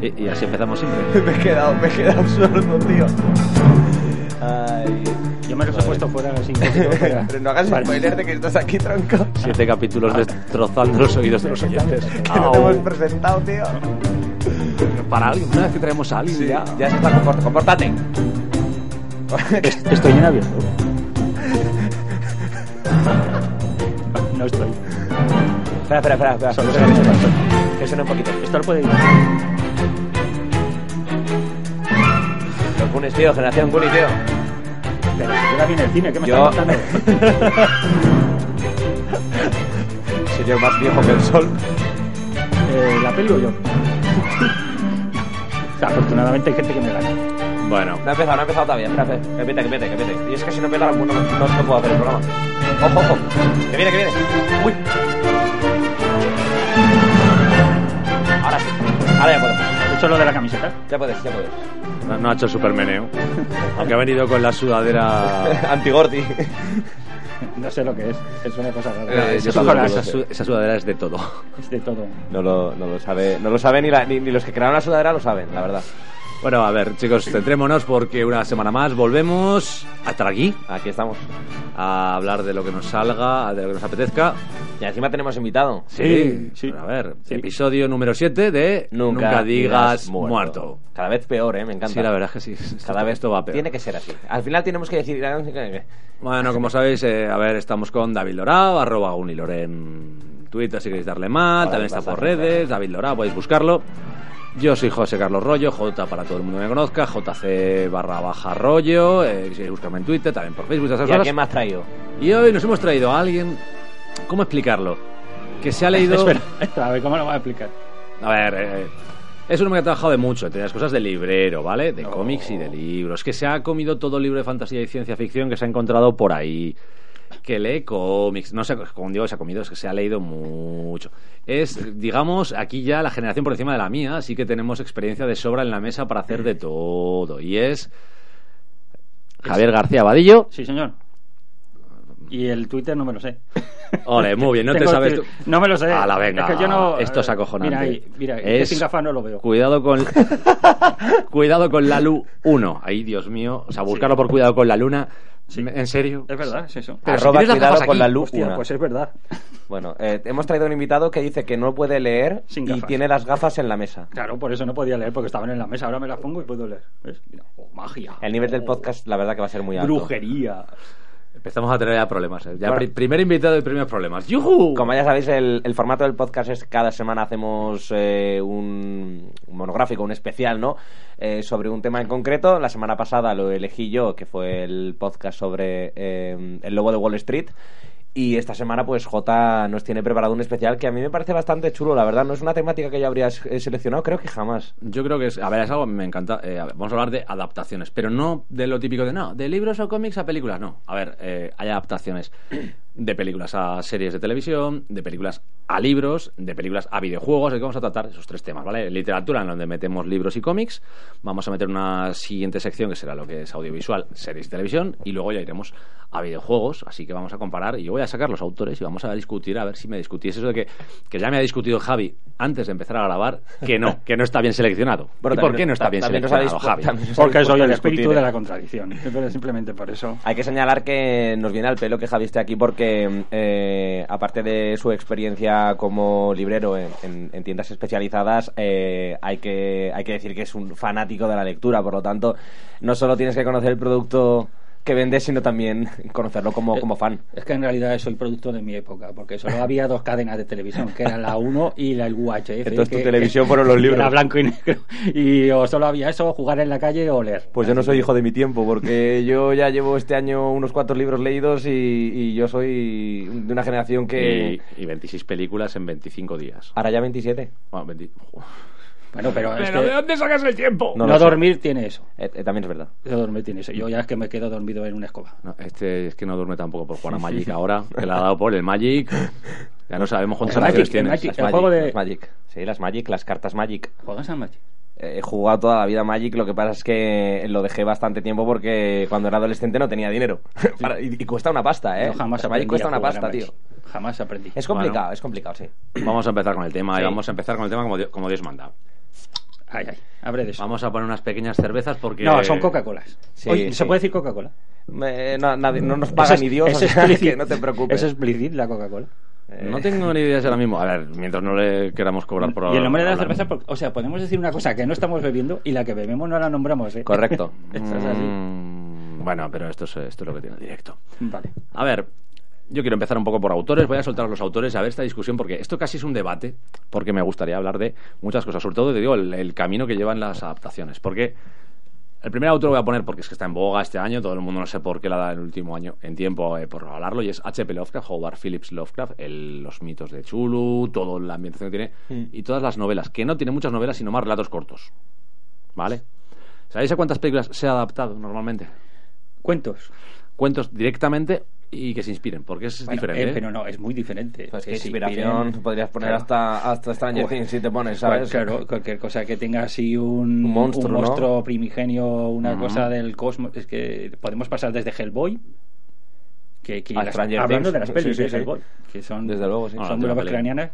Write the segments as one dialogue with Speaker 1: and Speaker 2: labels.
Speaker 1: Y, y así empezamos siempre.
Speaker 2: me he quedado, me he quedado sordo, tío. Ay.
Speaker 3: Yo me los he puesto fuera así. Pero
Speaker 2: Pero no hagas spoiler de que estás aquí, tronco.
Speaker 1: Siete capítulos destrozando los oídos de los oyentes.
Speaker 2: Que no te
Speaker 1: Au.
Speaker 2: hemos presentado, tío.
Speaker 1: Para alguien, una vez que traemos a alguien
Speaker 2: Sí,
Speaker 1: ya.
Speaker 2: ya. se está comportando. Compórtate.
Speaker 3: Estoy en abierto. No estoy.
Speaker 2: Espera, espera, espera. espera.
Speaker 3: Solo se lo he hecho tanto.
Speaker 2: Que suene un poquito.
Speaker 3: Esto lo puede ir.
Speaker 2: Los Goonies, tío. Generación Goonies, tío.
Speaker 3: Pero si queda bien el cine, ¿qué me
Speaker 2: Yo-
Speaker 3: estás contando?
Speaker 2: Señor más viejo que el sol.
Speaker 3: Eh, ¿La peli o yo? Afortunadamente hay gente que me gana.
Speaker 1: Bueno,
Speaker 2: No ha empezado, no ha empezado todavía. Espera, espera. Que pete, que pete, que pete. Y es que si no peta, no, no, no puedo hacer el programa. Ojo, ojo. Que viene, que viene. Uy. Ahora sí. Ahora ya puedo.
Speaker 3: ¿He hecho lo de la camiseta?
Speaker 2: Ya puedes, ya puedes.
Speaker 1: no, no ha hecho el supermeneo. Aunque ha venido con la sudadera.
Speaker 2: Ah. Antigorti.
Speaker 3: No sé lo que es. Es una cosa rara.
Speaker 2: Eh,
Speaker 3: Es
Speaker 1: Esa
Speaker 3: cojones.
Speaker 2: yo sudo,
Speaker 1: sudadera,
Speaker 2: yo
Speaker 1: esa
Speaker 2: sé.
Speaker 1: su- esa sudadera es de todo.
Speaker 3: Es de todo.
Speaker 2: No lo, no lo sabe, no lo sabe ni, la- ni, ni los que crearon la sudadera lo saben, la verdad.
Speaker 1: Bueno, a ver, chicos, centrémonos porque una semana más volvemos a estar aquí,
Speaker 2: Aquí estamos.
Speaker 1: a hablar de lo que nos salga, de lo que nos apetezca.
Speaker 2: Y encima tenemos invitado.
Speaker 3: Sí, sí.
Speaker 1: Bueno, a ver, episodio número 7 de Nunca, digas muerto.
Speaker 2: Cada vez peor, ¿eh? Me encanta.
Speaker 1: Sí, la verdad es que sí. Esto-
Speaker 2: Cada vez
Speaker 1: esto va peor.
Speaker 2: Tiene que ser así. Al final tenemos que decir...
Speaker 1: Bueno, como sabéis, eh, a ver, estamos con David Lorao, arroba unilore en Twitter si queréis darle mal,
Speaker 2: Vale,
Speaker 1: también está
Speaker 2: vas a
Speaker 1: por
Speaker 2: hacer.
Speaker 1: redes, David Lorao, podéis buscarlo. Yo soy José Carlos Rollo, J para todo el mundo que me conozca, JC barra baja rollo, eh, si queréis buscarme en Twitter, también por Facebook, esas
Speaker 2: ¿Y a
Speaker 1: cosas.
Speaker 2: quién me has traído?
Speaker 1: Y hoy nos hemos traído a alguien, ¿cómo explicarlo? Que se ha leído...
Speaker 3: Espera, espera, a ver cómo lo voy a explicar.
Speaker 1: A ver, eh, es un hombre que ha trabajado de mucho, entre las cosas de librero, ¿vale? De cómics y de libros. Que se ha comido todo libro de fantasía y ciencia ficción que se ha encontrado por ahí. Que lee cómics, no sé, como digo, se ha comido, es que se ha leído mucho. Es, digamos, aquí ya la generación por encima de la mía, así que tenemos experiencia de sobra en la mesa para hacer de todo. Y es. Javier García Vadillo.
Speaker 3: Sí, señor. Y el Twitter no me lo sé.
Speaker 1: Ole, muy bien, no te
Speaker 3: Tengo
Speaker 1: sabes.
Speaker 3: que-
Speaker 1: tú.
Speaker 3: No me lo sé.
Speaker 1: Ala, venga.
Speaker 3: Es que yo no- eh,
Speaker 1: Esto es acojonante.
Speaker 3: Mira ahí, mira, es que sin gafas no lo veo.
Speaker 1: Cuidado con. cuidado con la luz 1. Ahí, Dios mío. O sea, buscarlo por cuidado con la luna. ¿En serio?
Speaker 3: Es verdad, es eso.
Speaker 1: Pero si
Speaker 2: Arroba
Speaker 1: tienes las
Speaker 2: cuidado
Speaker 1: gafas
Speaker 2: con
Speaker 1: aquí.
Speaker 2: la luz
Speaker 3: Hostia,
Speaker 2: una.
Speaker 3: pues es verdad.
Speaker 2: Bueno, eh, hemos traído un invitado que dice que no puede leer
Speaker 3: Sin
Speaker 2: y
Speaker 3: gafas.
Speaker 2: tiene las gafas en la mesa.
Speaker 3: Claro, por eso no podía leer porque estaban en la mesa. Ahora me las pongo y puedo leer. ¿Ves? Mira, oh, magia.
Speaker 2: El nivel del
Speaker 3: Oh,
Speaker 2: podcast, la verdad que va a ser muy alto.
Speaker 3: Brujería.
Speaker 1: Empezamos a tener ya problemas. ¿eh? Ya
Speaker 2: Bueno.
Speaker 1: pri- primer invitado y primeros problemas. ¡Yujú!
Speaker 2: Como ya sabéis, el, el formato del podcast es que cada semana hacemos eh, un un monográfico, un especial, ¿no? Eh, sobre un tema en concreto. La semana pasada lo elegí yo, que fue el podcast sobre eh, el lobo de Wall Street. Y esta semana, pues J nos tiene preparado un especial que a mí me parece bastante chulo, la verdad. No es una temática que yo habría eh, seleccionado, creo que jamás.
Speaker 1: Yo creo que es. A ver, es algo que me encanta. eh, a ver, vamos a hablar de adaptaciones, pero no de lo típico de no, de libros o cómics a películas, no. A ver, eh, hay adaptaciones de películas a series de televisión, de películas a libros, de películas a videojuegos. Aquí vamos a tratar esos tres temas, ¿vale? Literatura, en donde metemos libros y cómics. Vamos a meter una siguiente sección que será lo que es audiovisual, series y televisión. Y luego ya iremos a videojuegos. Así que vamos a comparar. Y yo voy a sacar los autores y vamos a discutir, a ver si me discutís eso de que, que ya me ha discutido Javi antes de empezar a grabar, que no, que no está bien seleccionado. ¿Y por
Speaker 2: Bueno, también-
Speaker 1: qué no está
Speaker 2: ta-
Speaker 1: bien
Speaker 2: también nos
Speaker 1: seleccionado, Javi?
Speaker 2: habéis- también nos
Speaker 3: Porque
Speaker 2: habéis
Speaker 3: soy
Speaker 2: puesto a
Speaker 3: el
Speaker 2: discutir,
Speaker 3: espíritu de
Speaker 2: ¿eh?
Speaker 3: la contradicción. Pero Simplemente por eso.
Speaker 2: Hay que señalar que nos viene al pelo que Javi esté aquí porque, eh, aparte de su experiencia como librero en, en- en tiendas especializadas, eh, hay, que, hay que decir que es un fanático de la lectura. Por lo tanto, no solo tienes que conocer el producto que vendes, sino también conocerlo como, como fan.
Speaker 4: Es que en realidad soy producto de mi época, porque solo había dos cadenas de televisión, que eran la 1 y la el UHF.
Speaker 2: Entonces tu
Speaker 4: que-
Speaker 2: televisión fueron los
Speaker 4: que
Speaker 2: libros.
Speaker 4: Era blanco y negro. Y o solo había eso, jugar en la calle o leer.
Speaker 2: Pues yo no soy hijo de mi tiempo, porque yo ya llevo este año unos cuantos libros leídos y, y yo soy de una generación que...
Speaker 1: Y, y 26 películas en 25 días.
Speaker 2: Ahora ya 27.
Speaker 1: Bueno, 20
Speaker 4: Bueno, pero, es que
Speaker 1: dónde sacas el tiempo?
Speaker 2: No
Speaker 4: no,
Speaker 2: lo sé.
Speaker 4: dormir tiene eso.
Speaker 2: Eh, eh, también es verdad.
Speaker 4: No dormir tiene eso. Yo ya es que me quedo dormido en una escoba.
Speaker 1: No, este es que no duerme tampoco por jugar a Magic ahora, que le ha dado por el Magic. Ya no sabemos cuántas
Speaker 4: El Magic,
Speaker 1: acciones
Speaker 4: el
Speaker 1: tienes.
Speaker 4: Magic.
Speaker 2: Las
Speaker 4: juego de-
Speaker 2: las Magic. Sí, las Magic, las cartas Magic.
Speaker 4: ¿Juegas al Magic?
Speaker 2: Eh, He jugado toda la vida Magic, lo que pasa es que lo dejé bastante tiempo porque cuando era adolescente no tenía dinero. Para- y, y cuesta una pasta, ¿eh?
Speaker 4: Yo jamás aprendí
Speaker 2: Magic cuesta
Speaker 4: a
Speaker 2: una
Speaker 4: jugar a
Speaker 2: pasta,
Speaker 4: Magic.
Speaker 2: tío.
Speaker 4: Jamás aprendí.
Speaker 2: Es complicado,
Speaker 1: Bueno.
Speaker 2: es complicado, sí.
Speaker 1: Vamos a empezar con el tema
Speaker 2: Sí.
Speaker 1: y vamos a empezar con el tema como Dios, como Dios manda.
Speaker 4: Ay, ay, abre de eso.
Speaker 1: Vamos a poner unas pequeñas cervezas porque...
Speaker 4: No, son Coca-Colas.
Speaker 2: Sí,
Speaker 4: Oye,
Speaker 2: sí.
Speaker 4: ¿Se puede decir Coca-Cola?
Speaker 2: Me- no, nadie- no nos paga
Speaker 4: Es-
Speaker 2: ni Dios,
Speaker 4: es
Speaker 2: o sea,
Speaker 4: explícit.
Speaker 2: que no te preocupes.
Speaker 4: Es explícit la Coca-Cola.
Speaker 2: Eh,
Speaker 1: No tengo ni ideas ahora mismo. A ver, mientras no le queramos cobrar por
Speaker 4: Y el nombre de la
Speaker 1: hablar.
Speaker 4: cerveza, porque- o sea, podemos decir una cosa que no estamos bebiendo y la que bebemos no la nombramos, ¿eh?
Speaker 2: Correcto.
Speaker 4: Eso es así.
Speaker 1: Mm, bueno, pero esto es, esto es lo que tiene directo.
Speaker 4: Vale.
Speaker 1: A ver, yo quiero empezar un poco por autores. Voy a soltar a los autores a ver esta discusión porque esto casi es un debate. Porque me gustaría hablar de muchas cosas. Sobre todo, te digo, el, el camino que llevan las adaptaciones. Porque el primer autor lo voy a poner porque es que está en boga este año. Todo el mundo no sé por qué la da el último año en tiempo eh, por hablarlo. Y es H.P. Lovecraft, Howard Phillips Lovecraft, el- los mitos de Chulu, todo la ambientación que tiene. Y todas las novelas. Que no tiene muchas novelas, sino más relatos cortos. ¿Vale? ¿Sabéis a cuántas películas se ha adaptado normalmente?
Speaker 4: Cuentos.
Speaker 1: cuentos directamente y que se inspiren, porque es
Speaker 4: Bueno,
Speaker 1: diferente.
Speaker 4: eh,
Speaker 1: ¿eh?
Speaker 4: pero no, es muy diferente.
Speaker 2: Pues que
Speaker 4: Que se
Speaker 2: inspiración
Speaker 4: inspiren-
Speaker 2: podrías poner
Speaker 4: Claro.
Speaker 2: hasta, hasta este Stranger
Speaker 4: Bueno.
Speaker 2: Things si te pones, ¿sabes?
Speaker 4: Claro, cualquier cosa que tenga así un,
Speaker 2: Un monstruo, ¿no?
Speaker 4: monstruo primigenio, una
Speaker 1: Ujú.
Speaker 4: cosa del cosmos. Es que podemos pasar desde Hellboy. Que, que
Speaker 2: A Stranger
Speaker 4: hablando
Speaker 2: Things.
Speaker 4: de las
Speaker 2: Sí,
Speaker 4: pelis
Speaker 2: sí,
Speaker 4: de
Speaker 2: sí.
Speaker 4: Hellboy, que son,
Speaker 2: Desde luego, sí.
Speaker 1: Ah,
Speaker 4: son
Speaker 1: la
Speaker 4: de
Speaker 1: última
Speaker 4: las
Speaker 1: peli.
Speaker 4: cranianas,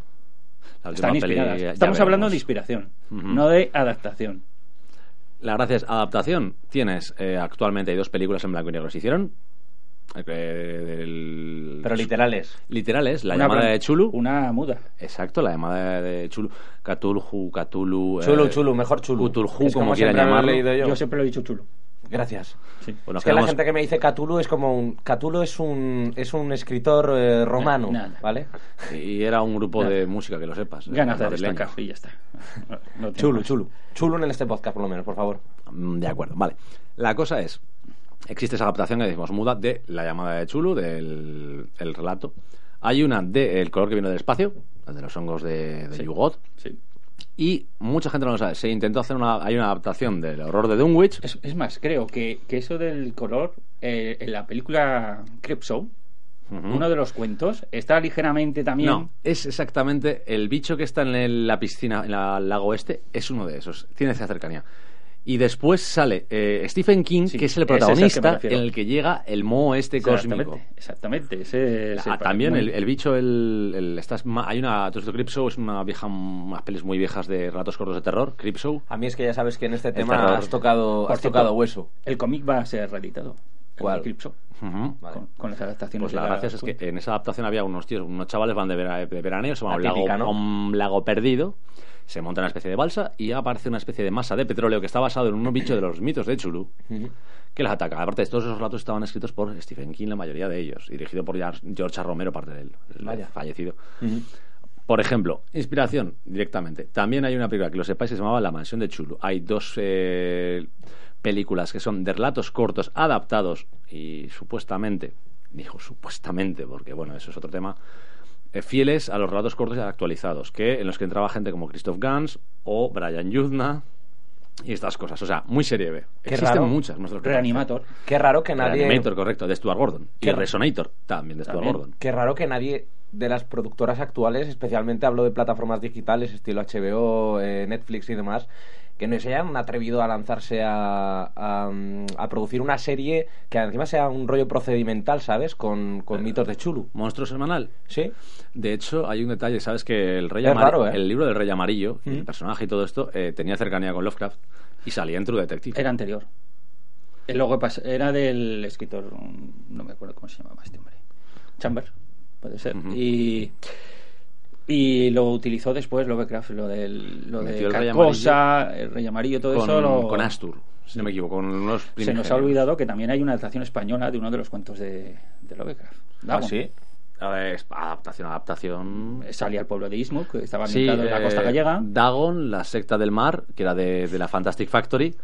Speaker 1: La última
Speaker 4: están
Speaker 1: peli,
Speaker 4: inspiradas.
Speaker 1: ya- ya
Speaker 4: Estamos hablando de
Speaker 1: veremos.
Speaker 4: inspiración,
Speaker 1: Ujú.
Speaker 4: no de adaptación.
Speaker 1: La gracia es adaptación. Tienes eh, actualmente hay dos películas en blanco y negro que se hicieron. Eh, del-
Speaker 2: Pero literales.
Speaker 1: literales, la
Speaker 4: Una
Speaker 1: llamada
Speaker 4: blan-
Speaker 1: de Chulu.
Speaker 4: Una muda.
Speaker 1: Exacto, la llamada de Chulu. Cthulhu, Cthulhu. eh,
Speaker 2: Chulu, chulu, mejor chulu.
Speaker 1: Cthulhu,
Speaker 2: Es
Speaker 1: como quieran
Speaker 2: siempre lo he
Speaker 1: llamarlo.
Speaker 2: leído
Speaker 4: Yo.
Speaker 2: yo.
Speaker 4: siempre lo he dicho chulo.
Speaker 2: Gracias.
Speaker 4: Sí.
Speaker 1: Bueno,
Speaker 2: es que la
Speaker 1: quedamos-
Speaker 2: gente que me dice Catulo es como un... Catulo es un, es un escritor eh, romano,
Speaker 4: Na- nada.
Speaker 2: ¿vale?
Speaker 1: Y era un grupo de música, que lo sepas. eh,
Speaker 4: Ganas de
Speaker 1: madrileño.
Speaker 4: destacar y ya está. No- no tengo
Speaker 2: Chulu,
Speaker 4: más.
Speaker 2: chulu. Chulu en este podcast, por lo menos, por favor.
Speaker 1: Mm, De acuerdo, vale. La cosa es, existe esa adaptación que decimos muda de La llamada de Chulu, del el relato. Hay una de El color que vino del espacio, la de los hongos de, de
Speaker 4: Sí.
Speaker 1: Yugot.
Speaker 4: Sí.
Speaker 1: Y mucha gente no lo sabe. Se intentó hacer una... Hay una adaptación del horror de Dunwich.
Speaker 4: Es, es más, creo que, que eso del color, eh, en la película Crep Show,
Speaker 1: Ujú.
Speaker 4: uno de los cuentos, está ligeramente también.
Speaker 1: No, es exactamente el bicho que está en el- la piscina, en la- el lago este, es uno de esos, tiene esa cercanía. Y después sale eh, Stephen King,
Speaker 4: Sí,
Speaker 1: que es el
Speaker 4: ese es al que me
Speaker 1: protagonista,
Speaker 4: refiero.
Speaker 1: en el que llega el moho este cósmico.
Speaker 4: Exactamente, exactamente. Ese, es
Speaker 1: Ah,
Speaker 4: el-
Speaker 1: también
Speaker 4: muy-
Speaker 1: el, el bicho, el, el- estás ma- hay una Toast to Creep Show, es una vieja, unas pelis muy viejas de ratos cortos de terror, Creep Show.
Speaker 2: A mí es que ya sabes que en este tema
Speaker 1: terror.
Speaker 2: has tocado,
Speaker 4: Por
Speaker 2: has
Speaker 4: cierto,
Speaker 2: tocado hueso.
Speaker 4: El cómic va a ser reeditado. el
Speaker 2: ¿Cuál?
Speaker 4: de Crep Show,
Speaker 1: Ujú.
Speaker 2: Vale.
Speaker 4: con, con las adaptaciones.
Speaker 1: Pues
Speaker 4: de
Speaker 1: la
Speaker 4: la-
Speaker 1: gracia es que en esa adaptación había unos tíos, unos chavales van de, vera- de veraneo, se van a un,
Speaker 2: La típica,
Speaker 1: lago-
Speaker 2: ¿no?
Speaker 1: a un lago perdido, se monta una especie de balsa y aparece una especie de masa de petróleo que está basado en un bicho de los mitos de Chulu
Speaker 2: Ujú.
Speaker 1: que las ataca. Aparte, todos esos relatos estaban escritos por Stephen King, la mayoría de ellos, y dirigido por Jar- George A. Romero, parte del del
Speaker 2: Vaya.
Speaker 1: fallecido.
Speaker 2: Ujú.
Speaker 1: Por ejemplo, inspiración directamente. También hay una película que lo sepáis que se llamaba La Mansión de Chulu. Hay dos eh, películas que son de relatos cortos adaptados y supuestamente, dijo supuestamente, porque bueno, eso es otro tema, eh, fieles a los relatos cortos y actualizados, que en los que entraba gente como Christoph Gans o Brian Yuzna y estas cosas. O sea, muy serie B.
Speaker 2: Qué
Speaker 1: Existen
Speaker 2: raro.
Speaker 1: muchas. nosotros que
Speaker 4: Reanimator.
Speaker 2: Qué raro que nadie...
Speaker 1: Reanimator, correcto, de Stuart Gordon.
Speaker 2: Qué
Speaker 1: Y
Speaker 2: ra-
Speaker 1: Resonator, también de Stuart
Speaker 4: También.
Speaker 1: Gordon.
Speaker 2: Qué raro que nadie de las productoras actuales, especialmente hablo de plataformas digitales, estilo HBO, eh, Netflix y demás, que no se hayan atrevido a lanzarse a, a, mm, a producir una serie que encima sea un rollo procedimental, ¿sabes? Con, con mitos de Chulu.
Speaker 1: Monstruo semanal,
Speaker 2: ¿Sí?
Speaker 1: De hecho, hay un detalle, sabes que el Rey
Speaker 2: Es
Speaker 1: Amar-
Speaker 2: raro, ¿eh?
Speaker 1: el libro del Rey Amarillo, y
Speaker 2: Mm.
Speaker 1: el personaje y todo esto, eh, tenía cercanía con Lovecraft y salía en True Detective.
Speaker 4: Era anterior. El logo pas- era del escritor, un- no me acuerdo cómo se llamaba este hombre. Chambers, puede ser.
Speaker 1: Ujú.
Speaker 4: Y. Y lo utilizó después Lovecraft, lo del lo de
Speaker 1: Metió el rey
Speaker 4: Carcosa, el Rey Amarillo, todo
Speaker 1: con,
Speaker 4: eso. lo-
Speaker 1: con Astur, si no me equivoco, con unos
Speaker 4: Se nos
Speaker 1: primigenios.
Speaker 4: ha olvidado que también hay una adaptación española de uno de los cuentos de, de Lovecraft.
Speaker 1: Ah,
Speaker 4: Dagon.
Speaker 2: Ah,
Speaker 1: A ver, es- adaptación, adaptación.
Speaker 4: Salía al pueblo de Innsbruck, que estaba
Speaker 1: Sí,
Speaker 4: ambientado en la
Speaker 1: eh,
Speaker 4: costa gallega.
Speaker 1: Dagon, la secta del mar, que era de, de la Fantastic Factory.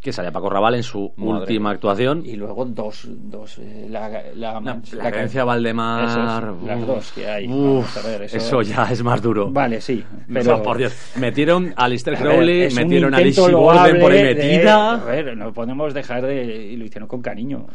Speaker 1: que salía Paco Raval en su
Speaker 2: Madre.
Speaker 1: última actuación.
Speaker 4: Y luego dos, dos eh, la, la,
Speaker 1: La,
Speaker 4: la-
Speaker 1: la carencia Valdemar.
Speaker 4: Eso es, las
Speaker 1: uf,
Speaker 4: dos que hay.
Speaker 1: uf,
Speaker 4: Vamos a ver, eso-
Speaker 1: eso ya es más duro.
Speaker 4: Vale, sí. Pero,
Speaker 1: Pero... por Dios, metieron a Alistair
Speaker 4: A ver,
Speaker 1: Crowley,
Speaker 4: es un
Speaker 1: metieron a
Speaker 4: intento
Speaker 1: Lizzie Borden
Speaker 4: loable
Speaker 1: por ahí
Speaker 4: de- a
Speaker 1: metida.
Speaker 4: ver, no podemos dejar de. Y lo hicieron con cariño.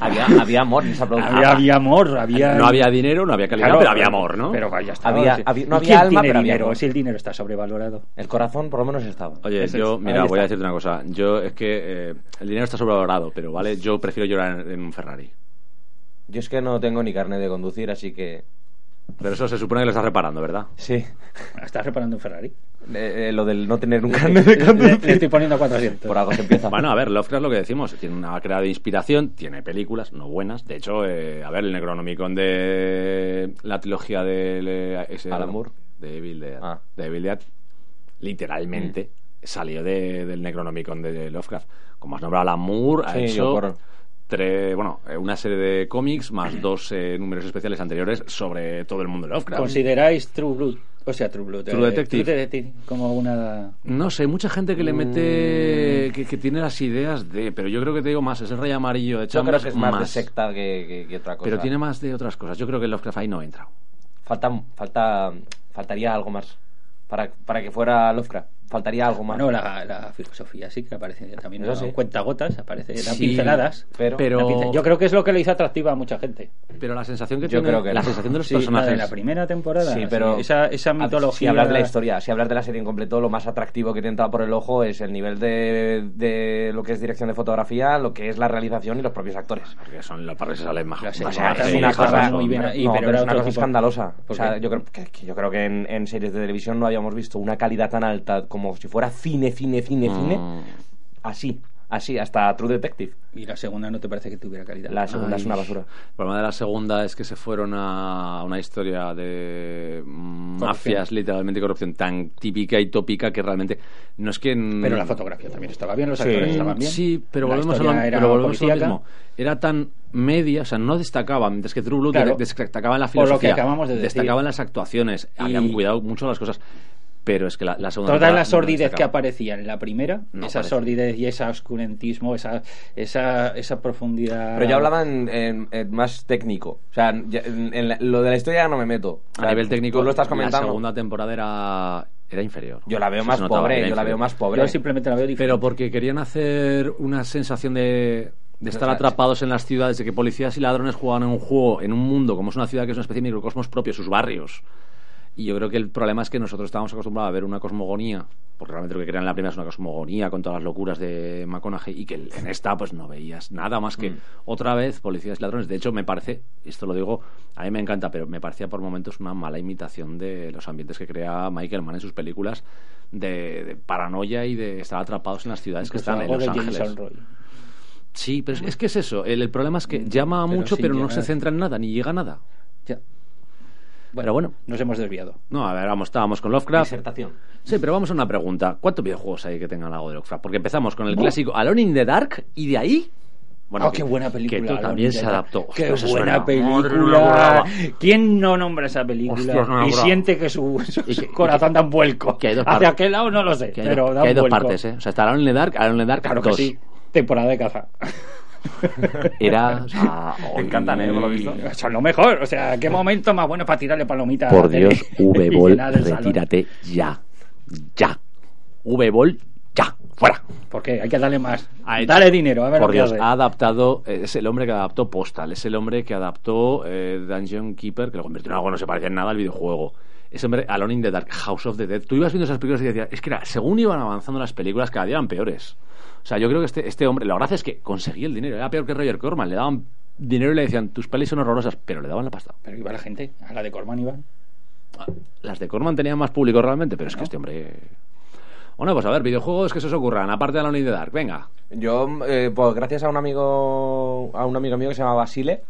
Speaker 2: había, había amor en esa producción.
Speaker 4: había, había amor, había.
Speaker 1: Ah, No había dinero, no había calidad,
Speaker 4: Claro,
Speaker 1: pero había amor, ¿no?
Speaker 4: Pero ya está.
Speaker 2: Había-
Speaker 4: Sí.
Speaker 2: había- no
Speaker 4: ¿Y
Speaker 2: había
Speaker 4: quién
Speaker 2: alma,
Speaker 4: tiene
Speaker 2: pero había
Speaker 4: dinero?
Speaker 2: amor.
Speaker 4: Si el dinero está sobrevalorado.
Speaker 2: El corazón por lo menos estaba.
Speaker 1: Oye,
Speaker 4: Eso
Speaker 1: yo,
Speaker 4: es,
Speaker 1: mira,
Speaker 4: ahí
Speaker 1: voy a
Speaker 4: está.
Speaker 1: decirte una cosa. Yo es que eh, el dinero está sobrevalorado, pero vale, yo prefiero llorar en, en un Ferrari.
Speaker 2: Yo es que no tengo ni carne de conducir, así que...
Speaker 1: Pero eso se supone que lo estás reparando, ¿verdad?
Speaker 2: Sí.
Speaker 4: Estás Ah, reparando un Ferrari.
Speaker 2: Eh, eh, lo del no tener un carne de conducir.
Speaker 4: Le, le estoy poniendo 400.
Speaker 2: Por algo se empieza.
Speaker 1: Bueno, a ver, Lovecraft lo que decimos, tiene una creada de inspiración, tiene películas no buenas. De hecho, eh, a ver, el Necronomicon de la trilogía de le- ese-
Speaker 2: Alan Moore.
Speaker 1: De Evil Dead.
Speaker 2: Ah. Mm.
Speaker 1: De Evil Dead, literalmente salió de- del Necronomicon de Lovecraft. Como has nombrado, Alan Moore ha
Speaker 2: Sí, yo
Speaker 1: hecho
Speaker 2: por-
Speaker 1: tres, bueno, eh, una serie de cómics más dos eh, números especiales anteriores sobre todo el mundo de Lovecraft.
Speaker 4: ¿Consideráis True Blood? O sea, True Blood.
Speaker 1: True Detective.
Speaker 4: Detective como una.
Speaker 1: No sé, mucha gente que le mete. Que, que tiene las ideas de. Pero yo creo que te digo más, es el rey amarillo de
Speaker 2: Yo creo
Speaker 1: Chambers.
Speaker 2: que es más, de secta que, que- que otra cosa.
Speaker 1: Pero tiene más de otras cosas. Yo creo que Lovecraft ahí no entra.
Speaker 2: Falta, falta, faltaría algo más. Para, para que fuera Lovecraft. Faltaría algo más.
Speaker 4: Bueno, la, la filosofía sí que aparece también.
Speaker 2: Eso
Speaker 4: ¿no?
Speaker 2: sí.
Speaker 4: Cuentagotas, aparece. las
Speaker 1: Sí,
Speaker 4: Eh, pinceladas.
Speaker 2: pero-
Speaker 4: Una pincel- Yo creo que es lo que lo hizo atractiva a mucha gente.
Speaker 1: Pero la sensación que
Speaker 2: Yo
Speaker 1: tiene.
Speaker 2: creo que
Speaker 1: la
Speaker 2: no.
Speaker 1: sensación de los
Speaker 4: Sí, la de
Speaker 1: personajes.
Speaker 4: la primera temporada.
Speaker 2: Sí, pero
Speaker 4: Esa, esa
Speaker 2: a-
Speaker 4: mitología.
Speaker 2: Si hablar de la historia, si hablar de la serie en completo, lo más atractivo que te entra por el ojo es el nivel de, de lo que es dirección de fotografía, lo que es la realización y los propios actores.
Speaker 1: Porque son los parques salen más.
Speaker 4: La
Speaker 1: más
Speaker 4: serie
Speaker 2: O sea,
Speaker 1: más-
Speaker 2: es
Speaker 1: sí,
Speaker 2: una
Speaker 1: más-
Speaker 2: cosa,
Speaker 1: más-
Speaker 4: muy bien
Speaker 1: más-
Speaker 4: ahí,
Speaker 2: no,
Speaker 4: pero
Speaker 2: pero
Speaker 4: era
Speaker 2: es una
Speaker 4: otro
Speaker 2: cosa
Speaker 4: tipo.
Speaker 2: escandalosa. O
Speaker 4: ¿Por
Speaker 2: sea,
Speaker 4: qué?
Speaker 2: yo creo que, que yo creo que en, en series de televisión no habíamos visto una calidad tan alta como si fuera cine, cine, cine, cine.
Speaker 1: Mm.
Speaker 2: Así, así, hasta True Detective.
Speaker 4: Y la segunda no te parece que tuviera calidad.
Speaker 2: La segunda
Speaker 1: Ay.
Speaker 2: es una basura.
Speaker 1: El problema de la segunda es que se fueron a una historia de mm, mafias, literalmente corrupción, tan típica y tópica que realmente no es que... mm,
Speaker 4: Pero la fotografía también estaba bien, los
Speaker 2: Sí.
Speaker 4: actores estaban bien.
Speaker 1: Sí, pero
Speaker 4: La
Speaker 1: volvemos, a lo,
Speaker 4: historia era
Speaker 1: pero volvemos a lo
Speaker 4: policíaca.
Speaker 1: mismo. Era tan media, o sea, no destacaba, mientras que True Blood
Speaker 4: Claro.
Speaker 1: de- destacaba en la
Speaker 4: Por lo
Speaker 1: filosofía,
Speaker 4: que acabamos de decir.
Speaker 1: destacaba en las actuaciones,
Speaker 4: Y-
Speaker 1: habían cuidado mucho las cosas, pero es que la, la segunda...
Speaker 4: Toda
Speaker 1: temporada
Speaker 4: la
Speaker 1: no
Speaker 4: sordidez que
Speaker 1: destacaba.
Speaker 4: aparecía en la primera,
Speaker 1: No
Speaker 4: esa
Speaker 1: aparece.
Speaker 4: sordidez y ese oscurantismo, esa, esa, esa profundidad.
Speaker 2: Pero yo hablaba en, en- en más técnico. O sea, ya- en- en la- lo de la historia no me meto. O
Speaker 1: A
Speaker 2: sea,
Speaker 1: nivel técnico,
Speaker 2: tú lo estás
Speaker 1: la
Speaker 2: comentando.
Speaker 1: segunda temporada era, era inferior.
Speaker 2: Yo la veo
Speaker 1: Eso
Speaker 2: más
Speaker 1: se notaba, era
Speaker 2: pobre, yo la
Speaker 1: inferior.
Speaker 2: veo más pobre.
Speaker 4: Yo simplemente la veo diferente.
Speaker 1: ¿eh? Pero porque querían hacer una sensación de, de estar
Speaker 2: Exacto.
Speaker 1: atrapados en las ciudades, de que policías y ladrones juegan en un juego, en un mundo, como es una ciudad que es una especie de microcosmos propio, sus barrios. Y yo creo que el problema es que nosotros estábamos acostumbrados a ver una cosmogonía, porque realmente lo que crean en la primera es una cosmogonía con todas las locuras de McConaughey, y que en esta pues no veías nada más
Speaker 4: Mm.
Speaker 1: que otra vez policías y ladrones. De hecho, me parece, esto lo digo, a mí me encanta, pero me parecía por momentos una mala imitación de los ambientes que crea Michael Mann en sus películas de, de paranoia y de estar atrapados en las ciudades que
Speaker 4: Incluso
Speaker 1: están en
Speaker 4: algo
Speaker 1: Los
Speaker 4: de Jameson
Speaker 1: Ángeles.
Speaker 4: Roy.
Speaker 1: Sí, pero es, es que es eso. El, el problema es que llama a
Speaker 4: Mm. Pero
Speaker 1: mucho,
Speaker 4: sin
Speaker 1: pero no
Speaker 4: llegar.
Speaker 1: se centra en nada, ni llega a nada.
Speaker 4: Ya.
Speaker 1: Pero bueno.
Speaker 4: Nos hemos desviado.
Speaker 1: No, a ver, vamos, estábamos con Lovecraft.
Speaker 2: Disertación.
Speaker 1: Sí, pero vamos a una pregunta. ¿Cuántos videojuegos hay que tengan algo de Lovecraft? Porque empezamos con el clásico Alone in the Dark y de ahí.
Speaker 4: Ah, qué buena película.
Speaker 1: Que tú
Speaker 4: Alone
Speaker 1: también
Speaker 4: in the
Speaker 1: se
Speaker 4: Dark.
Speaker 1: adaptó.
Speaker 4: Qué
Speaker 1: Ostras, eso
Speaker 4: buena
Speaker 1: era- Madre
Speaker 4: película.
Speaker 1: mía,
Speaker 4: ¿Quién no nombra esa película
Speaker 1: Ostras, no,
Speaker 4: y
Speaker 1: brava.
Speaker 4: siente que su, su-
Speaker 1: Y
Speaker 4: su
Speaker 1: que-
Speaker 4: corazón da un vuelco?
Speaker 1: que hay dos partes.
Speaker 4: Hacia qué lado no lo sé,
Speaker 1: Que hay,
Speaker 4: pero
Speaker 1: dos-
Speaker 4: da
Speaker 1: que hay
Speaker 4: un
Speaker 1: dos
Speaker 4: vuelco.
Speaker 1: partes, ¿eh? O sea, está Alone in the Dark, Alone in the Dark
Speaker 4: Claro que
Speaker 1: 2.
Speaker 4: sí. Temporada de caza.
Speaker 1: Era. o sea,
Speaker 2: Me encantan, ¿eh? Por lo visto.
Speaker 4: Son lo mejor. O sea, qué momento más bueno para tirarle palomitas. a
Speaker 1: Por
Speaker 4: la tele
Speaker 1: Dios,
Speaker 4: y
Speaker 1: V-Ball,
Speaker 4: llenar el salón.
Speaker 1: retírate ya. Ya. V-Ball, ya. Fuera.
Speaker 4: Porque hay que darle más.
Speaker 1: Ahí-
Speaker 4: Dale dinero, a ver
Speaker 1: Por
Speaker 4: lo que
Speaker 1: Dios,
Speaker 4: hace.
Speaker 1: ha adaptado, eh, es el hombre que adaptó Postal, es el hombre que adaptó eh, Dungeon Keeper, que lo convirtió en algo que no se parecía en nada al videojuego. Ese hombre, Alone in the Dark, House of the Dead. Tú ibas viendo esas películas y decías, es que era, según iban avanzando las películas, cada día eran peores. O sea, yo creo que este, este hombre, la gracia es que conseguía el dinero, era peor que Roger Corman, le daban dinero y le decían, tus pelis son horrorosas, pero le daban la pasta.
Speaker 4: Pero iba la gente, a la de Corman iban.
Speaker 1: Las de Corman tenían más público realmente, pero es que este hombre... Bueno, pues a ver, videojuegos que se os ocurran, aparte de Alone in the Dark, venga.
Speaker 2: Yo, eh, pues gracias a un amigo, a un amigo mío que se llama Basile,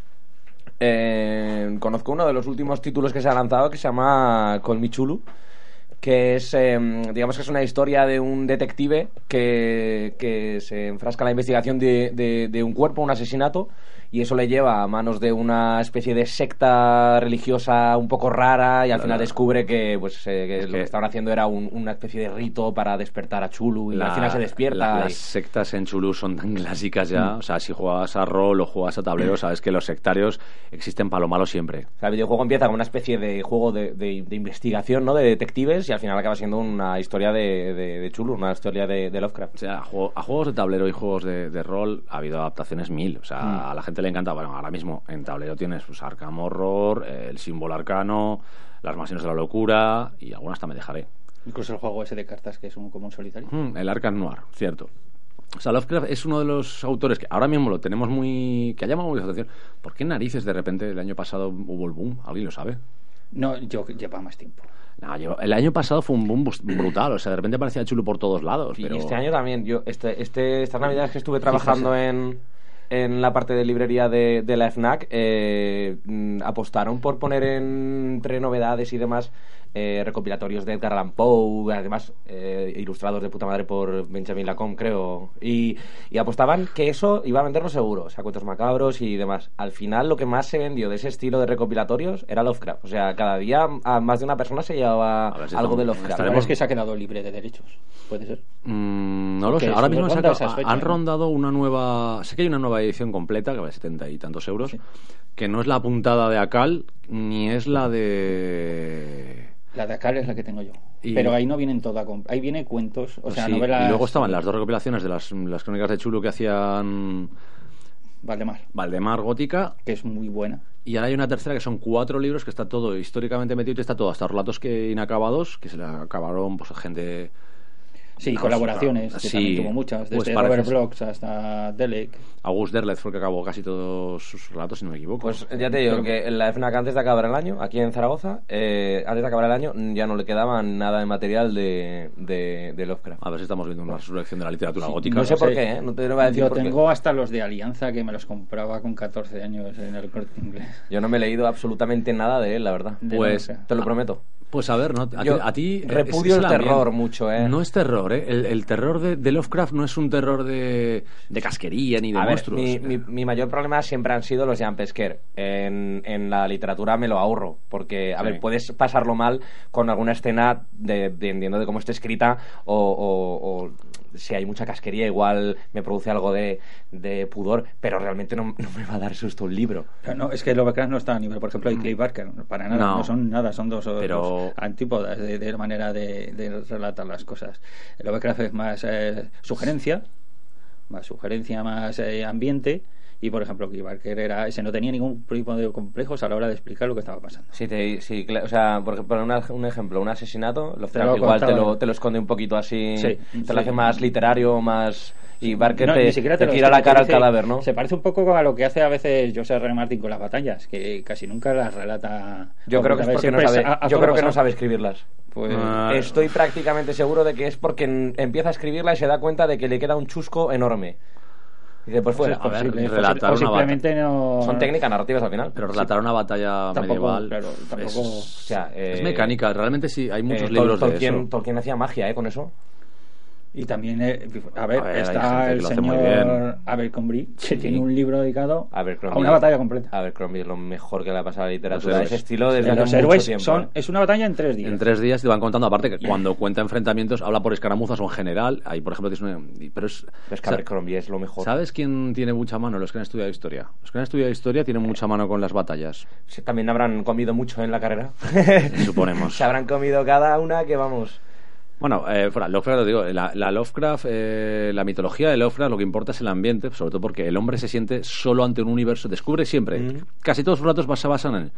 Speaker 2: eh, conozco uno de los últimos títulos que se ha lanzado que se llama Colmichulu, que es, eh, digamos que es una historia de un detective que, que se enfrasca en la investigación de, de- de un cuerpo, un asesinato, y eso le lleva a manos de una especie de secta religiosa un poco rara y al
Speaker 1: La-
Speaker 2: final
Speaker 1: la-
Speaker 2: descubre que, pues, eh, que
Speaker 1: Es
Speaker 2: lo
Speaker 1: que-
Speaker 2: que estaban haciendo era un- una especie de rito para despertar a Chulu y al final se despierta.
Speaker 1: la-
Speaker 2: y- Mm.
Speaker 1: las sectas en Chulú son tan clásicas ya. O sea, si juegas a rol o juegas a tablero, sabes que los sectarios existen para lo malo siempre.
Speaker 2: O sea, el videojuego empieza como una especie de juego de, de- de investigación, ¿no? De detectives y al final acaba siendo una historia de, de, de Chulu, una historia de, de
Speaker 1: O
Speaker 2: Lovecraft.
Speaker 1: sea, a, juego- a juegos de tablero y juegos de, de rol ha habido adaptaciones mil. O sea,
Speaker 2: Mm.
Speaker 1: a la gente le encanta. Bueno, ahora mismo en tablero tienes pues, Arkham Horror, eh, el símbolo arcano, las mansiones de la locura y algunas también dejaré.
Speaker 4: Incluso el juego ese de cartas que es un, como un solitario.
Speaker 1: Mm, el Arkham Noir, cierto. O sea, Lovecraft es uno de los autores que ahora mismo lo tenemos muy. que ha llamado mucho la atención. ¿Por qué narices de repente el año pasado hubo el boom? ¿Alguien lo sabe?
Speaker 4: No, yo lleva más tiempo.
Speaker 1: No, yo- el año pasado fue un boom bus- brutal. O sea, de repente parecía chulo por todos lados. Pero
Speaker 2: Y este año también, yo, este, este, estas navidades que estuve trabajando en, en la parte de librería de, de la FNAC, eh, mm, apostaron por poner entre novedades y demás eh, recopilatorios de Edgar Allan Poe, además eh, ilustrados de puta madre por Benjamin Lacombe, creo, y, y apostaban que eso iba a venderlo seguro, o sea, cuentos macabros y demás. Al final lo que más se vendió de ese estilo de recopilatorios era Lovecraft, o sea, cada día a más de una persona se llevaba
Speaker 1: A ver si
Speaker 2: algo
Speaker 1: estamos-
Speaker 2: de Lovecraft.
Speaker 1: Estaremos-
Speaker 4: Pero es que se ha quedado libre de derechos. Puede ser.
Speaker 1: Mm, no lo
Speaker 4: Que
Speaker 1: sé. Ahora
Speaker 4: eso
Speaker 1: mismo han,
Speaker 4: ronda
Speaker 1: sacado-
Speaker 4: esas fechas,
Speaker 1: han
Speaker 4: ¿no?
Speaker 1: rondado una nueva. Sé que hay una nueva edición completa que vale 70 y tantos euros.
Speaker 4: Sí.
Speaker 1: Que no es la puntada de Akal ni es la de.
Speaker 4: La de Dakar es la que tengo yo.
Speaker 1: Y-
Speaker 4: Pero ahí no vienen toda. comp- Ahí viene cuentos, o sea,
Speaker 1: Sí,
Speaker 4: novelas.
Speaker 1: Y luego estaban las dos recopilaciones de las, las crónicas de Chulo que hacían
Speaker 4: Valdemar,
Speaker 1: Valdemar Gótica.
Speaker 4: que es muy buena.
Speaker 1: Y ahora hay una tercera que son cuatro libros que está todo históricamente metido y está todo, hasta relatos que inacabados, que se le acabaron pues a gente
Speaker 4: Sí,
Speaker 1: Pues,
Speaker 4: colaboraciones,
Speaker 1: claro,
Speaker 4: que
Speaker 1: sí.
Speaker 4: también tuvo muchas,
Speaker 1: Pues
Speaker 4: desde
Speaker 1: parece-
Speaker 4: Robert Blocks hasta Delec.
Speaker 1: August Derleth fue el que acabó casi todos sus relatos, si no me equivoco.
Speaker 2: Pues ya te digo que en la FNAC antes de acabar el año, aquí en Zaragoza, eh, antes de acabar el año mm, ya no le quedaba nada de material de, de, de Lovecraft.
Speaker 1: a ver si estamos viendo una resurrección de la literatura gótica.
Speaker 2: pues, No sé
Speaker 4: no
Speaker 2: por
Speaker 4: sé.
Speaker 2: qué, ¿eh? No te lo voy a decir
Speaker 4: Yo
Speaker 2: por qué.
Speaker 4: tengo hasta los de Alianza que me los compraba con 14 años en el corte inglés.
Speaker 2: Yo no me he leído absolutamente nada de él, la verdad.
Speaker 4: De
Speaker 1: Pues-
Speaker 4: Norca.
Speaker 2: Te lo prometo.
Speaker 1: Pues a ver, ¿no? a,
Speaker 2: Yo
Speaker 1: ti- a ti... eh,
Speaker 2: repudio
Speaker 1: es- es
Speaker 2: el
Speaker 1: ambiente.
Speaker 2: terror mucho, ¿eh?
Speaker 1: No es terror, ¿eh? El, el terror de, de Lovecraft no es un terror de, de casquería ni de
Speaker 2: A ver,
Speaker 1: monstruos. eh.
Speaker 2: mi, mi- mi mayor problema siempre han sido los Jean Pesquer. En, en la literatura me lo ahorro, porque, a
Speaker 1: Sí.
Speaker 2: ver, puedes pasarlo mal con alguna escena, de, de- entiendo de cómo esté escrita, o, o- o si hay mucha casquería, igual me produce algo de, de pudor, pero realmente no, no me va a dar susto un libro.
Speaker 4: Pero no, es que Lovecraft no está a nivel, por ejemplo,
Speaker 2: Mm.
Speaker 4: de Clay Barker, para nada,
Speaker 1: No.
Speaker 4: no, son nada, son dos, o-
Speaker 1: Pero-
Speaker 4: dos antípodas de, de manera de, de relatar las cosas. Lovecraft es más eh, sugerencia, más sugerencia, más eh, ambiente, y por ejemplo, Clay Barker era, ese no tenía ningún tipo de complejos a la hora de explicar lo que estaba pasando.
Speaker 2: Sí, te, sí cla- o sea, por ejemplo, una- un ejemplo, un asesinato, lo
Speaker 4: Te lo he
Speaker 2: igual te
Speaker 4: contado.
Speaker 2: lo, te lo esconde un poquito así,
Speaker 4: Sí,
Speaker 2: te
Speaker 4: sí.
Speaker 2: lo hace más literario, más... Y Barker
Speaker 4: No,
Speaker 2: te,
Speaker 4: ni siquiera
Speaker 2: te
Speaker 4: lo-
Speaker 2: gira la
Speaker 4: te
Speaker 2: cara al
Speaker 4: dice-
Speaker 2: cadáver, ¿no?
Speaker 4: Se parece un poco a lo que hace a veces José R. R. Martin con las batallas, que casi nunca las relata.
Speaker 2: Yo creo que es porque no
Speaker 4: Siempre
Speaker 2: sabe,
Speaker 4: a- a
Speaker 2: yo creo
Speaker 4: todo
Speaker 2: que
Speaker 4: pasado.
Speaker 2: no sabe escribirlas.
Speaker 4: Pues,
Speaker 1: Ah,
Speaker 2: Estoy prácticamente seguro de que es porque n- empieza a escribirla y se da cuenta de que le queda un chusco enorme. Y dice, pues fuera.
Speaker 1: a ver,
Speaker 4: posible, es
Speaker 1: relatar
Speaker 4: posible.
Speaker 1: una
Speaker 4: O
Speaker 1: batalla.
Speaker 4: simplemente no.
Speaker 2: Son técnicas narrativas al final.
Speaker 1: Pero relatar una batalla
Speaker 4: Tampoco,
Speaker 1: medieval...
Speaker 4: claro, tampoco-
Speaker 1: es-
Speaker 2: O sea, eh,
Speaker 1: Es mecánica, realmente sí, hay muchos
Speaker 2: eh,
Speaker 1: libros
Speaker 2: Tol-
Speaker 1: de
Speaker 2: Tolkien,
Speaker 1: eso.
Speaker 2: Tolkien hacía magia, ¿eh? Con eso.
Speaker 4: Y también, eh, a ver,
Speaker 1: A ver, hay gente
Speaker 4: está
Speaker 1: que
Speaker 4: el
Speaker 1: lo hace muy bien.
Speaker 4: señor Abercrombie, que
Speaker 1: Sí.
Speaker 4: tiene un libro dedicado a,
Speaker 2: Abercrombie.
Speaker 4: una batalla completa.
Speaker 2: A ver, Crombie es lo mejor que le ha pasado a la
Speaker 1: Los
Speaker 2: literatura.
Speaker 1: héroes.
Speaker 2: Ese estilo desde hace
Speaker 4: los
Speaker 2: mucho
Speaker 4: héroes
Speaker 2: tiempo.
Speaker 4: son,
Speaker 2: ¿eh?
Speaker 4: es una batalla en tres días.
Speaker 1: En tres días te van contando, aparte que cuando cuenta enfrentamientos habla por escaramuzas o en general, ahí por ejemplo tienes una- y- pero es...
Speaker 2: Pero es que
Speaker 1: o sea,
Speaker 2: Abercrombie es lo mejor.
Speaker 1: ¿Sabes quién tiene mucha mano? Los que han estudiado historia. Los que han estudiado historia tienen mucha mano con las batallas,
Speaker 2: Sí, También habrán comido mucho en la carrera.
Speaker 1: suponemos.
Speaker 2: se habrán comido cada una que vamos.
Speaker 1: Bueno, eh, fuera, Lovecraft, lo digo, la, la Lovecraft, eh, la mitología de Lovecraft, lo que importa es el ambiente, sobre todo porque el hombre se siente solo ante un universo, descubre siempre, casi todos sus relatos bas- se basan en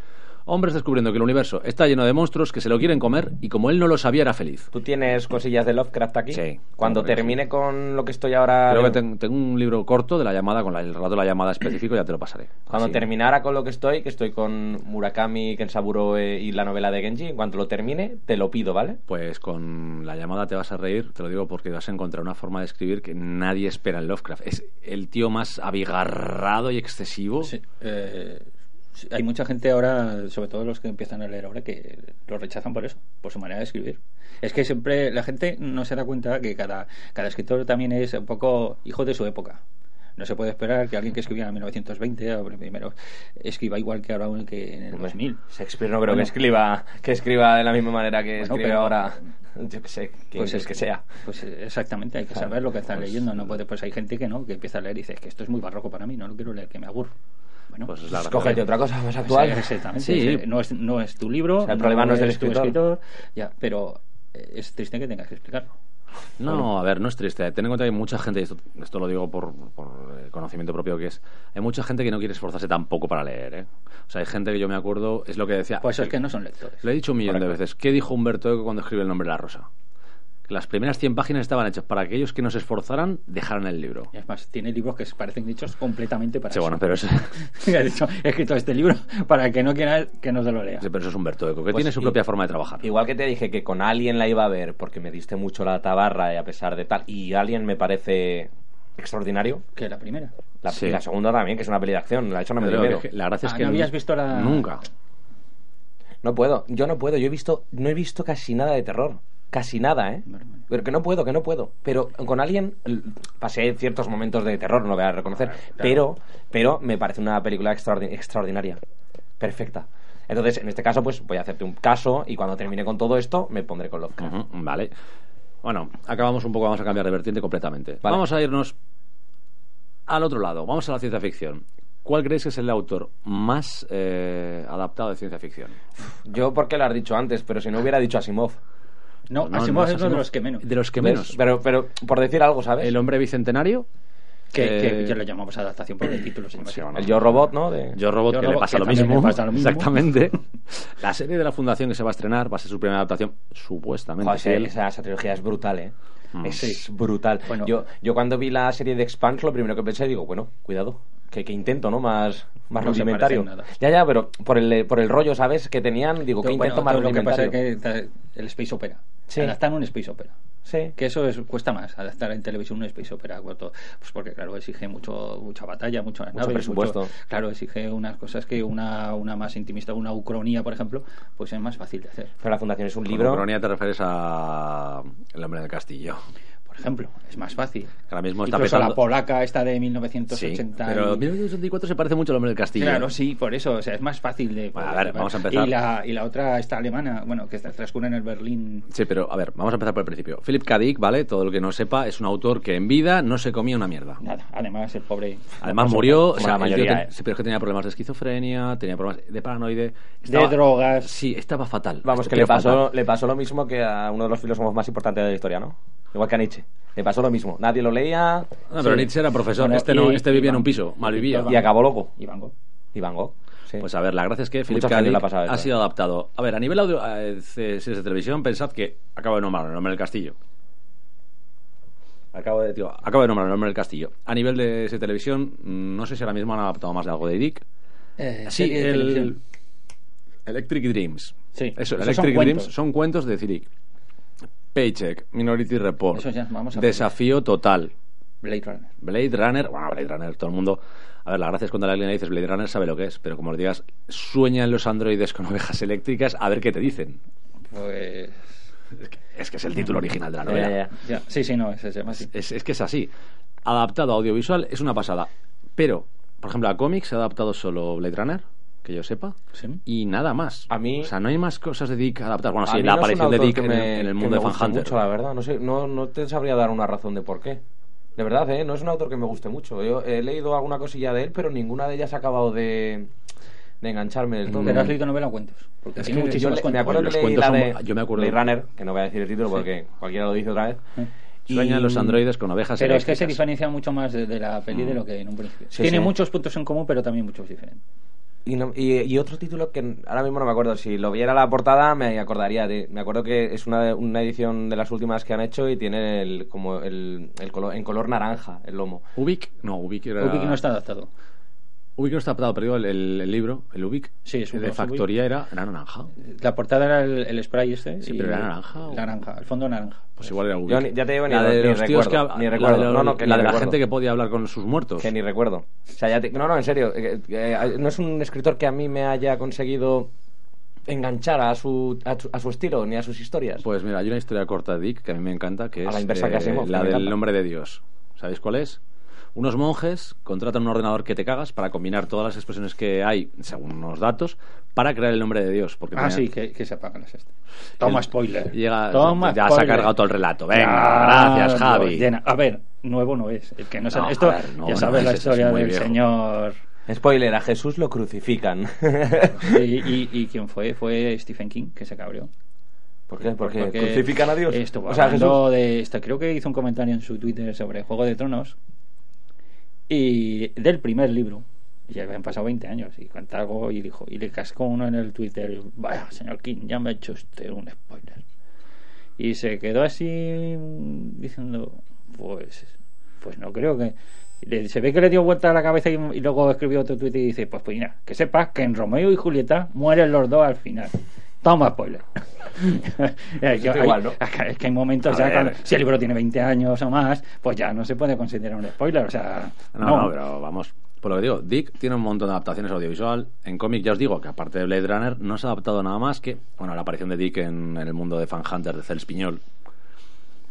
Speaker 1: hombres descubriendo que el universo está lleno de monstruos que se lo quieren comer y como él no lo sabía era feliz.
Speaker 2: ¿Tú tienes cosillas de Lovecraft aquí?
Speaker 1: Sí.
Speaker 2: Cuando
Speaker 1: Hombre,
Speaker 2: termine con lo que estoy ahora.
Speaker 1: Creo que ten- tengo un libro corto de la llamada, con la- el relato de la llamada específico, ya te lo pasaré.
Speaker 2: Cuando
Speaker 1: Así.
Speaker 2: terminara con lo que estoy, que estoy con Murakami, Kensaburo eh, y la novela de Genji, en cuanto lo termine, te lo pido, ¿vale?
Speaker 1: Pues con la llamada te vas a reír, te lo digo porque vas a encontrar una forma de escribir que nadie espera en Lovecraft. Es el tío más abigarrado y excesivo.
Speaker 4: Sí, eh, sí, hay mucha gente ahora, sobre todo los que empiezan a leer ahora, que lo rechazan por eso, por su manera de escribir. Es que siempre la gente no se da cuenta que cada, cada escritor también es un poco hijo de su época. No se puede esperar que alguien que escribiera en 1920 o primero escriba igual que ahora que en el
Speaker 2: Hombre,
Speaker 4: 2000.
Speaker 2: Shakespeare no creo que
Speaker 4: Bueno.
Speaker 2: escriba que escriba de la misma manera que
Speaker 4: Bueno,
Speaker 2: escribe
Speaker 4: pero-
Speaker 2: ahora yo que sé quien es que sea
Speaker 4: Pues eh, exactamente, hay que
Speaker 2: Claro,
Speaker 4: saber lo que estás
Speaker 2: pues-
Speaker 4: leyendo. No puede, pues hay gente que no, que empieza a leer y dice, es que esto es muy barroco para mí, no lo quiero leer, que me aburro. Bueno,
Speaker 1: Pues es
Speaker 4: pues
Speaker 1: la
Speaker 2: Pues
Speaker 1: verdad.
Speaker 2: cógete otra cosa más actual
Speaker 4: actual, exactamente.
Speaker 1: Sí.
Speaker 4: es, eh, No, es, no es tu libro,
Speaker 2: O sea, el problema no es del
Speaker 4: tu
Speaker 2: escritor.
Speaker 4: ya, pero eh, es triste que tengas que explicarlo.
Speaker 1: No, a ver, no es triste. Ten en cuenta que hay mucha gente, y esto, esto lo digo por, por, eh, conocimiento propio que es, hay mucha gente que no quiere esforzarse tampoco para leer. ¿eh? O sea, hay gente que yo me acuerdo, es lo que decía.
Speaker 4: Pues es que no son lectores.
Speaker 1: Ah, Lo he dicho un millón de veces. ¿Qué dijo Humberto Eco cuando escribe El nombre de la rosa? Que las primeras 100 páginas estaban hechas para que aquellos que no se esforzaran dejaran el libro.
Speaker 4: Es más, tiene libros que parecen hechos completamente para
Speaker 1: Sí,
Speaker 4: eso.
Speaker 1: bueno, pero eso,
Speaker 4: Ha dicho, he escrito este libro para el que no quiera que no se lo lea.
Speaker 1: sí, pero eso es Humberto Eco, que
Speaker 2: Pues
Speaker 1: tiene su
Speaker 2: y-
Speaker 1: propia forma de trabajar.
Speaker 2: Igual que te dije que con Alien la iba a ver porque me diste mucho la tabarra y a pesar de tal. Y Alien me parece extraordinario.
Speaker 4: Que la primera.
Speaker 2: La,
Speaker 1: Sí.
Speaker 2: y la segunda también, que es una peli de acción. La he hecho no me
Speaker 1: Pero
Speaker 2: doy miedo.
Speaker 1: que- la gracia es
Speaker 4: Ah,
Speaker 1: que
Speaker 4: ¿no
Speaker 1: nu-
Speaker 4: habías visto la-
Speaker 1: Nunca.
Speaker 2: No puedo, yo no puedo. Yo he visto, no he visto casi nada de terror. Casi nada, ¿eh?
Speaker 4: Bueno, bueno.
Speaker 2: Pero que no puedo, que no puedo. Pero con Alien l- pasé ciertos momentos de terror, no voy a reconocer. Pero, pero me parece una película extraordi- extraordinaria. Perfecta. Entonces, en este caso, pues voy a hacerte un caso y cuando termine con todo esto, me pondré con Lovecraft.
Speaker 1: Ujú, vale. Bueno, acabamos un poco, vamos a cambiar de vertiente completamente.
Speaker 2: Vale.
Speaker 1: Vamos a irnos al otro lado, vamos a la ciencia ficción. ¿Cuál creéis que es el autor más eh, adaptado de ciencia ficción?
Speaker 2: Yo porque lo has dicho antes, pero si no hubiera dicho Asimov.
Speaker 4: No,
Speaker 1: Pues no,
Speaker 4: Asimov
Speaker 1: no
Speaker 4: es uno de
Speaker 1: Asimov.
Speaker 4: los que menos.
Speaker 1: De los que
Speaker 2: ¿Ves?
Speaker 1: menos.
Speaker 2: Pero, pero por decir algo, ¿sabes?
Speaker 1: El
Speaker 2: El,
Speaker 1: hombre bicentenario.
Speaker 4: Que, que
Speaker 1: eh,
Speaker 4: ya lo llamamos adaptación por el título. sin más.
Speaker 1: sí, bueno.
Speaker 2: Yo Robot, ¿no? De-
Speaker 1: Yo Robot,
Speaker 4: Yo
Speaker 1: que le
Speaker 4: Robot,
Speaker 1: pasa,
Speaker 4: que
Speaker 1: lo
Speaker 4: también
Speaker 1: mismo,
Speaker 4: le pasa lo mismo.
Speaker 1: Exactamente. La serie de la Fundación que se va a estrenar va a ser su primera adaptación, supuestamente.
Speaker 2: Joder,
Speaker 1: fiel.
Speaker 2: esa, esa trilogía es brutal, ¿eh?
Speaker 1: Mm.
Speaker 2: Es
Speaker 4: Sí.
Speaker 2: brutal.
Speaker 4: Bueno.
Speaker 2: Yo, yo cuando vi la serie de Expanse, lo primero que pensé, digo, bueno, cuidado, que, que intento, ¿no? Más, más
Speaker 4: No se
Speaker 2: rudimentario.
Speaker 4: parece en nada.
Speaker 2: Ya, ya, pero por el, eh, por el rollo, ¿sabes? Que tenían, digo, que
Speaker 4: Bueno,
Speaker 2: intento más
Speaker 4: todo lo que pasa
Speaker 2: rudimentario.
Speaker 4: es que eh, el space opera.
Speaker 2: Sí.
Speaker 4: Adaptar un space opera.
Speaker 2: Sí.
Speaker 4: Que eso es, cuesta más, adaptar en televisión un space opera. cuanto- Pues porque, claro, exige mucho, mucha batalla, muchas
Speaker 2: Mucho
Speaker 4: naves,
Speaker 2: presupuesto.
Speaker 4: claro, exige unas cosas que una, una más intimista, una ucronía, por ejemplo, pues es más fácil de hacer.
Speaker 2: Pero la Fundación es un
Speaker 1: Con
Speaker 2: libro.
Speaker 1: Ucrania te refieres a El hombre del castillo.
Speaker 4: Por ejemplo, es más fácil.
Speaker 1: Ahora mismo está
Speaker 4: Incluso
Speaker 1: petando-
Speaker 4: la polaca, esta de
Speaker 1: Sí,
Speaker 4: 1980.
Speaker 1: pero
Speaker 4: y-
Speaker 1: 1984 se parece mucho al hombre del castillo.
Speaker 4: Claro, sí, por eso, o sea, es más fácil de...
Speaker 1: Bueno, a ver, vamos a empezar.
Speaker 4: Y la, y la otra, esta alemana, bueno, que está- transcurre en el Berlín...
Speaker 1: Sí, pero a ver, vamos a empezar por el principio. Philip K. Dick, ¿vale? Todo lo que no sepa, es un autor que en vida no se comía una mierda.
Speaker 4: Nada, además el pobre...
Speaker 1: Además murió, el
Speaker 2: como la
Speaker 1: tío
Speaker 2: mayoría,
Speaker 1: ten-
Speaker 2: eh.
Speaker 1: sí, pero es que tenía problemas de esquizofrenia, tenía problemas de paranoide,
Speaker 4: De drogas.
Speaker 1: Sí, estaba fatal.
Speaker 2: Vamos,
Speaker 1: Este
Speaker 2: que
Speaker 1: tío
Speaker 2: le pasó,
Speaker 1: fatal.
Speaker 2: le pasó lo mismo que a uno de los filósofos más importantes de la historia, ¿no? Igual que a Nietzsche. Le pasó lo mismo. Nadie lo leía
Speaker 1: No, pero
Speaker 4: Sí.
Speaker 1: Nietzsche era profesor,
Speaker 4: Bueno,
Speaker 1: este no,
Speaker 4: y-
Speaker 1: este vivía en un
Speaker 4: y-
Speaker 1: piso, mal vivía.
Speaker 2: y acabó loco.
Speaker 4: Y Van Gogh.
Speaker 2: Y Van Gogh. Sí.
Speaker 1: Pues a ver, la gracia es que Philip
Speaker 2: gente
Speaker 1: K. Dick
Speaker 2: le ha pasado
Speaker 1: ha
Speaker 2: esto.
Speaker 1: sido adaptado. A ver, a nivel audio, eh, de series de televisión, pensad que acabo de nombrar el nombre del castillo. Acabo de, tío, acabo de nombrar el nombre del castillo. A nivel de series de televisión, mm, no sé si ahora mismo han adaptado más de algo de Dick. Sí,
Speaker 4: serie de
Speaker 1: el
Speaker 4: televisión.
Speaker 1: Electric Dreams.
Speaker 4: Sí,
Speaker 1: Eso,
Speaker 4: esos
Speaker 1: Electric
Speaker 4: son
Speaker 1: Dreams
Speaker 4: cuentos.
Speaker 1: son cuentos de Ciric. Paycheck, Minority Report,
Speaker 4: Eso ya, vamos a
Speaker 1: Desafío Total,
Speaker 4: Blade Runner.
Speaker 1: Blade Runner, bueno, Blade Runner, todo el mundo... A ver, la gracia es cuando a alguien le dices Blade Runner sabe lo que es, pero como le digas, sueñan los androides con ovejas eléctricas, a ver qué te dicen.
Speaker 4: Pues...
Speaker 1: Es que es el título original de la
Speaker 2: Ya,
Speaker 1: novela.
Speaker 2: ya, ya.
Speaker 4: ya, Sí, sí, no, ese es más... sí.
Speaker 1: Es, es que es así. Adaptado a audiovisual es una pasada. Pero, por ejemplo, a cómics se ha adaptado solo Blade Runner, que yo sepa.
Speaker 4: Sí.
Speaker 1: y nada más.
Speaker 2: A mí-
Speaker 1: O sea, no hay más cosas de Dick adaptar. Bueno,
Speaker 2: A
Speaker 1: sí,
Speaker 2: mí
Speaker 1: la
Speaker 2: no es un
Speaker 1: aparición de
Speaker 2: autor
Speaker 1: Dick
Speaker 2: que
Speaker 1: en, el-
Speaker 2: me-
Speaker 1: en el
Speaker 2: que
Speaker 1: mundo
Speaker 2: me
Speaker 1: de
Speaker 2: guste
Speaker 1: Fan Hunter.
Speaker 2: mucho, la verdad. No, sé, no, no te sabría dar una razón de por qué. De verdad, ¿eh? No es un autor que me guste mucho. Yo he leído alguna cosilla de él, pero ninguna de ellas ha acabado de, de engancharme del todo.
Speaker 4: Pero has leído novela o cuentos. Porque
Speaker 1: Es que
Speaker 4: tiene
Speaker 1: yo
Speaker 4: muchísimos
Speaker 1: le-
Speaker 2: Me
Speaker 4: cuentos. Eh,
Speaker 2: acuerdo
Speaker 1: Los
Speaker 2: que leí
Speaker 1: cuentos
Speaker 2: la
Speaker 1: son
Speaker 2: de
Speaker 1: muy- yo me acuerdo-
Speaker 2: Blade Runner, que no voy a decir el título porque cualquiera lo dice otra vez. Y-
Speaker 1: Sueñan los androides con ovejas
Speaker 4: Pero es que se
Speaker 1: eléctricas.
Speaker 4: diferencia mucho más de, de la peli de
Speaker 1: Mm.
Speaker 4: lo que en un principio.
Speaker 2: Sí,
Speaker 4: tiene
Speaker 2: sí.
Speaker 4: muchos puntos en común, pero también muchos diferentes.
Speaker 2: Y, no- y- y otro título que ahora mismo no me acuerdo. Si lo viera la portada, me acordaría. de- me acuerdo que es una, una edición de las últimas que han hecho y tiene el, como el, el color, en color naranja el lomo.
Speaker 1: Ubic, no, Ubic era...
Speaker 4: Kubrick no está adaptado.
Speaker 1: Ubic no está adaptado, pero digo, el, el- el libro, el Ubic,
Speaker 4: Sí, es un
Speaker 1: de
Speaker 4: Ubic.
Speaker 1: factoría era, era naranja.
Speaker 4: La portada era el, el spray este.
Speaker 1: Sí,
Speaker 4: y-
Speaker 1: pero era naranja, ¿o?
Speaker 4: Naranja, el fondo naranja.
Speaker 1: Pues igual era Ubic.
Speaker 2: Yo ni- ya te digo, ni
Speaker 1: la
Speaker 2: lo-
Speaker 1: de
Speaker 2: ni
Speaker 1: los tíos que
Speaker 2: recuerdo,
Speaker 1: hab-
Speaker 2: ni
Speaker 1: la de
Speaker 2: recuerdo.
Speaker 1: los-
Speaker 2: No, no, que
Speaker 1: la
Speaker 2: ni
Speaker 1: de la
Speaker 2: recuerdo.
Speaker 1: gente que podía hablar con sus muertos.
Speaker 2: Pues Que ni recuerdo. O sea, ya te- No, no, en serio. eh, eh, no es un escritor que a mí me haya conseguido enganchar a su, a su, a su estilo ni a sus historias.
Speaker 1: Pues mira, hay una historia corta de Dick que a mí me encanta, que
Speaker 2: A
Speaker 1: es
Speaker 2: la inversa que
Speaker 1: eh,
Speaker 2: Asimov, que
Speaker 1: la
Speaker 2: me
Speaker 1: del
Speaker 2: encanta.
Speaker 1: nombre de Dios. ¿Sabéis cuál es? Unos monjes contratan un ordenador que te cagas para combinar todas las expresiones que hay, según unos datos, para crear el nombre de Dios. Porque
Speaker 4: Ah,
Speaker 1: tenían-
Speaker 4: sí, que, que se apagan las estas. Toma
Speaker 1: el-
Speaker 4: spoiler.
Speaker 1: llega-
Speaker 4: Toma
Speaker 1: ya se ha
Speaker 4: spoiler.
Speaker 1: cargado todo el relato. Venga,
Speaker 4: Claro,
Speaker 1: gracias, Javi.
Speaker 4: llena. A ver, nuevo no es. El que no, se-
Speaker 1: No,
Speaker 4: esto,
Speaker 1: joder, nuevo
Speaker 4: ya
Speaker 1: no
Speaker 4: sabes
Speaker 1: es,
Speaker 4: la
Speaker 1: esto es
Speaker 4: historia
Speaker 1: muy
Speaker 4: del
Speaker 1: viejo.
Speaker 4: señor.
Speaker 2: Spoiler, a Jesús lo crucifican.
Speaker 4: Y, y, y quién fue? Fue Stephen King, que se cabreó.
Speaker 2: ¿Por qué? Porque, crucifican a Dios.
Speaker 4: Esto,
Speaker 2: o sea, Jesús.
Speaker 4: de esto, creo que hizo un comentario en su Twitter sobre Juego de Tronos y del primer libro. Y Ya habían pasado 20 años y cuenta algo y dijo, y le cascó uno en el Twitter, y, vaya, señor King, ya me ha hecho usted un spoiler. Y se quedó así mm, diciendo, pues, pues no creo que... le- Se ve que le dio vuelta a la cabeza y, y luego escribió otro tweet y dice, pues, pues mira, que sepas que en Romeo y Julieta mueren los dos al final. Toma spoiler. Es que
Speaker 2: Esto
Speaker 4: hay-
Speaker 2: igual, ¿no?
Speaker 4: es que hay momentos,
Speaker 2: A
Speaker 4: ya
Speaker 2: ver.
Speaker 4: cuando- si el libro tiene 20 años o más, pues ya no se puede considerar un spoiler. O sea,
Speaker 1: No, no, pero vamos. Por lo que digo, Dick tiene un montón de adaptaciones audiovisual. En cómic, ya os digo que aparte de Blade Runner, no se ha adaptado nada más que, bueno, la aparición de Dick en, en el mundo de Fan Hunter de Cel Piñol.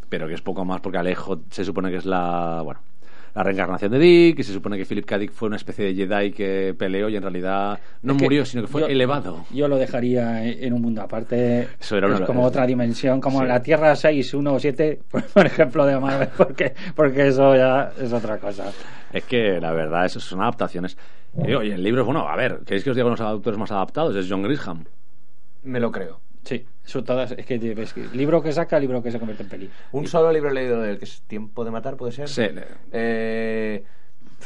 Speaker 1: Pero que es poco más porque Alejo se supone que es la, bueno, la reencarnación de Dick. Y se supone que Philip K. Dick fue una especie de Jedi que peleó y en realidad no
Speaker 4: Es que
Speaker 1: murió, sino que fue
Speaker 4: yo-
Speaker 1: elevado.
Speaker 4: Yo lo dejaría en en un mundo aparte.
Speaker 1: Eso era
Speaker 4: es
Speaker 1: una-
Speaker 4: como otra dimensión, como
Speaker 1: Sí.
Speaker 4: la Tierra 6, 1 o 7, por pues, por ejemplo, de Marvel, porque, porque eso ya es otra cosa.
Speaker 1: Es que la verdad, eso son adaptaciones. Eh, Y digo, y en libros, bueno, a ver, ¿queréis que os diga unos autores más adaptados? Es John Grisham.
Speaker 2: Me lo creo.
Speaker 4: Sí, eso todas. Es que, ves que libro que saca, libro que se convierte en peli.
Speaker 2: Un solo libro leído del que es Tiempo de Matar, ¿puede ser?
Speaker 1: Sí, le-
Speaker 2: Eh,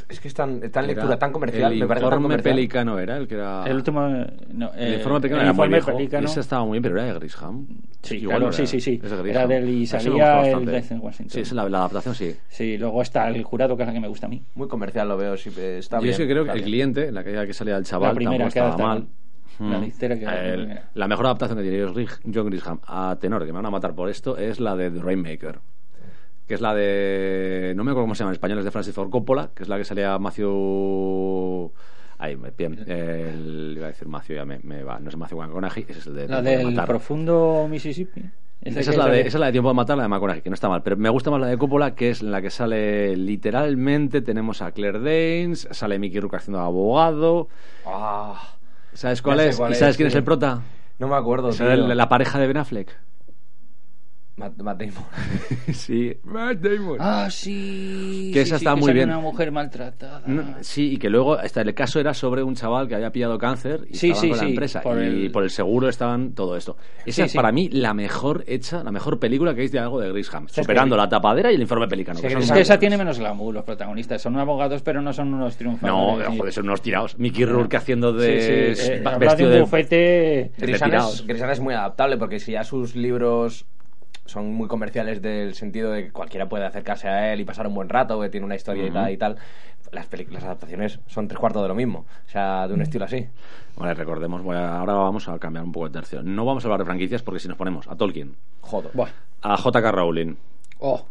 Speaker 2: es que es tan, tan
Speaker 1: Era
Speaker 2: lectura, tan comercial,
Speaker 1: el
Speaker 2: me parece tan
Speaker 1: informe
Speaker 2: comercial.
Speaker 1: Pelicano era el que era.
Speaker 4: El último. No,
Speaker 1: Ah. El
Speaker 4: eh,
Speaker 1: informe Pelicano
Speaker 4: el
Speaker 1: era muy
Speaker 4: informe
Speaker 1: viejo.
Speaker 4: Pelicano.
Speaker 1: Ese estaba muy bien, pero era de Grisham.
Speaker 4: Sí,
Speaker 1: Igual
Speaker 4: claro,
Speaker 1: no
Speaker 4: sí, sí, sí.
Speaker 1: es de Grisham.
Speaker 4: Era del y
Speaker 1: Ese me
Speaker 4: salía
Speaker 1: gustó
Speaker 4: el
Speaker 1: bastante.
Speaker 4: Death in Washington.
Speaker 1: Sí, esa la, la adaptación sí.
Speaker 4: Sí, luego está el jurado, que es la que me gusta a mí.
Speaker 2: Muy comercial lo veo, sí, eh, está
Speaker 1: Yo
Speaker 2: bien.
Speaker 1: es que creo que
Speaker 2: está
Speaker 1: el
Speaker 2: bien.
Speaker 1: cliente, la que, que salía del chaval,
Speaker 4: La primera
Speaker 1: tampoco estaba
Speaker 4: que
Speaker 1: mal. Hmm.
Speaker 4: adaptaron. La listera que era la
Speaker 1: El-
Speaker 4: primera.
Speaker 1: Mm. la mejor adaptación que tiene Grisham- John Grisham a tenor, que me van a matar por esto, es la de The Rainmaker. Que es la de. No me acuerdo cómo se llama en español, es de Francis Ford Coppola, que es la que salía Matthew. Ahí, me, bien, el- iba a decir Matthew, ya me, me va. No es Matthew McConaughey, ese es el de.
Speaker 4: La
Speaker 1: Tiempo de
Speaker 4: del
Speaker 1: Matar.
Speaker 4: profundo Mississippi.
Speaker 1: Esa
Speaker 4: que
Speaker 1: es, la
Speaker 4: sale-
Speaker 1: de, esa es la de Tiempo de Matar, la de McConaughey, que no está mal. Pero me gusta más la de Coppola, que es en la que sale literalmente. Tenemos a Claire Danes, sale Mickey Rourke haciendo de abogado.
Speaker 2: Ah,
Speaker 1: ¿Sabes cuál
Speaker 2: Ya sé
Speaker 1: es?
Speaker 2: cuál
Speaker 1: ¿Y
Speaker 2: es,
Speaker 1: sabes quién
Speaker 2: sí.
Speaker 1: es el prota?
Speaker 2: no me acuerdo.
Speaker 1: O sea,
Speaker 2: tío.
Speaker 1: el- la pareja de Ben Affleck.
Speaker 2: Matt, Matt Damon.
Speaker 1: sí, Matt Damon.
Speaker 4: Ah, sí.
Speaker 1: Que
Speaker 4: sí,
Speaker 1: esa
Speaker 4: sí,
Speaker 1: está
Speaker 4: que
Speaker 1: muy
Speaker 4: sale
Speaker 1: bien.
Speaker 4: Una mujer maltratada.
Speaker 1: No, sí, y que luego hasta el caso era sobre un chaval que había pillado cáncer y
Speaker 4: Sí,
Speaker 1: estaban
Speaker 4: sí,
Speaker 1: con la
Speaker 4: sí,
Speaker 1: empresa
Speaker 4: por
Speaker 1: y
Speaker 4: el-
Speaker 1: por el seguro estaban todo esto. Esa
Speaker 4: Sí,
Speaker 1: es
Speaker 4: sí.
Speaker 1: para mí la mejor hecha, la mejor película que hay de algo de Grisham,
Speaker 2: Sí,
Speaker 1: superando
Speaker 2: sí.
Speaker 1: la tapadera y el informe pelicano.
Speaker 2: Sí,
Speaker 1: que
Speaker 2: que
Speaker 1: son
Speaker 4: Es
Speaker 2: esa-
Speaker 1: muy
Speaker 4: que esa
Speaker 1: buenas.
Speaker 4: tiene menos glamour los protagonistas. Son abogados, pero no son unos
Speaker 1: No,
Speaker 4: triunfadores.
Speaker 1: joder, son unos tirados. Mickey Rourke haciendo de
Speaker 4: Sí, sí, eh,
Speaker 1: va-
Speaker 4: habla de
Speaker 1: vestido
Speaker 4: un
Speaker 1: de
Speaker 4: bufete.
Speaker 1: De
Speaker 2: Grisham
Speaker 1: retirados.
Speaker 2: es, Grisham es muy adaptable porque si ya sus libros son muy comerciales del sentido de que cualquiera puede acercarse a él y pasar un buen rato, que tiene una historia y, tal, y tal, las, peli- las adaptaciones son tres cuartos de lo mismo, o sea, de un estilo así.
Speaker 1: Vale, recordemos, bueno, ahora vamos a cambiar un poco de tercio. No vamos a hablar de franquicias porque si nos ponemos a Tolkien,
Speaker 2: Joder.
Speaker 4: Buah.
Speaker 1: a J.K. Rowling,
Speaker 4: Oh,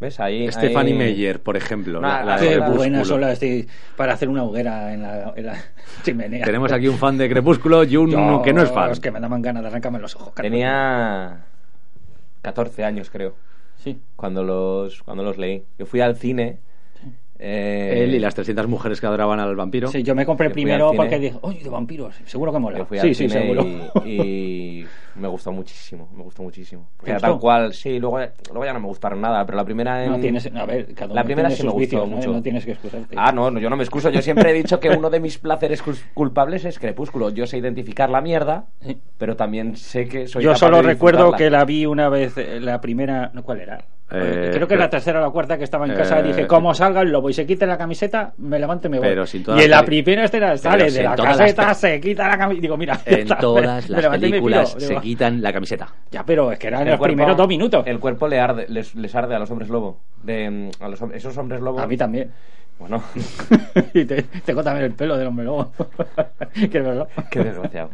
Speaker 2: ¿Ves? Ahí...
Speaker 1: Stephanie
Speaker 2: ahí-
Speaker 1: Meyer, por ejemplo, la-
Speaker 2: No,
Speaker 1: la de
Speaker 4: Ah, qué
Speaker 1: Crepúsculo.
Speaker 4: buenas son las de- para hacer una hoguera en la, en la chimenea.
Speaker 1: Tenemos aquí un fan de Crepúsculo y uno
Speaker 4: Yo,
Speaker 1: que no es fan.
Speaker 4: Los que me daban ganas de arrancarme los ojos. Carmen.
Speaker 2: Tenía 14 años, creo,
Speaker 4: Sí.
Speaker 2: cuando los, cuando los leí. Yo fui al cine... eh,
Speaker 1: Él y las 300 mujeres que adoraban al vampiro.
Speaker 4: Sí, yo me compré
Speaker 2: Yo fui
Speaker 4: primero
Speaker 2: al cine.
Speaker 4: porque dije, oye, de vampiros, seguro que mola.
Speaker 2: Yo fui
Speaker 4: sí,
Speaker 2: al
Speaker 4: sí,
Speaker 2: cine
Speaker 4: seguro.
Speaker 2: y, y me gustó muchísimo, me gustó muchísimo. Porque
Speaker 4: ¿Te
Speaker 2: era tal
Speaker 4: gustó?
Speaker 2: cual, sí, luego, luego ya no me gustaron nada, pero la primera en...
Speaker 4: No eh. tienes, a ver, cada uno
Speaker 2: La primera
Speaker 4: tiene
Speaker 2: sí
Speaker 4: sus
Speaker 2: me gustó
Speaker 4: vicios, ¿no?
Speaker 2: mucho.
Speaker 4: ¿no? tienes que excusarte.
Speaker 2: Ah, no, no, yo no me excuso, yo siempre he dicho que uno de mis placeres cus- culpables es Crepúsculo. Yo sé identificar la mierda,
Speaker 4: Sí.
Speaker 2: pero también sé que soy
Speaker 4: Yo
Speaker 2: capaz
Speaker 4: solo
Speaker 2: de
Speaker 4: recuerdo
Speaker 2: disfrutarla.
Speaker 4: que la vi una vez, eh, la primera, no, ¿cuál era?
Speaker 1: Eh,
Speaker 4: creo que
Speaker 1: pero-
Speaker 4: la tercera o la cuarta que estaba en casa
Speaker 1: Eh,
Speaker 4: dije, como salga el lobo y se quite la camiseta, me levanto y me voy.
Speaker 1: Pero sin todas
Speaker 4: y en
Speaker 1: las
Speaker 4: la
Speaker 1: peli-
Speaker 4: primera escena
Speaker 1: Pero
Speaker 4: sale
Speaker 1: si en
Speaker 4: de la
Speaker 1: todas
Speaker 4: caseta,
Speaker 1: las
Speaker 4: se quita la camiseta. Digo, mira, ya
Speaker 1: En
Speaker 4: está,
Speaker 1: todas
Speaker 4: me
Speaker 1: las
Speaker 4: levanté y me
Speaker 1: películas
Speaker 4: piro.
Speaker 1: se
Speaker 4: Digo,
Speaker 1: quitan la camiseta.
Speaker 4: Ya, pero es que eran
Speaker 2: El
Speaker 4: los
Speaker 2: cuerpo-
Speaker 4: primeros dos minutos.
Speaker 2: El cuerpo le arde, les, les arde a los hombres lobo. De, mm, a los, hom- esos hombres lobo.
Speaker 4: A mí también.
Speaker 2: Bueno,
Speaker 4: y te, tengo también el pelo del hombre lobo. que es verdad.
Speaker 2: qué desgraciado.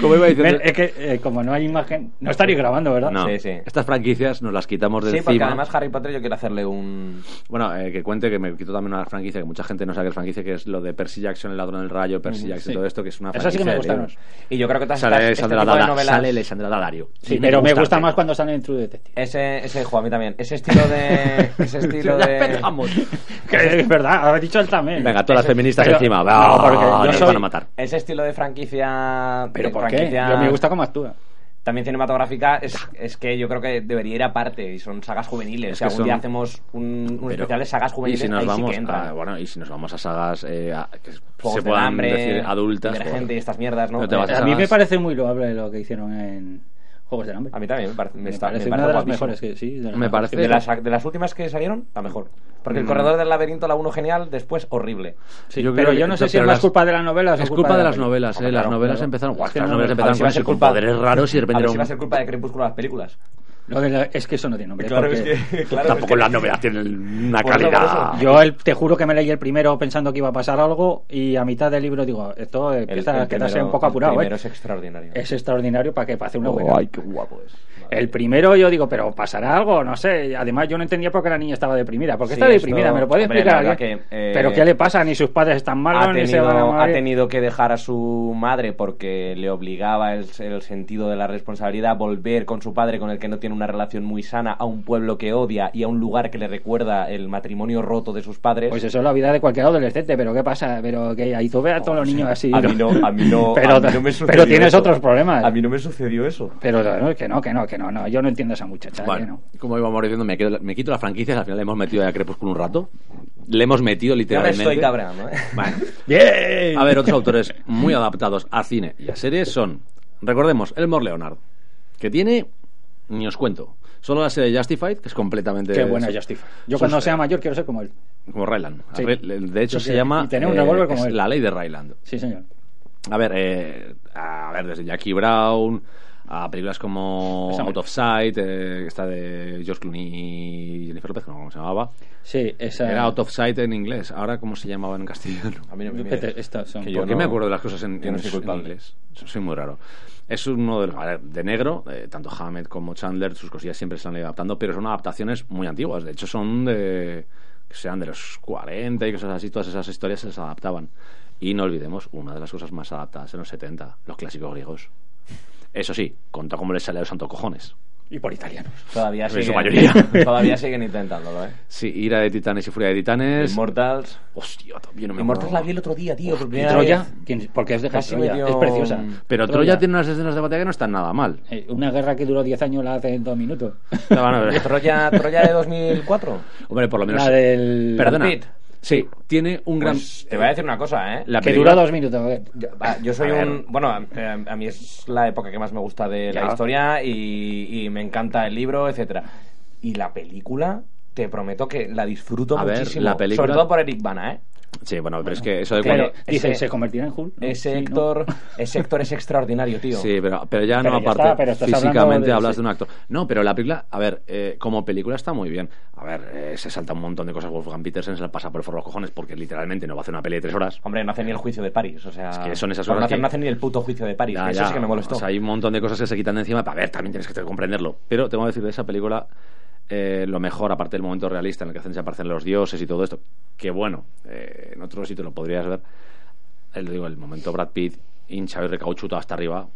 Speaker 1: Como iba diciendo-
Speaker 4: Ven, es que eh, como no hay imagen, no estaréis grabando, ¿verdad?
Speaker 1: No,
Speaker 2: Sí, sí.
Speaker 1: estas franquicias nos las quitamos de
Speaker 2: Sí, porque
Speaker 1: encima.
Speaker 2: además Harry Potter yo quiero hacerle un...
Speaker 1: Bueno, eh, que cuente que me quito también una franquicia que mucha gente no sabe que es franquicia, que es lo de Percy Jackson, el ladrón del rayo, Percy
Speaker 4: Ujú,
Speaker 1: Jackson,
Speaker 4: Mm, sí.
Speaker 1: todo esto, que es una
Speaker 4: Eso
Speaker 1: franquicia
Speaker 4: sí que me
Speaker 1: de
Speaker 4: gustaron.
Speaker 1: libros.
Speaker 2: Y yo creo que todas estas,
Speaker 1: Sale
Speaker 2: este
Speaker 1: Sandra
Speaker 2: tipo de
Speaker 1: Dada-
Speaker 2: novelas...
Speaker 1: sale Alessandra Dario.
Speaker 4: Sí, pero me gusta más cuando están en True Detective.
Speaker 2: Ese, ese juego a mí también. Ese estilo de... Ese estilo
Speaker 1: Ya
Speaker 2: de...
Speaker 1: empezamos.
Speaker 4: Que es verdad, ha dicho él también.
Speaker 1: Venga, todas las
Speaker 4: Eso-
Speaker 1: feministas
Speaker 4: pero-
Speaker 1: encima.
Speaker 4: No,
Speaker 1: Ah,
Speaker 4: porque yo
Speaker 1: nos
Speaker 4: soy-
Speaker 1: van a matar.
Speaker 2: Ese estilo de franquicia...
Speaker 4: ¿Pero
Speaker 2: de
Speaker 4: por qué?
Speaker 2: franquicia-
Speaker 4: Yo me gusta cómo actúa.
Speaker 2: También cinematográfica es, es que yo creo que debería ir aparte y son sagas juveniles.
Speaker 1: Es
Speaker 2: si
Speaker 1: que
Speaker 2: algún
Speaker 1: son-
Speaker 2: día hacemos un, un
Speaker 1: Pero-
Speaker 2: especial de sagas juveniles,
Speaker 1: y si nos
Speaker 2: ahí
Speaker 1: vamos
Speaker 2: sí que entra.
Speaker 1: a, bueno y si nos vamos a sagas eh, a- que
Speaker 2: Juegos
Speaker 1: se
Speaker 2: del
Speaker 1: puedan
Speaker 2: hambre,
Speaker 1: decir adultas pues,
Speaker 2: Divergente
Speaker 1: joder.
Speaker 2: y estas mierdas, ¿no? Eh,
Speaker 1: No te vas
Speaker 4: A mí
Speaker 1: Además-
Speaker 4: me parece muy loable lo que hicieron en Juegos del Hambre.
Speaker 2: A mí también me parece, me
Speaker 4: Me
Speaker 2: está- me
Speaker 4: parece
Speaker 2: parece
Speaker 4: una de las
Speaker 2: guapísimo.
Speaker 4: mejores que sí. de las
Speaker 1: Me
Speaker 4: mejores.
Speaker 1: parece- Mm.
Speaker 2: De las, de las últimas que salieron, la mejor. Porque el corredor del laberinto, la 1 genial, después horrible.
Speaker 4: Sí,
Speaker 1: Yo
Speaker 4: pero
Speaker 1: creo
Speaker 4: yo
Speaker 1: que-
Speaker 4: no sé si
Speaker 1: pero
Speaker 4: es más
Speaker 1: las-
Speaker 4: culpa de las novelas o
Speaker 1: es culpa de las
Speaker 4: la-
Speaker 1: novelas eh,
Speaker 2: Hombre,
Speaker 1: las
Speaker 2: claro,
Speaker 1: novelas
Speaker 2: claro.
Speaker 1: empezaron guau,
Speaker 4: Es que
Speaker 1: las
Speaker 4: no-
Speaker 1: novelas
Speaker 4: a ver
Speaker 1: empezaron
Speaker 2: si va a
Speaker 1: con,
Speaker 2: ser
Speaker 1: con
Speaker 2: culpa-
Speaker 1: poderes raros y de
Speaker 2: A
Speaker 1: repente
Speaker 2: ver
Speaker 1: era
Speaker 2: si
Speaker 1: un-
Speaker 2: va a ser culpa de Crepúsculo las películas.
Speaker 4: Lo de la- es que eso no tiene nombre. porque-
Speaker 2: Pues que,
Speaker 1: tampoco las novelas tienen una
Speaker 2: Por eso, por
Speaker 1: calidad
Speaker 2: eso.
Speaker 4: Yo el- te juro que me leí el primero pensando que iba a pasar algo y a mitad del libro digo, esto
Speaker 2: El,
Speaker 4: empieza a
Speaker 2: el
Speaker 4: quedarse
Speaker 2: primero-
Speaker 4: un poco
Speaker 2: el
Speaker 4: apurado.
Speaker 2: primero
Speaker 4: ¿eh?
Speaker 2: es extraordinario.
Speaker 4: Es extraordinario para que pase
Speaker 2: Oh,
Speaker 4: una buena.
Speaker 1: qué guapo es
Speaker 4: El primero yo digo, pero pasará algo, no sé. Además, yo no entendía por qué la niña estaba deprimida. ¿Por qué
Speaker 2: Sí,
Speaker 4: está
Speaker 2: esto-
Speaker 4: deprimida? ¿Me lo puede
Speaker 2: hombre,
Speaker 4: explicar
Speaker 2: la verdad
Speaker 4: alguien?
Speaker 2: que, eh,
Speaker 4: ¿Pero qué le pasa? Ni sus padres están malos,
Speaker 2: ha
Speaker 4: ni se van a
Speaker 2: tenido, ha
Speaker 4: morir.
Speaker 2: tenido que dejar a su madre porque le obligaba el, el sentido de la responsabilidad a volver con su padre, con el que no tiene una relación muy sana, a un pueblo que odia y a un lugar que le recuerda el matrimonio roto de sus padres.
Speaker 4: Pues eso es la vida de cualquier adolescente, pero ¿qué pasa? Pero que ahí tú ves a todos los niños así.
Speaker 2: a mí no, a mí no,
Speaker 4: pero,
Speaker 2: a mí no me sucedió
Speaker 4: pero tienes
Speaker 2: eso.
Speaker 4: otros problemas.
Speaker 2: A mí no me sucedió eso.
Speaker 4: Pero no, que no, que no, que no, no, yo no entiendo a esa muchacha. ¿eh? que
Speaker 1: bueno
Speaker 4: no.
Speaker 1: como íbamos diciendo me quedo- me quito las franquicias al final le hemos metido a Crepúsculo un rato le hemos metido
Speaker 2: Yo me
Speaker 1: literalmente
Speaker 2: estoy cabreando, ¿eh?
Speaker 1: Bueno. A ver, otros autores muy adaptados a cine y a series son, recordemos, Elmore Leonard, que tiene, ni os cuento, solo la serie Justified, que es completamente...
Speaker 4: Qué buena Justified. Yo
Speaker 1: Sus-
Speaker 4: cuando sea mayor quiero ser como él.
Speaker 1: Como Ryland.
Speaker 4: Sí.
Speaker 1: De hecho
Speaker 4: Yo
Speaker 1: se
Speaker 4: quiero-
Speaker 1: llama... eh,
Speaker 4: y tener un revólver como
Speaker 1: es
Speaker 4: él.
Speaker 1: La ley de Ryland.
Speaker 4: Sí, señor.
Speaker 1: A ver, eh, a ver, desde Jackie Brown a películas como
Speaker 4: Esa me-
Speaker 1: Out of Sight, eh, esta de George Clooney y Jennifer López, no cómo se llamaba.
Speaker 4: Sí, esa...
Speaker 1: Era Out of Sight en inglés. Ahora, ¿cómo se llamaba en castellano?
Speaker 2: A mí no me
Speaker 4: Vete,
Speaker 2: mires.
Speaker 4: estas son-
Speaker 2: Que yo
Speaker 1: ¿Por qué
Speaker 2: no-
Speaker 1: me acuerdo de las cosas en,
Speaker 2: yo no
Speaker 1: en-
Speaker 2: soy
Speaker 1: en
Speaker 2: culpable.
Speaker 1: inglés? So- Soy muy raro. Es uno de los... a ver, de negro, eh, tanto Hammett como Chandler, sus cosillas siempre se han ido adaptando, pero son adaptaciones muy antiguas. De hecho, son de... que sean de los 40 y cosas así, todas esas historias se les adaptaban. Y no olvidemos, una de las cosas más adaptadas en los 70, los clásicos griegos. Eso sí, contó cómo les sale a los santos cojones.
Speaker 4: Y por italianos.
Speaker 2: Todavía
Speaker 1: En
Speaker 2: siguen,
Speaker 1: su mayoría.
Speaker 2: todavía siguen intentándolo, ¿eh?
Speaker 1: Sí, Ira de Titanes y Furia de Titanes.
Speaker 2: Immortals.
Speaker 1: Hostia, también no me
Speaker 2: Immortals la vi el
Speaker 1: acuerdo.
Speaker 2: otro día, tío. Por
Speaker 4: ¿Y
Speaker 2: primera
Speaker 4: Troya?
Speaker 2: vez.
Speaker 4: ¿Quién- Porque es de
Speaker 2: Casi
Speaker 4: Troya.
Speaker 2: medio-
Speaker 4: Es preciosa.
Speaker 1: Pero Troya tiene unas escenas de batalla que no están nada mal.
Speaker 4: Eh, Una guerra que duró 10 años la hace en 2 minutos.
Speaker 1: No, bueno, pero-
Speaker 2: Troya, Troya de 2004.
Speaker 1: Hombre, por lo menos.
Speaker 4: La del...
Speaker 1: Perdona.
Speaker 2: Pit.
Speaker 1: Sí, tiene un gran.
Speaker 2: Pues te voy a decir una cosa, ¿eh?
Speaker 1: La
Speaker 4: Que
Speaker 1: película-
Speaker 4: dura 2 minutos. ¿eh?
Speaker 2: Yo, va, yo soy
Speaker 1: A ver.
Speaker 2: un. Bueno, a, eh, a mí es la época que más me gusta de la
Speaker 1: Ya.
Speaker 2: historia y, y me encanta el libro, etcétera. Y la película, te prometo que la disfruto
Speaker 1: A ver,
Speaker 2: muchísimo.
Speaker 1: la película-
Speaker 2: Sobre todo por Eric Bana, ¿eh?
Speaker 1: Sí, bueno, pero es que eso de
Speaker 2: Claro.
Speaker 1: cuando.
Speaker 4: Dice,
Speaker 2: ese-
Speaker 4: ¿se convertirá en Hulk? No,
Speaker 2: Ese
Speaker 4: sí, ¿no?
Speaker 2: Héctor, ese Héctor es extraordinario, tío.
Speaker 1: Mm, Sí, pero, pero ya
Speaker 4: Pero
Speaker 1: no,
Speaker 4: ya
Speaker 1: aparte,
Speaker 4: está, pero estás hablando
Speaker 1: físicamente
Speaker 4: de-
Speaker 1: hablas
Speaker 4: sí.
Speaker 1: de un actor. No, pero la película, a ver, eh, como película está muy bien. A ver, eh, se salta un montón de cosas. Wolfgang Petersen se la pasa por el forro de los cojones porque literalmente no va a hacer una peli de tres horas.
Speaker 2: Hombre, no hace ni el juicio de París. O sea,
Speaker 1: Es que son esas
Speaker 2: no,
Speaker 1: horas
Speaker 2: hace,
Speaker 1: que-
Speaker 2: no hace ni el puto juicio de París.
Speaker 1: Ya,
Speaker 2: eso
Speaker 1: ya,
Speaker 2: sí que me molestó.
Speaker 1: o sea, hay un montón de cosas que se quitan de encima. A ver, también tienes que comprenderlo. Pero tengo que decir de esa película eh, lo mejor, aparte del momento realista en el que hacen se aparecen los dioses y todo esto. Que bueno, eh, en otro sitio lo podrías ver. Eh, lo digo, el momento Brad Pitt, hinchado y recauchutado hasta arriba.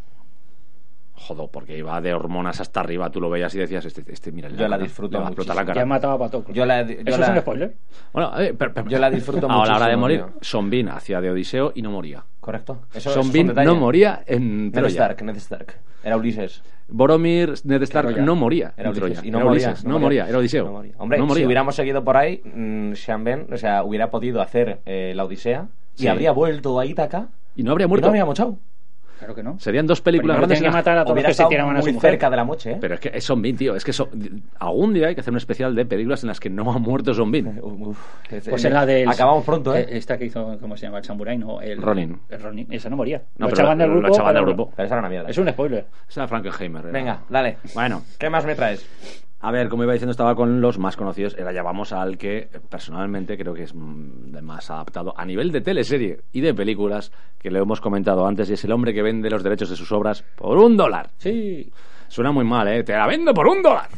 Speaker 1: Jodo, porque iba de hormonas hasta arriba. Tú lo veías y decías, este, este mira, le
Speaker 2: Yo la
Speaker 1: cara, le
Speaker 2: disfruto
Speaker 1: va a explotar la
Speaker 2: muchísimo.
Speaker 1: cara.
Speaker 4: Ya mataba a Patoclo.
Speaker 2: Yo la- yo
Speaker 4: ¿Eso
Speaker 2: la-
Speaker 4: es un spoiler?
Speaker 1: Bueno, eh, pero- pero-
Speaker 2: Yo la disfruto
Speaker 1: A la hora de
Speaker 2: muchísimo,
Speaker 1: morir,
Speaker 2: tío.
Speaker 1: Son Bean hacía de Odiseo y no moría.
Speaker 2: Correcto. Eso eso es
Speaker 1: Son
Speaker 2: un
Speaker 1: Bean
Speaker 2: detalle.
Speaker 1: no moría en
Speaker 2: Ned
Speaker 1: Troya.
Speaker 2: Stark, Ned Stark. Era Ulises.
Speaker 1: Boromir, Ned Stark
Speaker 4: Troya.
Speaker 1: no moría.
Speaker 2: Era
Speaker 1: en Troya.
Speaker 2: Ulises. Y no,
Speaker 1: Era
Speaker 2: moría,
Speaker 1: Ulises, no moría, Era Odiseo.
Speaker 2: No moría. Hombre,
Speaker 1: No moría.
Speaker 2: si hubiéramos seguido por ahí, mm, Sean Ben, o sea, hubiera podido hacer eh, la Odisea
Speaker 1: Sí.
Speaker 2: y habría vuelto a Ítaca
Speaker 1: Y no habría
Speaker 2: y no
Speaker 1: muerto.
Speaker 2: habría mochado.
Speaker 4: Claro que no.
Speaker 1: Serían dos películas
Speaker 4: Primero
Speaker 1: grandes.
Speaker 4: tienen que
Speaker 1: en las-
Speaker 4: matar a todos los
Speaker 2: Hubiera
Speaker 4: que se
Speaker 2: estado
Speaker 4: tiraban a su
Speaker 2: muy
Speaker 4: mujer.
Speaker 2: cerca de la moche, ¿eh?
Speaker 1: Pero es que es Zombie, tío. Es que eso... algún día hay que hacer un especial de películas en las que no ha muerto Zombie.
Speaker 2: Uf, es-
Speaker 4: Pues
Speaker 2: eh,
Speaker 4: es la del...
Speaker 2: Acabamos pronto, ¿eh?
Speaker 4: Esta que hizo, ¿cómo se llama? El Samurai, ¿no? El,
Speaker 1: Ronin.
Speaker 4: El Ronin. Esa no moría.
Speaker 1: No,
Speaker 4: lo
Speaker 1: pero
Speaker 4: echaban del
Speaker 1: lo- lo
Speaker 4: grupo.
Speaker 1: echaban del
Speaker 4: pero-
Speaker 1: grupo.
Speaker 2: Pero esa era una mierda.
Speaker 4: Es un spoiler.
Speaker 1: Esa era Frankenheimer. era.
Speaker 2: Venga, dale.
Speaker 1: Bueno.
Speaker 2: ¿Qué más me traes?
Speaker 1: A ver, como iba diciendo, estaba con los más conocidos. Ahora ya vamos al que personalmente creo que es mm, de más adaptado a nivel de teleserie y de películas, que lo hemos comentado antes, y es el hombre que vende los derechos de sus obras por un dólar.
Speaker 4: Sí.
Speaker 1: Suena muy mal, ¿eh? Te la vendo por un dólar.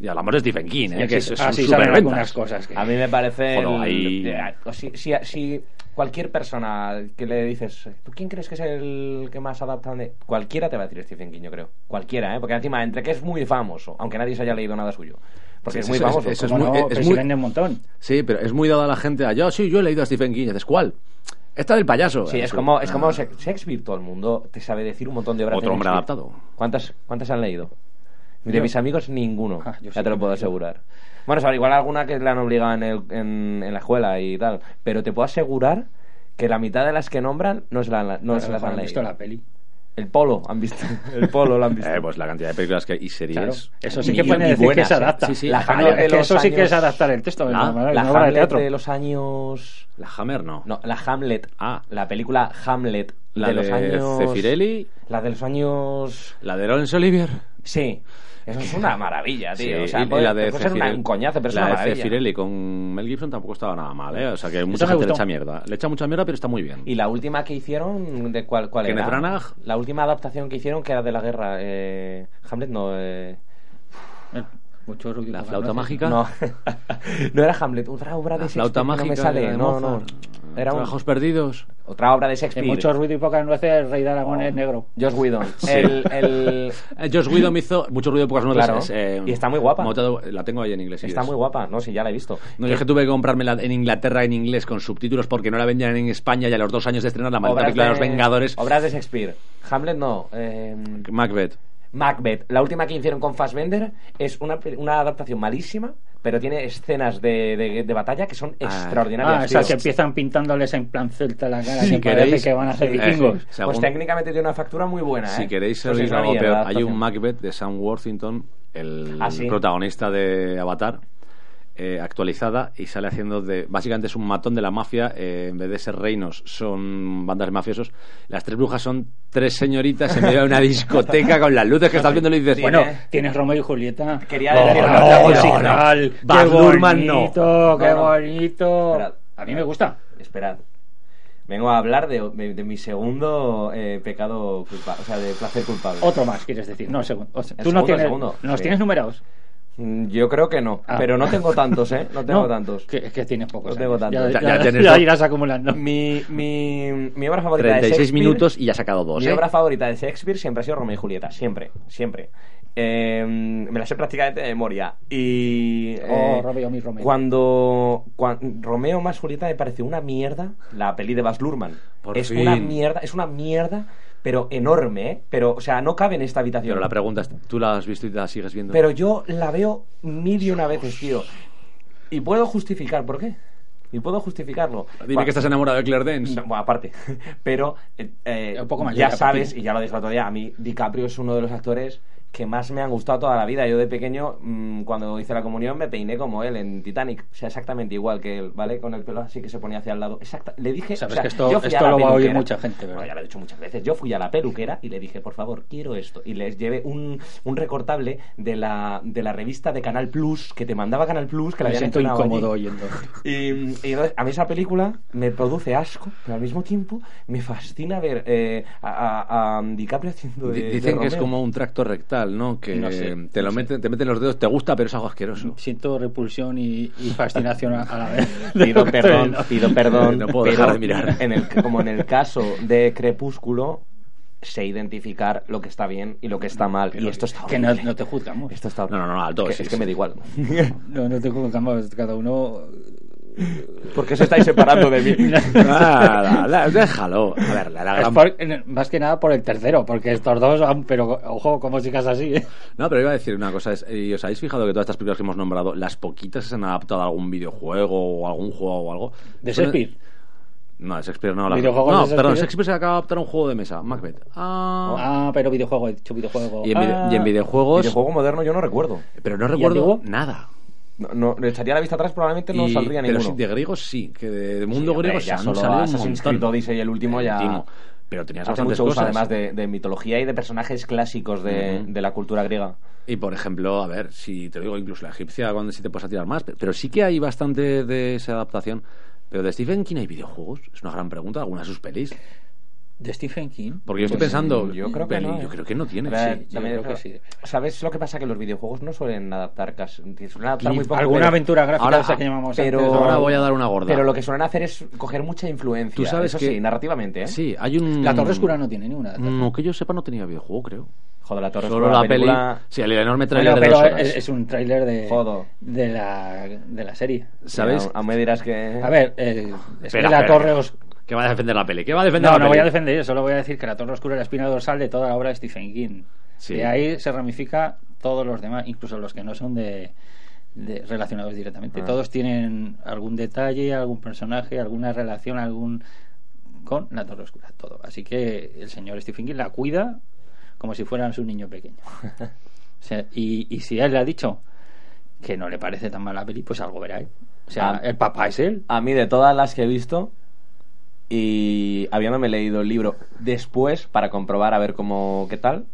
Speaker 1: Y hablamos de Stephen King, ¿eh? que es, es
Speaker 4: Ah,
Speaker 1: un
Speaker 4: sí, saben
Speaker 1: superventas.
Speaker 4: algunas cosas. que-
Speaker 2: A mí me parece.
Speaker 1: Joder,
Speaker 2: el-
Speaker 1: ahí-
Speaker 2: eh, Si, si- si cualquier persona que le dices, ¿tú quién crees que es el que más adapta? de-?" Cualquiera te va a decir Stephen King, yo creo. Cualquiera, ¿eh? Porque encima, entre que es muy famoso, aunque nadie se haya leído nada suyo. Porque
Speaker 1: Sí,
Speaker 2: es muy
Speaker 1: eso es-
Speaker 2: famoso.
Speaker 1: eso
Speaker 4: Cómo
Speaker 1: es muy-
Speaker 4: no,
Speaker 1: es
Speaker 4: pero
Speaker 1: muy-
Speaker 4: si venden un montón.
Speaker 1: Sí, pero es muy dada la gente a yo, sí, yo he leído a Stephen King. Y dices, ¿cuál? Esta del payaso. ¿eh? Ah.
Speaker 2: Sí, es como, es como
Speaker 4: Ah.
Speaker 2: Shak- Shakespeare, todo el mundo te sabe decir un montón de obras.
Speaker 1: Otro
Speaker 2: de
Speaker 1: hombre
Speaker 2: Shakespeare.
Speaker 1: adaptado.
Speaker 2: ¿Cuántas, ¿Cuántas han leído? De
Speaker 4: Yo.
Speaker 2: mis amigos, ninguno.
Speaker 4: Ah, yo
Speaker 2: ya
Speaker 4: sí
Speaker 2: te lo
Speaker 4: que
Speaker 2: puedo
Speaker 4: me equivoco.
Speaker 2: asegurar. Bueno, o sea, igual alguna que la han obligado en, el- en- en la escuela y tal. Pero te puedo asegurar que la mitad de las que nombran no se, la han- no
Speaker 4: A lo
Speaker 2: se las
Speaker 4: mejor
Speaker 2: han
Speaker 4: han visto
Speaker 2: leído.
Speaker 4: la peli.
Speaker 2: El polo, han visto. El polo lo han visto.
Speaker 1: Eh, pues la cantidad de películas que hay y series.
Speaker 4: Claro. Eso sí
Speaker 2: Y-
Speaker 4: que pueden
Speaker 2: y
Speaker 4: decir
Speaker 2: buenas,
Speaker 4: que
Speaker 2: ¿eh?
Speaker 4: se adapta.
Speaker 1: Sí, sí,
Speaker 4: La
Speaker 1: la
Speaker 4: Hamlet
Speaker 1: Hamlet
Speaker 4: es
Speaker 2: de
Speaker 4: que eso
Speaker 2: los
Speaker 4: sí que es
Speaker 2: años-
Speaker 4: adaptar el texto de
Speaker 1: La-
Speaker 4: una obra-
Speaker 2: la
Speaker 4: una obra de
Speaker 2: Hamlet
Speaker 4: teatro.
Speaker 2: de los años.
Speaker 1: La Hammer no.
Speaker 2: No, la Hamlet.
Speaker 1: Ah.
Speaker 2: La película Hamlet.
Speaker 1: La
Speaker 2: de los
Speaker 1: de
Speaker 2: años.
Speaker 1: Cefirelli.
Speaker 2: La de los años.
Speaker 1: La de Laurence Olivier.
Speaker 2: Sí. Eso es una maravilla, tío.
Speaker 1: Sí,
Speaker 2: o sea,
Speaker 1: y- y
Speaker 2: puede,
Speaker 1: la de
Speaker 2: puede ser una-
Speaker 1: Cefirelli-
Speaker 2: un coñazo, pero es
Speaker 1: la
Speaker 2: una
Speaker 1: de
Speaker 2: maravilla.
Speaker 1: Cefirelli con Mel Gibson tampoco estaba nada mal, ¿eh? O sea, que mucha
Speaker 4: me
Speaker 1: gente le
Speaker 4: gustó.
Speaker 1: echa mierda. Le echa mucha mierda, pero está muy bien.
Speaker 2: Y la última que hicieron, ¿de cuál, cuál
Speaker 1: Kenneth
Speaker 2: era?
Speaker 1: Branagh.
Speaker 2: La última adaptación que hicieron, que era de la guerra. eh, Hamlet no. eh,
Speaker 4: Eh, mucho ruido
Speaker 1: La
Speaker 4: con
Speaker 1: flauta
Speaker 4: gracia.
Speaker 1: mágica.
Speaker 2: no. no era Hamlet, otra obra de
Speaker 1: La
Speaker 2: Shakespeare
Speaker 1: flauta
Speaker 2: que
Speaker 1: mágica.
Speaker 2: no me
Speaker 1: la
Speaker 2: sale.
Speaker 1: de
Speaker 2: No, no.
Speaker 1: Mozart.
Speaker 2: Era un-
Speaker 1: Trabajos perdidos.
Speaker 2: otra obra de
Speaker 4: Eh,
Speaker 2: Shakespeare.
Speaker 4: mucho ruido y pocas nueces, Rey de Aragón es negro.
Speaker 2: Josh Whedon. El, el-
Speaker 1: Eh, Josh Whedon me hizo mucho ruido, pocas notas.
Speaker 2: Claro.
Speaker 1: es, eh,
Speaker 2: Y está muy guapa.
Speaker 1: montado- la tengo ahí en inglés. sí,
Speaker 2: Está
Speaker 1: es.
Speaker 2: muy guapa, no, sí, ya la he visto.
Speaker 1: No, yo es que tuve que comprármela en Inglaterra en inglés con subtítulos porque no la vendían en España y a los dos años de estrenar la maldita
Speaker 2: Obras
Speaker 1: película de... los Vengadores.
Speaker 2: Obras de Shakespeare. Hamlet no. eh,
Speaker 1: Macbeth.
Speaker 2: Macbeth. La última que hicieron con Fassbender es una, pe- una adaptación malísima, pero tiene escenas de, de- de batalla que son
Speaker 1: Ah.
Speaker 2: extraordinarias.
Speaker 4: Ah, o sea,
Speaker 2: tío.
Speaker 4: que empiezan pintándoles en plan celta la cara,
Speaker 1: Si
Speaker 4: que
Speaker 1: queréis-
Speaker 4: parece que van a ser
Speaker 1: Eh,
Speaker 4: vikingos.
Speaker 1: si
Speaker 2: Pues
Speaker 1: algún-
Speaker 2: técnicamente tiene una factura muy buena.
Speaker 1: Si
Speaker 2: ¿eh?
Speaker 1: queréis
Speaker 2: Pues
Speaker 1: oír
Speaker 2: es una
Speaker 1: algo
Speaker 2: mierda
Speaker 1: peor,
Speaker 2: la
Speaker 1: hay
Speaker 2: adaptación.
Speaker 1: un Macbeth de Sam Worthington, el
Speaker 2: Ah, sí.
Speaker 1: protagonista de Avatar, eh, actualizada y sale haciendo de. Básicamente es un matón de la mafia, eh, en vez de ser reinos, son bandas de mafiosos. Las tres brujas son tres señoritas en medio de una discoteca con las luces que estás viendo y dices,
Speaker 2: Tiene-
Speaker 1: bueno.
Speaker 4: Bueno, tienes Romeo y Julieta.
Speaker 2: Quería
Speaker 4: Oh,
Speaker 2: decir-
Speaker 4: no,
Speaker 2: no,
Speaker 4: no,
Speaker 2: no,
Speaker 4: musical.
Speaker 1: no.
Speaker 4: Qué
Speaker 1: Baz Luhrmann, no.
Speaker 4: bonito, qué
Speaker 2: No, no.
Speaker 4: bonito.
Speaker 2: Espera.
Speaker 4: A mí me gusta.
Speaker 2: Esperad. Vengo a hablar de, de- de mi segundo eh, pecado culpable, o sea, de placer culpable.
Speaker 4: Otro más, quieres decir. No, segun- o sea,
Speaker 2: El
Speaker 4: tú no
Speaker 2: segundo,
Speaker 4: tienes,
Speaker 2: el segundo.
Speaker 4: nos
Speaker 2: Sí.
Speaker 4: tienes numerados.
Speaker 2: Mm, Yo creo que no,
Speaker 4: Ah.
Speaker 2: pero no tengo tantos, ¿eh? No tengo
Speaker 4: No,
Speaker 2: tantos.
Speaker 4: Que, es que tienes pocos.
Speaker 2: No tengo
Speaker 4: años.
Speaker 2: tantos.
Speaker 4: Ya,
Speaker 1: Ya- ya
Speaker 4: ya-
Speaker 1: tienes
Speaker 4: ya
Speaker 1: dos.
Speaker 4: irás acumulando.
Speaker 2: Mi, mi, mi obra favorita de
Speaker 1: 36
Speaker 2: Shakespeare-
Speaker 1: minutos y ya ha sacado dos.
Speaker 2: Mi
Speaker 1: ¿eh?
Speaker 2: obra favorita de Shakespeare siempre ha sido Romeo y Julieta, siempre, siempre. Eh, me la sé prácticamente de memoria. Y.
Speaker 4: Oh,
Speaker 2: eh,
Speaker 4: Romeo, mi Romeo.
Speaker 2: Cuando, cuan- Romeo más Julieta me pareció una mierda, la peli de Baz Luhrmann.
Speaker 1: Por
Speaker 2: es una
Speaker 1: fin.
Speaker 2: mierda, es una mierda, pero enorme, ¿eh? Pero, o sea, no cabe en esta habitación.
Speaker 1: Pero la pregunta es, ¿tú la has visto y la sigues viendo?
Speaker 2: Pero yo la veo mil y una veces, tío. Y puedo justificar, ¿por qué? Y puedo justificarlo.
Speaker 1: Dime
Speaker 2: Cuan-
Speaker 1: que estás enamorado de Claire Danes.
Speaker 2: no, bueno, aparte. Pero eh, eh,
Speaker 4: Un poco mayor
Speaker 2: ya
Speaker 4: ya,
Speaker 2: sabes,
Speaker 4: Paquín.
Speaker 2: y ya lo dije el otro día, a mí DiCaprio es uno de los actores que más me han gustado toda la vida. Yo de pequeño, mm, cuando hice la comunión, me peiné como él en Titanic. O sea, exactamente igual que él, ¿vale? Con el pelo así que se ponía hacia el lado. Exacta. Le dije...
Speaker 4: Sabes
Speaker 2: o sea,
Speaker 4: que esto-
Speaker 2: yo fui a
Speaker 4: esto
Speaker 2: la
Speaker 4: lo va a oír
Speaker 2: peluquera.
Speaker 4: mucha gente, ¿verdad?
Speaker 2: Bueno, ya lo he dicho muchas veces. Yo fui a la peluquera y le dije, por favor, quiero esto. Y les llevé un, un recortable de la, de la revista de Canal Plus, que te mandaba Canal Plus, que la
Speaker 4: me
Speaker 2: habían
Speaker 4: siento
Speaker 2: estrenado allí.
Speaker 4: incómodo oyendo.
Speaker 2: Y, y entonces, a mí esa película me produce asco, pero al mismo tiempo me fascina ver eh, a, a- a DiCaprio haciendo de,
Speaker 1: Di-
Speaker 2: de
Speaker 1: Dicen que es
Speaker 2: Romeo.
Speaker 1: como un tracto rectal, ¿no? Que
Speaker 4: No sé,
Speaker 1: te lo
Speaker 4: no sé.
Speaker 1: meten, te meten los dedos, te gusta, pero es algo asqueroso.
Speaker 4: Siento repulsión y, y fascinación a a la vez. De
Speaker 2: Pido
Speaker 4: lo que estoy
Speaker 2: perdón,
Speaker 4: viendo.
Speaker 2: pido perdón.
Speaker 1: No puedo dejar
Speaker 2: pero
Speaker 1: de mirar.
Speaker 2: En el, como en el caso de Crepúsculo, sé identificar lo que está bien y lo que está mal. y esto está
Speaker 4: Que no,
Speaker 2: horrible.
Speaker 4: no te juzgamos.
Speaker 2: Esto está
Speaker 1: No, no, no, al todo,
Speaker 2: Que-
Speaker 1: sí,
Speaker 2: es que
Speaker 1: sí.
Speaker 2: me da igual.
Speaker 4: No, no te juzgamos. Cada uno.
Speaker 2: ¿Por qué se estáis separando de mí?
Speaker 1: Ah, la- la- déjalo. A ver, la, la
Speaker 4: Es
Speaker 1: gran-
Speaker 4: por- más que nada por el tercero, porque estos dos, aún- pero ojo, como sigas así. ¿eh?
Speaker 1: No, pero iba a decir una cosa. Es, ¿Y os habéis fijado que todas estas películas que hemos nombrado, las poquitas que se han adaptado a algún videojuego o algún juego o algo?
Speaker 4: De
Speaker 1: son-
Speaker 4: Shakespeare.
Speaker 1: No, de Shakespeare no. la-
Speaker 4: ¿Videojuegos
Speaker 1: No,
Speaker 4: de
Speaker 1: perdón,
Speaker 4: Shakespeare?
Speaker 1: Shakespeare se acaba de adaptar a un juego de mesa, Macbeth. Ah,
Speaker 4: Ah, pero videojuego, he dicho videojuego.
Speaker 1: y, en vide-
Speaker 4: Ah,
Speaker 1: y en videojuegos.
Speaker 2: Videojuego moderno yo no recuerdo.
Speaker 1: Pero no recuerdo
Speaker 4: antiguo?
Speaker 1: nada.
Speaker 2: No, no, le echaría la vista atrás, probablemente no
Speaker 1: Y-
Speaker 2: saldría
Speaker 1: pero
Speaker 2: ninguno.
Speaker 1: sí, de griegos sí, que de, de
Speaker 2: Sí,
Speaker 1: mundo
Speaker 2: hombre,
Speaker 1: griego se
Speaker 2: ya
Speaker 1: han
Speaker 2: solo
Speaker 1: salido un
Speaker 2: Assassin's Creed
Speaker 1: montón.
Speaker 2: Odyssey y el último ya.
Speaker 1: Último. Pero tenías
Speaker 2: Hace
Speaker 1: bastantes
Speaker 2: mucho uso
Speaker 1: cosas.
Speaker 2: además de, de mitología y de personajes clásicos de,
Speaker 1: Ujú.
Speaker 2: de la cultura griega.
Speaker 1: Y por ejemplo, a ver, si te digo incluso la egipcia, cuando si te puedes tirar más, pe- pero sí que hay bastante de esa adaptación. Pero de Stephen King hay videojuegos, es una gran pregunta, alguna de sus pelis.
Speaker 4: De Stephen King.
Speaker 1: Porque yo estoy
Speaker 2: Pues,
Speaker 1: pensando,
Speaker 2: yo creo que
Speaker 1: peli-
Speaker 2: no, ¿eh?
Speaker 1: yo creo que no tiene.
Speaker 2: Ahora,
Speaker 1: sí.
Speaker 4: yo
Speaker 2: también
Speaker 4: creo que
Speaker 2: es-
Speaker 4: sí.
Speaker 2: ¿Sabes lo que pasa? Que los videojuegos no suelen adaptar casi. Suelen adaptar
Speaker 4: Y
Speaker 2: muy poco.
Speaker 4: alguna
Speaker 2: pero-
Speaker 4: aventura gráfica
Speaker 1: ahora-
Speaker 4: de esa que llamamos
Speaker 2: pero-
Speaker 4: antes.
Speaker 1: Ahora voy a dar una gorda.
Speaker 2: Pero lo que suelen hacer es coger mucha influencia.
Speaker 1: Tú sabes
Speaker 2: Eso
Speaker 1: que-
Speaker 2: sí, narrativamente, ¿eh?
Speaker 1: Sí, hay un. Mm,
Speaker 4: La Torre Oscura no tiene ni una.
Speaker 1: No, que yo sepa, no tenía videojuego, creo.
Speaker 2: Joder, la Torre
Speaker 1: Solo
Speaker 2: Oscura,
Speaker 1: la peli.
Speaker 2: película-
Speaker 1: Sí, el enorme
Speaker 4: Bueno,
Speaker 1: trailer de dos
Speaker 4: pero
Speaker 1: horas.
Speaker 4: es, es un tráiler de,
Speaker 2: Jodo.
Speaker 4: de, la, de la serie.
Speaker 1: ¿Sabéis?
Speaker 2: Aún me dirás que.
Speaker 4: A ver, eh, es que
Speaker 1: Espera,
Speaker 4: la
Speaker 1: espera,
Speaker 4: Torre
Speaker 1: espera.
Speaker 4: Oscura...
Speaker 1: Que va a defender la peli. Que va a defender
Speaker 4: No,
Speaker 1: la
Speaker 4: no
Speaker 1: peli.
Speaker 4: voy a defender yo, solo voy a decir que la Torre Oscura es la espina dorsal de toda la obra de Stephen King.
Speaker 1: Sí.
Speaker 4: De ahí se ramifica todos los demás, incluso los que no son de, de- relacionados directamente.
Speaker 2: Ah.
Speaker 4: Todos tienen algún detalle, algún personaje, alguna relación, algún con la Torre Oscura, todo. Así que el señor Stephen King la cuida como si fuera su niño pequeño. O sea, y, y si él le ha dicho que no le parece tan mala peli, pues algo verá él. O sea,
Speaker 2: Ah.
Speaker 4: el papá es él.
Speaker 2: A mí, de todas las que he visto, y habiéndome leído el libro después para comprobar a ver cómo qué tal,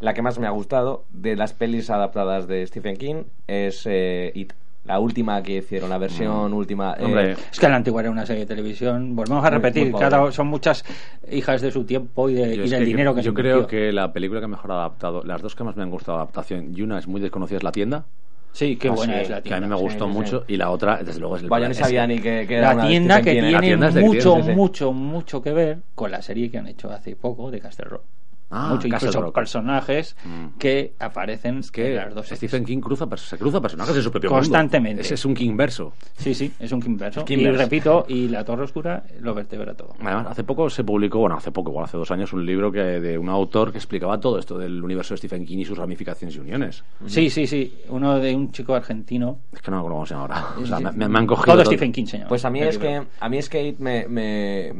Speaker 2: la que más me ha gustado de las pelis adaptadas de Stephen King es eh, It. La última que hicieron, la versión última. eh,
Speaker 1: Hombre,
Speaker 4: Es que la antigua era una serie de televisión. Volvemos a
Speaker 2: Muy-
Speaker 4: repetir,
Speaker 2: muy pobre.
Speaker 4: cada- son muchas hijas de su tiempo y, de,
Speaker 1: Yo
Speaker 4: Eh, y
Speaker 1: es
Speaker 4: del
Speaker 1: que
Speaker 4: dinero
Speaker 1: cre-
Speaker 4: que
Speaker 1: Yo
Speaker 4: se
Speaker 1: creo
Speaker 4: metió.
Speaker 1: que la película que mejor ha adaptado, las dos que más me han gustado adaptación, y una es muy desconocida, es La Tienda,
Speaker 4: Sí, qué
Speaker 2: Ah,
Speaker 4: buena
Speaker 2: sí,
Speaker 4: es la
Speaker 1: que a mí me
Speaker 4: tienda.
Speaker 2: sí,
Speaker 1: gustó
Speaker 2: sí, sí.
Speaker 1: mucho, y la otra, desde luego, es el
Speaker 2: Vaya, no
Speaker 1: es-
Speaker 2: sabía ni que, que era
Speaker 4: La
Speaker 2: una de
Speaker 4: tienda que
Speaker 2: Stephen King, ¿eh?
Speaker 1: la
Speaker 4: tiene
Speaker 1: tienda es de
Speaker 4: mucho,
Speaker 1: Stephen, sí,
Speaker 2: sí.
Speaker 4: mucho, mucho que ver con la serie que han hecho hace poco de Castle Rock.
Speaker 1: Ah,
Speaker 4: mucho,
Speaker 1: Castle
Speaker 4: incluso
Speaker 1: Rock.
Speaker 4: personajes
Speaker 1: Mm.
Speaker 4: que aparecen
Speaker 1: Es que
Speaker 4: en las dos series.
Speaker 1: Stephen King cruza, pers- se cruza personajes de su propio
Speaker 4: Constantemente.
Speaker 1: mundo. Ese es un King verso.
Speaker 4: Sí, sí, es un Kimverso. Y
Speaker 1: Kimverse.
Speaker 4: repito, y La Torre Oscura lo vertebra todo.
Speaker 1: Además, hace poco se publicó, bueno, hace poco, igual hace dos años, un libro que, de un autor que explicaba todo esto del universo de Stephen King y sus ramificaciones y uniones.
Speaker 4: Sí, sí, sí. Uno de un chico argentino.
Speaker 1: Es que no me acuerdo cómo se llama ahora. O sea,
Speaker 4: Sí,
Speaker 1: me,
Speaker 4: sí.
Speaker 1: me- me han cogido.
Speaker 4: Todo Stephen King, señor.
Speaker 2: Pues a mí
Speaker 4: El
Speaker 2: es
Speaker 4: libro.
Speaker 2: que a mí es que It me, me- eh,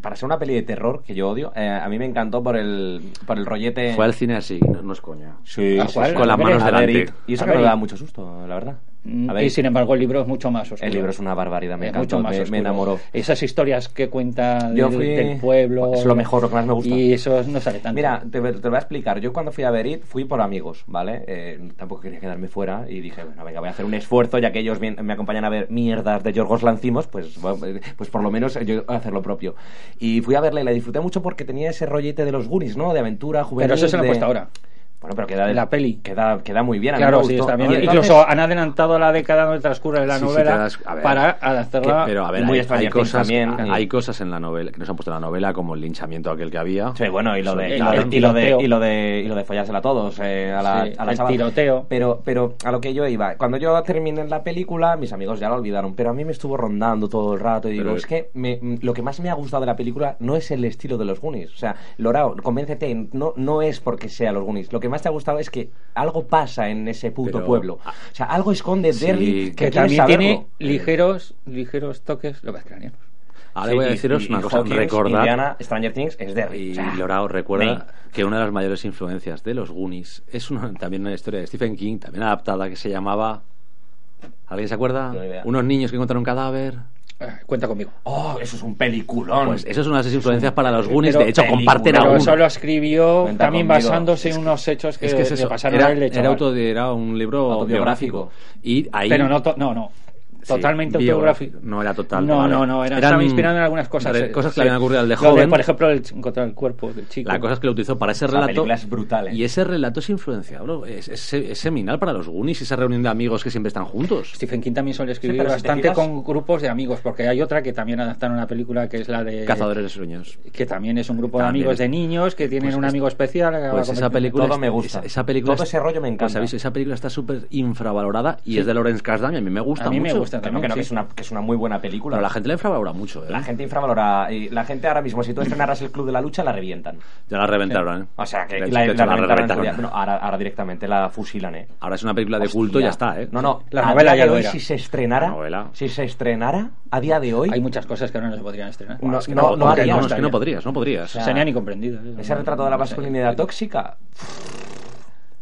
Speaker 2: para ser una peli de terror que yo odio, eh, a mí me encantó por el por el rollete.
Speaker 1: Fue al cine así, no, no es coña.
Speaker 2: Sí,
Speaker 4: ¿A
Speaker 2: sí,
Speaker 4: cuál?
Speaker 2: sí.
Speaker 1: Con las
Speaker 4: A ver,
Speaker 1: manos
Speaker 2: A ver,
Speaker 1: delante.
Speaker 2: It. Y eso
Speaker 4: A
Speaker 2: me
Speaker 4: ver,
Speaker 2: da
Speaker 4: It.
Speaker 2: mucho susto, la verdad.
Speaker 4: Mm,
Speaker 2: A ver,
Speaker 4: Y sin embargo, el libro es mucho más oscuro.
Speaker 2: el libro es una barbaridad, me
Speaker 4: Es
Speaker 2: encantó,
Speaker 4: mucho más
Speaker 2: me- me,
Speaker 4: oscuro.
Speaker 2: enamoró.
Speaker 4: Esas historias que cuenta
Speaker 2: Yo
Speaker 4: del,
Speaker 2: fui-
Speaker 4: del pueblo.
Speaker 2: es lo mejor, lo que más me gusta.
Speaker 4: Y eso no sale
Speaker 2: Eh,
Speaker 4: tanto.
Speaker 2: Mira, te, te voy a explicar. Yo cuando fui a ver It fui por amigos, ¿vale? Eh, tampoco quería quedarme fuera y dije, bueno, venga, voy a hacer un esfuerzo, ya que ellos vien- me acompañan a ver mierdas de Yorgos Lancimos, pues, bueno, eh, pues por lo menos yo voy a hacer lo propio. Y fui a verla y la disfruté mucho porque tenía ese rollete de los Goonies, ¿no? De aventura, juvenil.
Speaker 4: pero eso se lo han
Speaker 2: de-
Speaker 4: puesto ahora.
Speaker 2: Bueno, pero queda
Speaker 4: La peli.
Speaker 2: Queda, queda muy bien. a mí
Speaker 4: Claro,
Speaker 2: me
Speaker 4: sí,
Speaker 2: gustó.
Speaker 4: está bien.
Speaker 2: Y entonces-
Speaker 4: Incluso han adelantado la década donde transcurre la
Speaker 1: Sí, sí, te
Speaker 4: novela
Speaker 1: das- a ver,
Speaker 4: para adaptarla.
Speaker 2: que-
Speaker 1: Pero a ver,
Speaker 2: Muy
Speaker 1: hay,
Speaker 2: Stranger
Speaker 1: hay cosas,
Speaker 2: Things
Speaker 1: también.
Speaker 2: también.
Speaker 1: hay cosas en la novela que nos han puesto en la novela, como el linchamiento aquel que había.
Speaker 2: Sí, bueno, y lo de,
Speaker 4: Sí,
Speaker 2: y
Speaker 4: claro.
Speaker 2: lo de- y lo de,
Speaker 4: Tiroteo.
Speaker 2: y lo de, y lo de follársela a todos, eh, a la,
Speaker 4: Sí,
Speaker 2: a la
Speaker 4: el
Speaker 2: chavala.
Speaker 4: tiroteo.
Speaker 2: Pero, pero a lo que yo iba, cuando yo terminé la película, mis amigos ya la olvidaron, pero a mí me estuvo rondando todo el rato y digo,
Speaker 1: Pero-
Speaker 2: es que me- mm, lo que más me ha gustado de la película no es el estilo de los Goonies. O sea, Lorao, convéncete, no, no es porque sea los Goonies. Lo que más te ha gustado es que algo pasa en ese puto
Speaker 1: Pero- ah,
Speaker 2: pueblo. O sea, algo esconde
Speaker 1: Sí,
Speaker 2: Derry
Speaker 1: que
Speaker 2: que,
Speaker 4: que
Speaker 2: quieres
Speaker 4: también
Speaker 2: saberlo.
Speaker 4: tiene ligeros, ligeros toques Lovecraftianos.
Speaker 1: Ahora
Speaker 2: Sí,
Speaker 1: voy a
Speaker 2: y-
Speaker 1: deciros
Speaker 2: y-
Speaker 1: una
Speaker 2: y
Speaker 1: cosa.
Speaker 2: Hawkins,
Speaker 1: recordad
Speaker 2: Indiana, Stranger Things es Derry.
Speaker 1: Y
Speaker 2: O sea,
Speaker 1: Lorao, recuerda
Speaker 2: venga.
Speaker 1: que una de las mayores influencias de los Goonies es una, también una historia de Stephen King, también adaptada, que se llamaba. ¿Alguien se acuerda?
Speaker 2: No idea.
Speaker 1: Unos niños que encontraron un cadáver.
Speaker 4: Ah, Cuenta conmigo.
Speaker 2: Oh, eso es un peliculón.
Speaker 1: Pues eso es una de las influencias para los Goonies.
Speaker 4: Pero
Speaker 1: De hecho, comparten
Speaker 2: película,
Speaker 4: Pero
Speaker 1: alguno.
Speaker 4: eso lo escribió
Speaker 2: Cuenta
Speaker 4: también
Speaker 2: conmigo.
Speaker 4: basándose en unos hechos que,
Speaker 1: Es
Speaker 2: eh,
Speaker 1: que es
Speaker 4: le
Speaker 1: eso.
Speaker 4: pasaron
Speaker 1: Era,
Speaker 4: a él de
Speaker 1: era
Speaker 4: chaval.
Speaker 1: autodi- era un libro
Speaker 2: Autobiográfico.
Speaker 1: autobiográfico. Y ahí.
Speaker 4: Pero no, to- no, no.
Speaker 1: Sí,
Speaker 4: Totalmente
Speaker 1: biográfico.
Speaker 4: autobiográfico.
Speaker 1: No era total.
Speaker 4: No,
Speaker 1: vale.
Speaker 4: no, no. Era,
Speaker 1: Eran
Speaker 4: estaba inspirado en algunas cosas.
Speaker 1: re-
Speaker 4: eh,
Speaker 1: Cosas que
Speaker 4: sí.
Speaker 1: le habían ocurrido al de
Speaker 4: Lo
Speaker 1: joven.
Speaker 4: por ejemplo, el ch- encontrar el cuerpo del chico.
Speaker 1: La cosa es que lo utilizó para ese
Speaker 2: La
Speaker 1: relato.
Speaker 2: película es brutal, ¿eh?
Speaker 1: Y ese relato es influenciable. Es, es- es seminal para los Goonies, esa reunión de amigos que siempre están juntos.
Speaker 4: Stephen King también suele escribir
Speaker 2: pero si te
Speaker 4: bastante
Speaker 2: fijas-
Speaker 4: con grupos de amigos, porque hay otra que también adaptaron a una película que es la de
Speaker 1: Cazadores de sueños.
Speaker 4: que también es un grupo de
Speaker 1: También
Speaker 4: amigos
Speaker 1: es-
Speaker 4: de niños que tienen
Speaker 1: Pues
Speaker 4: un
Speaker 1: es-
Speaker 4: amigo especial. que va a
Speaker 1: Pues esa
Speaker 4: convertirse-
Speaker 1: película.
Speaker 2: Todo
Speaker 1: es-
Speaker 2: me gusta.
Speaker 1: Esa, esa película
Speaker 2: Todo
Speaker 1: es-
Speaker 2: ese rollo me encanta.
Speaker 1: Pues, ¿sabéis? Esa película está súper infravalorada y es de Lawrence Kasdan y a mí me gusta
Speaker 4: A mí me
Speaker 1: mucho.
Speaker 4: gusta
Speaker 2: Que no, que no, que
Speaker 4: Sí.
Speaker 2: es una, que es una muy buena película.
Speaker 1: Pero la gente la infravalora mucho. ¿eh?
Speaker 2: La gente infravalora. Y la gente ahora mismo, si tú estrenaras el Club de la Lucha, la revientan.
Speaker 1: Ya la reventaron. ¿eh?
Speaker 2: O sea, que
Speaker 1: De hecho-
Speaker 2: la,
Speaker 1: de
Speaker 2: la
Speaker 1: hecho, la
Speaker 2: reventaron en su
Speaker 1: reventaron.
Speaker 2: día. Bueno, ahora, ahora directamente la fusilan, ¿eh?
Speaker 1: Ahora es una película de
Speaker 2: Hostia.
Speaker 1: culto y ya está, ¿eh?
Speaker 2: No, no.
Speaker 4: La
Speaker 2: a
Speaker 4: novela
Speaker 2: día
Speaker 4: ya
Speaker 2: de
Speaker 4: lo
Speaker 2: hoy,
Speaker 4: era.
Speaker 2: si se estrenara.
Speaker 1: La novela.
Speaker 2: Si se estrenara a día de hoy.
Speaker 4: Hay muchas cosas que ahora no se podrían estrenar.
Speaker 2: No,
Speaker 4: Es que
Speaker 2: no,
Speaker 1: No,
Speaker 4: porque
Speaker 2: haría,
Speaker 1: no, es que
Speaker 4: estaría.
Speaker 1: no podrías, no podrías.
Speaker 2: sea,
Speaker 4: Sería ni comprendido. ¿eh?
Speaker 2: Ese retrato de la
Speaker 4: No sé.
Speaker 2: masculinidad tóxica.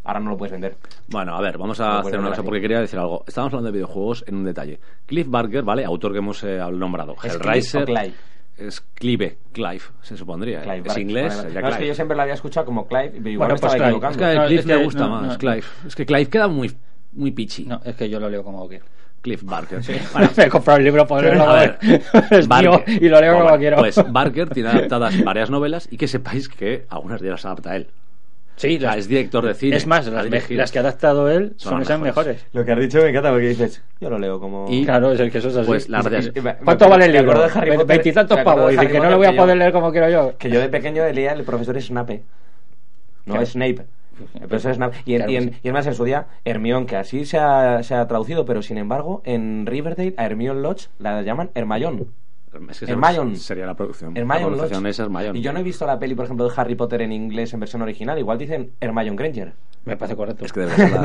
Speaker 2: Ahora no lo puedes vender.
Speaker 1: Bueno, a ver, vamos
Speaker 2: Bueno,
Speaker 1: a hacer
Speaker 2: bueno,
Speaker 1: una
Speaker 2: vale.
Speaker 1: cosa porque quería decir algo. Estábamos hablando de videojuegos en un detalle. Cliff Barker, ¿vale? Autor que hemos eh, nombrado.
Speaker 2: Es Cliff
Speaker 1: Hellraiser.
Speaker 2: o Clive.
Speaker 1: es Clive, Clive, se supondría. ¿eh?
Speaker 2: Clive
Speaker 1: es
Speaker 2: Barker,
Speaker 1: inglés.
Speaker 2: vale, vale.
Speaker 1: sería
Speaker 2: No, es que
Speaker 1: Clive.
Speaker 2: yo siempre lo había escuchado como Clive, pero igual
Speaker 4: Bueno,
Speaker 2: me
Speaker 4: pues
Speaker 2: estaba
Speaker 4: Clive.
Speaker 1: Es
Speaker 2: equivocando.
Speaker 1: que a
Speaker 4: No,
Speaker 1: Clive
Speaker 4: es que-
Speaker 1: le gusta
Speaker 4: no,
Speaker 1: más,
Speaker 4: no.
Speaker 1: Clive. Es que Clive queda muy, muy pichi.
Speaker 4: No, es que yo lo leo como quiero.
Speaker 1: Cliff Barker.
Speaker 4: Bueno, me he comprado el libro por
Speaker 1: A ver,
Speaker 4: es mío
Speaker 1: Barker.
Speaker 4: y lo leo
Speaker 1: Bueno,
Speaker 4: como quiero.
Speaker 1: Pues Barker tiene adaptadas varias novelas y que sepáis que algunas de ellas las adapta él.
Speaker 4: sí,
Speaker 1: O sea,
Speaker 4: las-
Speaker 1: es director de cine.
Speaker 4: Es más,
Speaker 1: ha
Speaker 4: las, me-
Speaker 1: dirigido.
Speaker 4: las que ha adaptado él
Speaker 1: Son
Speaker 4: son,
Speaker 1: las
Speaker 4: esas
Speaker 1: mejores.
Speaker 4: mejores.
Speaker 2: Lo que has dicho me encanta porque dices, yo lo leo como...
Speaker 1: Y-
Speaker 4: Claro, es que eso es así.
Speaker 1: Pues las de-
Speaker 2: Y me-
Speaker 4: ¿Cuánto
Speaker 2: me-
Speaker 4: vale el
Speaker 2: me
Speaker 4: libro?
Speaker 2: acuerdo de Harry
Speaker 4: Ve-
Speaker 2: Potter-
Speaker 4: Veintitantos
Speaker 2: me acuerdo
Speaker 4: pavos.
Speaker 2: de
Speaker 4: Y
Speaker 2: Harry
Speaker 4: dice que no lo voy
Speaker 2: Potter
Speaker 4: a poder
Speaker 2: yo-
Speaker 4: leer como quiero yo.
Speaker 2: Que yo de pequeño leía el profesor Snape. No
Speaker 4: Claro.
Speaker 2: Snape. El profesor Snape. Y, en-
Speaker 4: Claro
Speaker 2: y,
Speaker 4: que
Speaker 2: en-
Speaker 4: sí.
Speaker 2: y es más, en su día, Hermión, que así se ha, se ha traducido, pero sin embargo, en Riverdale, a Hermión Lodge la llaman Hermayón.
Speaker 1: Es que se-
Speaker 2: Hermione.
Speaker 1: Sería la producción. la
Speaker 2: Hermione
Speaker 1: pronunciación
Speaker 2: Lodge.
Speaker 1: es Hermione.
Speaker 2: Y yo no he visto la peli, por ejemplo, de Harry Potter en inglés en versión original. Igual dicen Hermione Granger.
Speaker 4: Me parece correcto.
Speaker 1: Es que de verdad.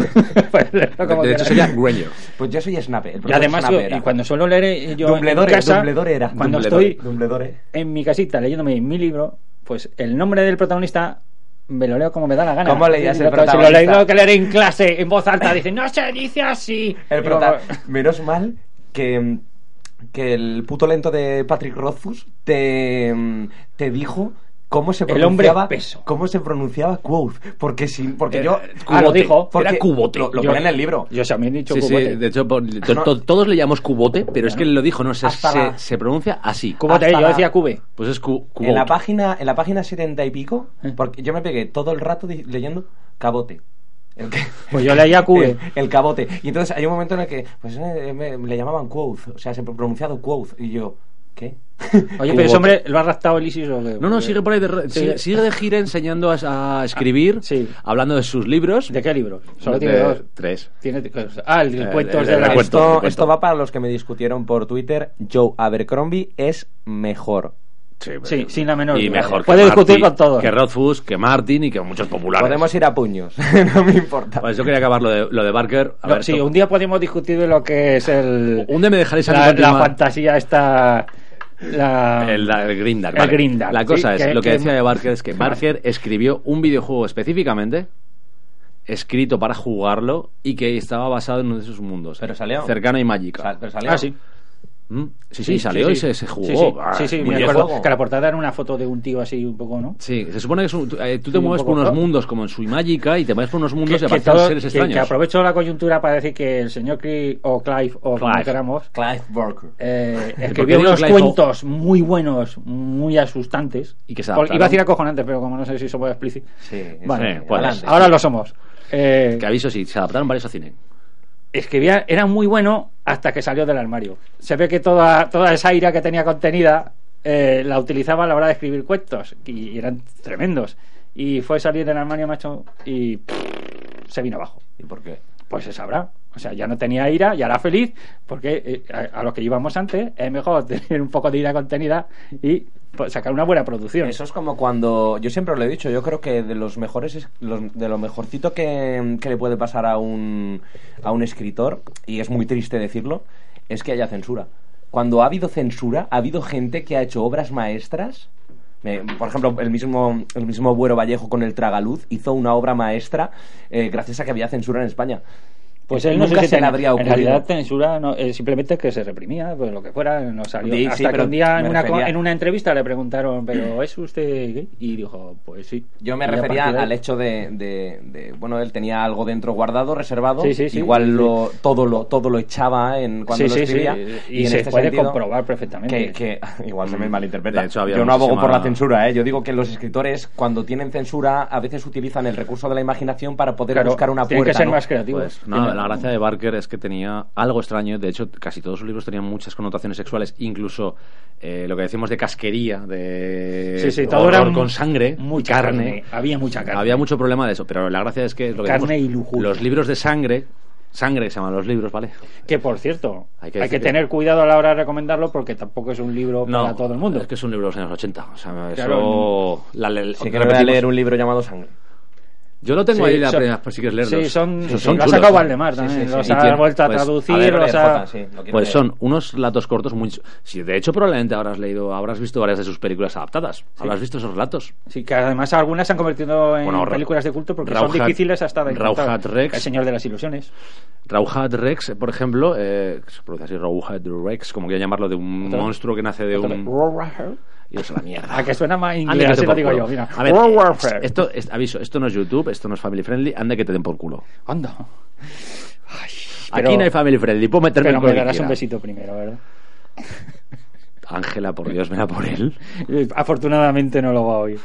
Speaker 4: Pues leerlo
Speaker 1: de,
Speaker 4: como
Speaker 1: de hecho
Speaker 4: quiero.
Speaker 1: sería Granger.
Speaker 2: Pues yo soy Snape. El
Speaker 4: Y
Speaker 2: profesor
Speaker 4: además,
Speaker 2: Snape
Speaker 4: yo-
Speaker 2: era.
Speaker 4: y cuando suelo leer eh, yo
Speaker 2: Dumbledore,
Speaker 4: en casa,
Speaker 2: Dumbledore era.
Speaker 4: cuando
Speaker 1: Dumbledore.
Speaker 4: estoy
Speaker 2: Dumbledore.
Speaker 4: en mi casita leyéndome mi libro, pues el nombre del protagonista me lo leo como me da la gana.
Speaker 2: ¿Cómo leías
Speaker 4: Sí,
Speaker 2: el
Speaker 4: lo- si
Speaker 2: protagonista?
Speaker 4: lo leí que leer en clase, en voz alta, dicen, no se dice así.
Speaker 2: El
Speaker 4: Y
Speaker 2: prota-
Speaker 4: como-
Speaker 2: Menos mal que, que el puto lento de Patrick Rothfuss te, te dijo cómo se
Speaker 4: El hombre
Speaker 2: pronunciaba
Speaker 4: espeso.
Speaker 2: cómo se pronunciaba quoth porque si porque yo
Speaker 4: Ah, lo dijo.
Speaker 2: porque
Speaker 1: Era cubote.
Speaker 2: lo, lo
Speaker 4: Yo-
Speaker 2: pone en el libro
Speaker 4: Yo también he dicho
Speaker 1: Sí, sí,
Speaker 4: cubote. Ah,
Speaker 1: de hecho, por- to-
Speaker 2: No.
Speaker 1: to- todos le llamamos cubote, pero es que él lo dijo, no, se,
Speaker 2: Hasta
Speaker 1: se-
Speaker 2: la-
Speaker 1: se pronuncia así.
Speaker 4: Cubote,
Speaker 2: hasta
Speaker 4: yo
Speaker 2: la-
Speaker 4: decía cube.
Speaker 1: Pues es cu- cubote.
Speaker 2: en la página en la página setenta y pico
Speaker 4: Eh.
Speaker 2: porque yo me pegué todo el rato di- leyendo cabote el que-
Speaker 4: Pues yo leía
Speaker 2: el,
Speaker 4: cube.
Speaker 1: Eh,
Speaker 2: el cabote y entonces hay un momento en el que pues eh, me- le llamaban quoth o sea se pronunciado quoth y yo ¿qué?
Speaker 4: Oye,
Speaker 2: Cubote.
Speaker 4: pero ese hombre lo ha raptado el ISIS o qué?
Speaker 1: No, no, sigue por ahí de, re-
Speaker 4: Sí. Ah,
Speaker 1: sigue, sigue de gira enseñando a, a escribir,
Speaker 4: Sí.
Speaker 1: hablando de sus libros.
Speaker 4: ¿De qué libro? Solo
Speaker 1: De-
Speaker 4: tiene dos.
Speaker 1: Tres.
Speaker 4: Tiene... Ah, el,
Speaker 1: Eh,
Speaker 4: cuento
Speaker 1: el-
Speaker 4: de
Speaker 1: el
Speaker 4: la...
Speaker 1: recuento.
Speaker 2: esto,
Speaker 1: cuento.
Speaker 2: esto va para los que me discutieron por Twitter. Joe Abercrombie es mejor.
Speaker 4: Sí, sin la menor
Speaker 1: Y
Speaker 4: duda.
Speaker 1: mejor que
Speaker 4: Puede discutir
Speaker 1: Martin,
Speaker 4: con todos.
Speaker 1: Que Rothfuss, que Martin y que muchos populares.
Speaker 2: Podemos ir a puños. no me importa.
Speaker 1: Pues yo quería acabar lo de, lo de Barker. A
Speaker 4: No,
Speaker 1: ver,
Speaker 4: sí,
Speaker 1: esto-
Speaker 4: un día podemos discutir de lo que es el...
Speaker 1: Un día me dejaréis
Speaker 4: la,
Speaker 1: antes de
Speaker 4: la
Speaker 1: continuar.
Speaker 4: fantasía esta... La...
Speaker 1: El, el Grindark.
Speaker 4: Ah. El Grindark,
Speaker 1: La cosa
Speaker 4: sí,
Speaker 1: es,
Speaker 4: que-
Speaker 1: lo que,
Speaker 4: que-
Speaker 1: decía de Barker es que Barker escribió un videojuego específicamente escrito para jugarlo y que estaba basado en uno de esos mundos.
Speaker 2: Pero salió.
Speaker 1: Cercano y Magica.
Speaker 2: Sal- pero salió.
Speaker 4: Ah, sí.
Speaker 1: Mm, Sí, sí, salió y se, se jugó.
Speaker 4: Sí, sí,
Speaker 1: Ah,
Speaker 4: sí, sí, me
Speaker 1: videojuego.
Speaker 4: acuerdo que la portada era una foto de un tío así un poco, ¿no?
Speaker 1: Sí, se supone que es un- tú, eh, tú te
Speaker 4: Sí, un
Speaker 1: mueves por
Speaker 4: poco,
Speaker 1: unos
Speaker 4: ¿no?
Speaker 1: mundos como en su Magica y te mueves por unos mundos y
Speaker 4: que,
Speaker 1: aparecen
Speaker 4: todo-
Speaker 1: seres
Speaker 4: que-
Speaker 1: extraños.
Speaker 4: que aprovecho la coyuntura para decir que el señor Cri- o Clive o como
Speaker 1: Clive.
Speaker 4: queramos
Speaker 2: Clive Barker.
Speaker 4: eh,
Speaker 1: por qué
Speaker 4: escribió
Speaker 1: digo
Speaker 4: unos
Speaker 1: Clive o-
Speaker 4: cuentos muy buenos, muy asustantes.
Speaker 1: Y que se
Speaker 4: Por-
Speaker 1: adaptaron.
Speaker 4: Iba a decir acojonantes, pero como no sé si somos explícitos.
Speaker 2: Sí, es-
Speaker 4: Vale, pues,
Speaker 1: sí, puede
Speaker 4: ahora-
Speaker 1: ser.
Speaker 4: ahora lo somos. Eh,
Speaker 1: Que aviso, sí, se adaptaron varios a cine.
Speaker 4: escribía, era muy bueno hasta que salió del armario. Se ve que toda, toda esa ira que tenía contenida eh, la utilizaba a la hora de escribir cuentos y eran tremendos. Y fue salir del armario, macho, y se vino abajo.
Speaker 2: ¿Y por qué?
Speaker 4: Pues se sabrá. O sea, ya no tenía ira, ya era feliz, porque eh, a, a lo que íbamos antes es mejor tener un poco de ira contenida y pues, sacar una buena producción.
Speaker 2: Eso es como cuando. Yo siempre lo he dicho, yo creo que de los mejores. es- los- de lo mejorcito que, que le puede pasar a un, a un escritor, y es muy triste decirlo, es que haya censura. Cuando ha habido censura, ha habido gente que ha hecho obras maestras. Me- por ejemplo, el mismo, el mismo Buero Vallejo con el Tragaluz hizo una obra maestra eh, gracias a que había censura en España.
Speaker 4: Pues él no
Speaker 2: Nunca
Speaker 4: sé si
Speaker 2: se le
Speaker 4: tenía-
Speaker 2: habría ocurrido.
Speaker 4: En realidad, censura no, eh, simplemente que se reprimía, pues lo que fuera, no salió.
Speaker 2: Sí, sí,
Speaker 4: Hasta que
Speaker 2: pero
Speaker 4: un día en
Speaker 2: me
Speaker 4: una, co-
Speaker 2: refería-
Speaker 4: en una entrevista le preguntaron, ¿pero es usted gay? Y dijo, Pues sí.
Speaker 2: Yo me
Speaker 4: Y a
Speaker 2: refería
Speaker 4: partir de ahí-
Speaker 2: al hecho de, de- de- bueno, él tenía algo dentro guardado, reservado,
Speaker 4: Sí, sí, sí,
Speaker 2: igual
Speaker 4: sí, sí.
Speaker 2: lo todo lo todo lo echaba en cuando
Speaker 4: Sí,
Speaker 2: lo
Speaker 4: sí, sí,
Speaker 2: escribía
Speaker 4: y
Speaker 2: en este
Speaker 4: se puede
Speaker 2: sentido,
Speaker 4: comprobar perfectamente.
Speaker 2: que, que- igual se me malinterpreta.
Speaker 1: Mm. De hecho, había
Speaker 2: Yo no abogo por la
Speaker 1: muchísima-
Speaker 2: censura, ¿eh? yo digo que los escritores cuando tienen censura a veces utilizan el recurso de la imaginación para poder
Speaker 4: Claro,
Speaker 2: buscar una
Speaker 4: tienen
Speaker 2: puerta.
Speaker 4: que ser
Speaker 2: ¿no?
Speaker 4: más creativos.
Speaker 1: Pues nada, la gracia de Barker es que tenía algo extraño. De hecho, casi todos sus libros tenían muchas connotaciones sexuales, incluso eh, lo que decimos de casquería, de
Speaker 4: Sí, sí, todo
Speaker 1: horror
Speaker 4: era un-
Speaker 1: con sangre,
Speaker 4: mucha
Speaker 1: carne.
Speaker 4: Había mucha carne.
Speaker 1: Había mucho problema de eso, pero la gracia es que, es lo que
Speaker 4: Carne
Speaker 1: decimos,
Speaker 4: y lujuria.
Speaker 1: los libros de sangre, sangre que se llaman los libros, ¿vale?
Speaker 4: Que por cierto,
Speaker 1: Hay que
Speaker 4: hay que,
Speaker 1: decir que-
Speaker 4: tener cuidado a la hora de recomendarlo porque tampoco es un libro para todo el mundo.
Speaker 1: Es que es un libro de los años 80. O sea,
Speaker 4: Claro, mm.
Speaker 1: eso... la- la-
Speaker 2: Sí que
Speaker 1: repetimos-
Speaker 2: voy a leer un libro llamado Sangre.
Speaker 1: Yo lo tengo
Speaker 4: Sí,
Speaker 1: ahí la
Speaker 4: son-
Speaker 1: primera, pues si quieres leerlos.
Speaker 4: Sí, son,
Speaker 1: Esos
Speaker 4: lo ha
Speaker 1: chulos,
Speaker 4: sacado
Speaker 1: ¿no?
Speaker 4: Valdemar también,
Speaker 2: sí, sí.
Speaker 4: los
Speaker 1: Y
Speaker 4: ha
Speaker 1: tiene-
Speaker 4: vuelto a
Speaker 1: pues, a ver,
Speaker 4: traducir,
Speaker 2: Vale, vale,
Speaker 4: los ha-
Speaker 2: Jota, sí, lo quiero
Speaker 1: Pues
Speaker 2: leer.
Speaker 1: son unos relatos cortos muy... Sí, de hecho probablemente habrás leído, habrás visto varias de sus películas adaptadas. Habrás visto esos relatos.
Speaker 4: Sí, que además algunas se han convertido en
Speaker 1: Bueno, Ra-
Speaker 4: películas de culto porque son
Speaker 1: Rauhat-
Speaker 4: difíciles hasta de
Speaker 1: Rauhat
Speaker 4: encontrar.
Speaker 1: Rex.
Speaker 4: El Señor de las Ilusiones.
Speaker 1: Rauhat Rex, por ejemplo, eh, que se produce así Rauhat Rex, como quiera llamarlo, de un
Speaker 4: Otra vez.
Speaker 1: monstruo que nace de un... Dios, a la mierda.
Speaker 4: A Ah, que suena
Speaker 1: Anda
Speaker 4: más
Speaker 1: que
Speaker 4: inglés,
Speaker 1: te
Speaker 4: así lo
Speaker 1: por
Speaker 4: digo
Speaker 1: culo.
Speaker 4: yo, mira.
Speaker 1: A ver,
Speaker 4: World Warfare.
Speaker 1: esto, es- aviso, esto no es YouTube, esto no es family friendly, anda que te den por culo.
Speaker 4: Anda. Ay,
Speaker 1: Aquí
Speaker 4: pero-
Speaker 1: no hay family friendly, puedo meterme
Speaker 4: Pero
Speaker 1: con
Speaker 4: me
Speaker 1: el que
Speaker 4: darás un
Speaker 1: quiera.
Speaker 4: besito primero, ¿verdad?
Speaker 1: Ángela, por Dios, ven a por él.
Speaker 4: Eh, Afortunadamente no lo va a oír.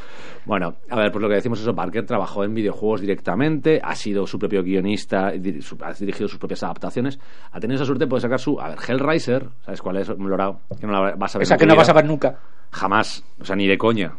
Speaker 1: Bueno, a ver, pues lo que decimos eso, Barker trabajó en videojuegos directamente, ha sido su propio guionista, dir- su- ha dirigido sus propias adaptaciones, ha tenido esa suerte de poder sacar su, a ver, Hellraiser, ¿sabes cuál es? Lora, que no la vas a ver.
Speaker 4: Esa
Speaker 1: en
Speaker 4: que
Speaker 1: tu
Speaker 4: no
Speaker 1: vida.
Speaker 4: vas a ver nunca.
Speaker 1: Jamás, o sea, ni de coña.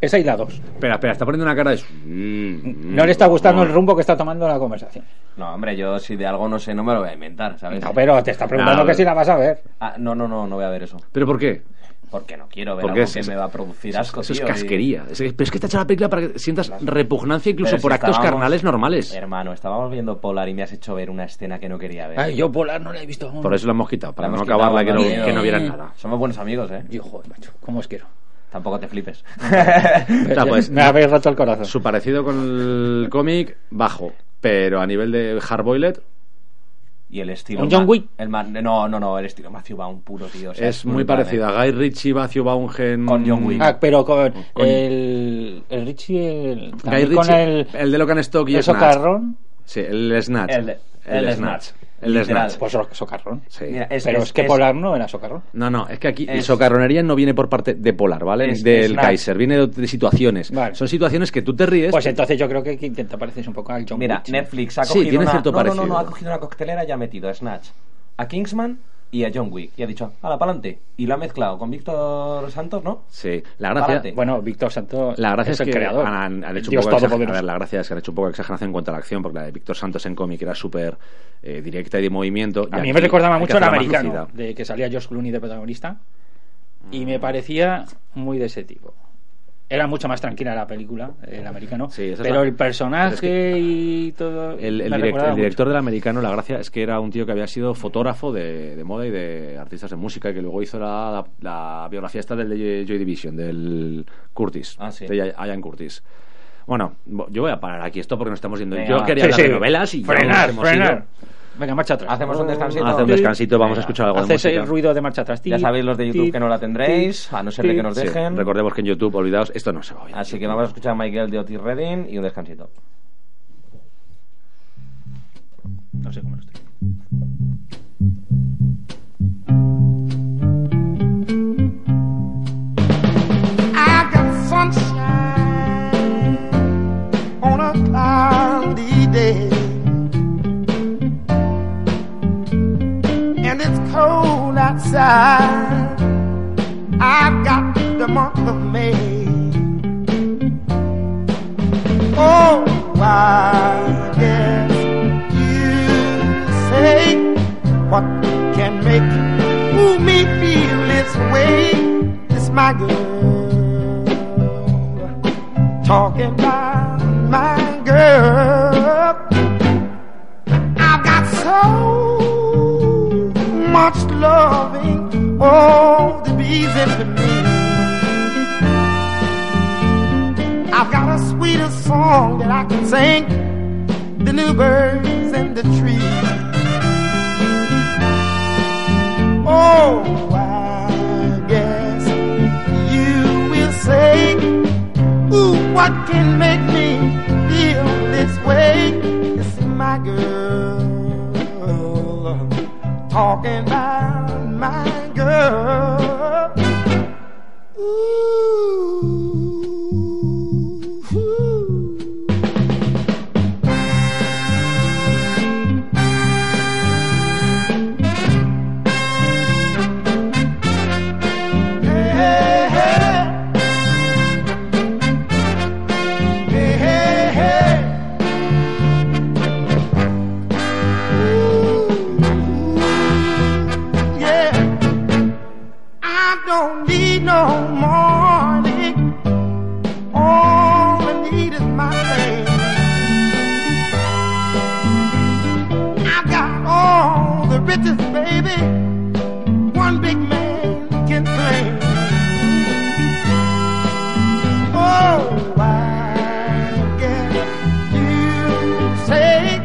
Speaker 4: Esa y la dos.
Speaker 1: Espera, espera, está poniendo una cara de... Mm,
Speaker 4: No le está gustando
Speaker 1: no.
Speaker 4: el rumbo que está tomando la conversación.
Speaker 2: No, hombre, yo si de algo no sé, no me lo voy a inventar, ¿sabes?
Speaker 4: No, pero te está preguntando
Speaker 1: Nah,
Speaker 4: que
Speaker 1: pero-
Speaker 4: si la vas a ver.
Speaker 2: Ah, no, no, no, no voy a ver eso.
Speaker 1: ¿Pero por qué?
Speaker 2: Porque no quiero ver
Speaker 1: Porque
Speaker 2: algo
Speaker 1: es-
Speaker 2: que
Speaker 1: es-
Speaker 2: me va a producir asco,
Speaker 1: Eso es
Speaker 2: tío, y-
Speaker 1: casquería. Es que- pero es que te ha hecho la película para que sientas repugnancia incluso
Speaker 2: Pero si
Speaker 1: por actos
Speaker 2: estábamos-
Speaker 1: carnales normales.
Speaker 2: Hermano, estábamos viendo Polar y me has hecho ver una escena que no quería ver.
Speaker 4: Ay, Ah, yo Polar no la he visto aún.
Speaker 1: Por eso la hemos quitado, para
Speaker 2: La
Speaker 1: no
Speaker 2: hemos quitado,
Speaker 1: acabarla, que no,
Speaker 2: Mario.
Speaker 1: que no vieran nada.
Speaker 2: Somos buenos amigos, ¿eh?
Speaker 4: Yo, joder, macho, ¿cómo os quiero?
Speaker 2: Tampoco te flipes.
Speaker 1: O sea, pues,
Speaker 4: me habéis roto el corazón.
Speaker 1: Su parecido con el cómic, bajo. Pero a nivel de hardboiled,
Speaker 2: y el estilo...
Speaker 4: ¿Un John
Speaker 2: ma-
Speaker 4: Wick?
Speaker 2: El ma- no, no, no, el estilo Matthew Vaughn puro, tío. o sea,
Speaker 1: es muy
Speaker 2: brutal,
Speaker 1: parecido
Speaker 2: ¿eh?
Speaker 1: a Guy Ritchie, Matthew Baungen...
Speaker 2: Con John Wick.
Speaker 4: Ah, pero con,
Speaker 1: Con-
Speaker 4: el, el Richie, el,
Speaker 1: Guy
Speaker 4: también
Speaker 1: Ritchie,
Speaker 4: con
Speaker 1: el,
Speaker 4: el,
Speaker 1: de Locan Stock y
Speaker 4: el
Speaker 1: Snatch.
Speaker 4: socarrón.
Speaker 1: Sí, el Snatch.
Speaker 2: El- el Snatch.
Speaker 1: El
Speaker 2: Literal.
Speaker 1: Snatch.
Speaker 4: Pues so- socarrón.
Speaker 1: Sí.
Speaker 2: Mira, es-
Speaker 4: pero es, que
Speaker 2: es-
Speaker 4: Polar no era socarrón.
Speaker 1: No, no, es que aquí
Speaker 2: Es-
Speaker 1: socarronería no viene por parte de Polar, ¿vale?
Speaker 2: Es-
Speaker 1: Del
Speaker 2: Snatch.
Speaker 1: Kaiser, viene de, de situaciones.
Speaker 4: Vale.
Speaker 1: Son situaciones que tú te ríes.
Speaker 4: Pues entonces yo creo que que te pareces un poco al John
Speaker 2: Mira,
Speaker 4: Wick.
Speaker 2: Netflix ha
Speaker 1: Sí,
Speaker 2: cogido
Speaker 1: tiene
Speaker 2: una...
Speaker 1: cierto
Speaker 2: no, no, no,
Speaker 1: parecido.
Speaker 2: no, ha cogido una coctelera y ha metido a Snatch, a Kingsman y a John Wick. Y ha dicho, la pa'lante. Y lo ha mezclado con Víctor Santos, ¿no?
Speaker 1: Sí, la gracia...
Speaker 2: Pa'lante.
Speaker 4: Bueno, Víctor Santos
Speaker 1: La gracia
Speaker 4: es,
Speaker 1: es,
Speaker 4: el
Speaker 1: que
Speaker 4: creador.
Speaker 1: han, han hecho un
Speaker 4: Dios
Speaker 1: poco de exager-
Speaker 4: todopoderoso.
Speaker 1: a ver, la gracia es que han hecho un poco de exageración en cuanto a la acción, porque la de Víctor Santos en cómic era súper eh, directa y de movimiento. y
Speaker 4: A mí
Speaker 1: aquí
Speaker 4: me recordaba
Speaker 1: hay que
Speaker 4: mucho al
Speaker 1: hacerla más
Speaker 4: americano,
Speaker 1: lucida. Mm.
Speaker 4: de que salía George Clooney de protagonista. Y me parecía muy de ese tipo. Era mucho más tranquila la película, el americano.
Speaker 1: Sí, esa es
Speaker 4: pero
Speaker 1: la-
Speaker 4: el personaje
Speaker 1: pero es que-
Speaker 4: y todo.
Speaker 1: El, el
Speaker 4: me
Speaker 1: direct-
Speaker 4: recordaba
Speaker 1: el
Speaker 4: mucho.
Speaker 1: director del americano, la gracia es que era un tío que había sido fotógrafo de, de moda y de artistas de música, y que luego hizo la, la- la biografía esta del de Joy Division, del Curtis,
Speaker 2: Ah, sí.
Speaker 1: de Ian Curtis. Bueno, bo- yo voy a parar aquí esto porque nos estamos yendo.
Speaker 2: Venga,
Speaker 1: yo
Speaker 2: va.
Speaker 1: quería
Speaker 4: Sí,
Speaker 1: hablar
Speaker 4: sí.
Speaker 1: de novelas y ya
Speaker 4: frenar,
Speaker 1: nos hemos
Speaker 4: frenar.
Speaker 1: ido.
Speaker 4: Venga, marcha atrás.
Speaker 2: Hacemos un descansito.
Speaker 1: Hace un descansito, vamos a escuchar algo de
Speaker 4: Haces el
Speaker 1: música.
Speaker 4: ruido de marcha atrás.
Speaker 2: Ya sabéis los de YouTube que no la tendréis, a no ser de que nos
Speaker 1: Sí,
Speaker 2: dejen.
Speaker 1: recordemos que en YouTube, olvidaos, esto no se va a
Speaker 4: Ah,
Speaker 1: olvidar.
Speaker 2: Así que vamos a escuchar a Michael de Otis Redding y un descansito.
Speaker 4: No sé cómo lo estoy.
Speaker 5: I got sunshine on a cloudy day. And it's cold outside. I've got the month of May. Oh, I guess you say what can make move me feel this way. It's my girl talking about my girl. I've got so much loving, all the reason for me. I've got a sweeter song that I can sing, the new birds in the trees. Oh, I guess you will say, Ooh, what can make me feel this way? It's my girl talking about my girl. Ooh. Hey, hey. Hey, hey, hey. Ooh, yeah. baby, one big man can bring. Oh, I guess you say,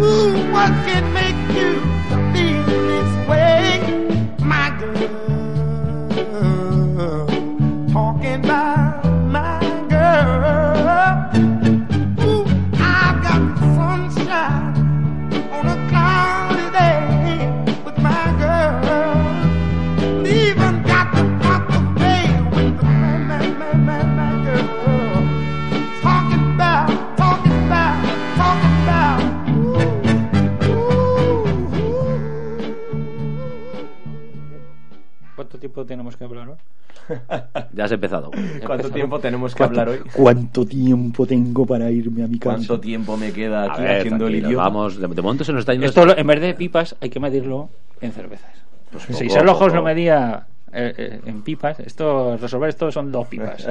Speaker 5: ooh, what can make you feel this way, my girl? Talking about my girl. Ooh, I got sunshine on a cloudy day with my girl. Even got the proper way with the my, my, my, my, my girl. Talking about, talking about, talking about. Ooh, ooh, ooh.
Speaker 4: ¿Cuánto tiempo tenemos que hablar? ahora?
Speaker 1: Ya has empezado.
Speaker 2: ¿Cuánto tiempo tenemos que hablar hoy?
Speaker 6: ¿Cuánto tiempo tengo para irme a mi casa?
Speaker 2: ¿Cuánto tiempo me queda
Speaker 1: A
Speaker 2: aquí
Speaker 1: ver,
Speaker 2: haciendo el
Speaker 1: tranquilos,
Speaker 2: idiota?
Speaker 1: vamos, de, de momento se nos está yendo.
Speaker 4: Esto lo- en vez de pipas hay que medirlo en cervezas.
Speaker 1: Pues
Speaker 4: si Sherlock Holmes lo medía eh, eh, en pipas, esto resolver esto son dos pipas.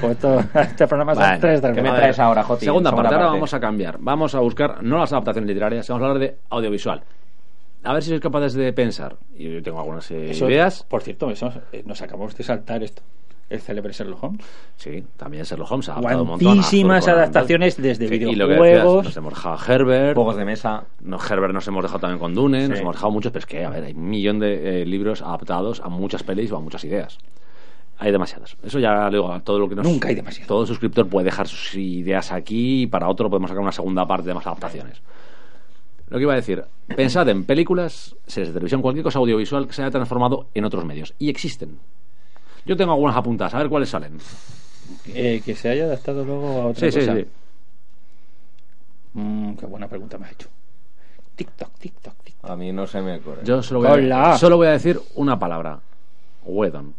Speaker 4: Pues esto- este programa son
Speaker 1: Bueno,
Speaker 4: tres
Speaker 1: que me
Speaker 2: ¿Qué me
Speaker 4: cervezas.
Speaker 2: traes ahora, Joti?
Speaker 1: Segunda parte, ahora
Speaker 2: parte.
Speaker 1: vamos a cambiar. Vamos a buscar no las adaptaciones literarias, vamos a hablar de audiovisual. A ver si sois capaces de pensar. Y Yo tengo algunas eh,
Speaker 4: Eso-
Speaker 1: ideas.
Speaker 4: Por cierto, eso, eh, nos acabamos de saltar esto. El célebre Sherlock Holmes.
Speaker 1: Sí, también Sherlock Holmes ha adaptado un montón. a
Speaker 4: Guantísimas
Speaker 1: Arthur Conan Doyle.
Speaker 4: adaptaciones desde
Speaker 1: Sí, y lo que decías, nos
Speaker 4: videojuegos.
Speaker 1: hemos dejado a Herbert.
Speaker 2: Juegos de mesa.
Speaker 1: No, Herbert nos hemos dejado también con Dune, nos
Speaker 2: Sí.
Speaker 1: hemos dejado muchos, pero es que, a ver, hay un millón de eh, libros adaptados a muchas pelis o a muchas ideas. Hay demasiados. Eso ya lo digo, a todo lo que nos...
Speaker 4: Nunca hay demasiado.
Speaker 1: Todo suscriptor puede dejar sus ideas aquí y para otro podemos sacar una segunda parte de más adaptaciones. Lo que iba a decir, pensad en películas, series de televisión, cualquier cosa audiovisual que se haya transformado en otros medios. Y existen. Yo tengo algunas apuntadas, a ver cuáles salen.
Speaker 4: eh, que se haya adaptado luego a otra
Speaker 1: Sí, sí,
Speaker 4: cosa.
Speaker 1: sí.
Speaker 4: Mm, qué buena pregunta me has hecho. Tic-toc, tic-toc, tic
Speaker 2: A mí no se me ocurre.
Speaker 1: Yo solo voy, a,
Speaker 4: Hola.
Speaker 1: solo voy a decir una palabra. Wedon.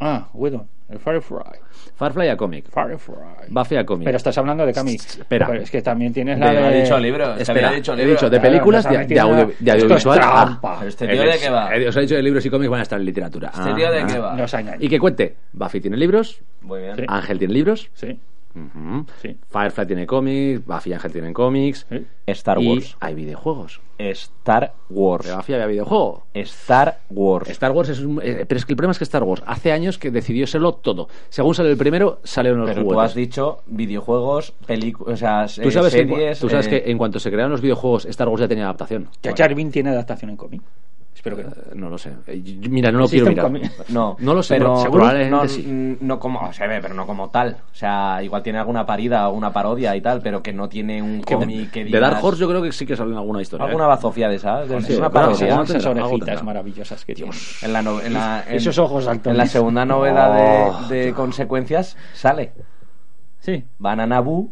Speaker 4: Ah, Whedon, el Firefly.
Speaker 1: Firefly a cómic.
Speaker 4: Firefly.
Speaker 1: Buffy a cómic.
Speaker 4: Pero estás hablando de Cami.
Speaker 1: Espera.
Speaker 4: Pero es que también tienes
Speaker 1: De-
Speaker 4: la
Speaker 2: ha
Speaker 4: de...
Speaker 2: dicho libro. se
Speaker 1: Espera,
Speaker 2: había dicho
Speaker 1: he
Speaker 2: libro.
Speaker 1: dicho de
Speaker 4: Claro,
Speaker 1: películas,
Speaker 4: nos
Speaker 1: de,
Speaker 4: ha
Speaker 1: de
Speaker 4: metido
Speaker 1: audio-
Speaker 4: una-
Speaker 1: de
Speaker 4: Esto es
Speaker 1: audiovisual.
Speaker 4: trampa.
Speaker 2: Pero este tío de qué va.
Speaker 1: Eh, Os he dicho de libros y cómics van a estar en literatura. Ah,
Speaker 2: Este tío de qué va.
Speaker 4: Nos ha engañado.
Speaker 1: Y que cuente, Buffy tiene libros,
Speaker 2: Muy bien.
Speaker 4: Sí.
Speaker 1: Ángel tiene libros,
Speaker 4: Sí,
Speaker 2: Mm.
Speaker 1: ujú,
Speaker 4: sí.
Speaker 1: Firefly tiene cómics, Buffy y Ángel tienen cómics,
Speaker 4: sí.
Speaker 2: Star
Speaker 1: y
Speaker 2: Wars.
Speaker 1: hay videojuegos.
Speaker 2: Star Wars.
Speaker 1: Pero Buffy había videojuego.
Speaker 2: Star Wars.
Speaker 1: Star Wars es un... eh, pero es que el problema es que Star Wars hace años que decidió serlo todo. Según sale el primero, salieron los
Speaker 2: Pero tú
Speaker 1: juguetes.
Speaker 2: has dicho videojuegos, películas, o sea,
Speaker 1: Tú
Speaker 2: eh,
Speaker 1: sabes, que, en cua-
Speaker 2: series.
Speaker 1: tú sabes
Speaker 2: eh,
Speaker 1: que en cuanto se crearon los videojuegos, Star Wars ya tenía adaptación.
Speaker 4: Que Charvin tiene adaptación en cómic. Espero que no.
Speaker 1: Eh, No lo sé. Eh, yo- Mira, no lo
Speaker 4: Existe
Speaker 1: quiero
Speaker 4: un
Speaker 1: mirar.
Speaker 4: cómic.
Speaker 2: No,
Speaker 1: No lo sé,
Speaker 2: pero
Speaker 1: pero
Speaker 2: seguro
Speaker 1: probablemente
Speaker 2: no,
Speaker 1: sí.
Speaker 2: mm, no como se ve, pero no como tal. O sea, igual tiene alguna parida, alguna parodia y tal, pero que no tiene un
Speaker 1: Que de-
Speaker 2: cómic que
Speaker 1: de,
Speaker 2: digas-
Speaker 1: Dark Horse yo creo que sí que salen alguna historia.
Speaker 2: alguna
Speaker 1: ¿eh?
Speaker 2: bazofía de esas, de- es una
Speaker 1: pero
Speaker 2: parodia.
Speaker 1: seguro
Speaker 4: Con
Speaker 1: no
Speaker 4: esas
Speaker 1: tendrá, algo
Speaker 4: orejitas
Speaker 1: tendrá.
Speaker 4: maravillosas que tiene.
Speaker 2: En la, no- en la- en-
Speaker 4: Esos ojos saltones.
Speaker 2: en la segunda novela
Speaker 1: Oh.
Speaker 2: de, de consecuencias sale.
Speaker 4: Sí.
Speaker 2: Van a Naboo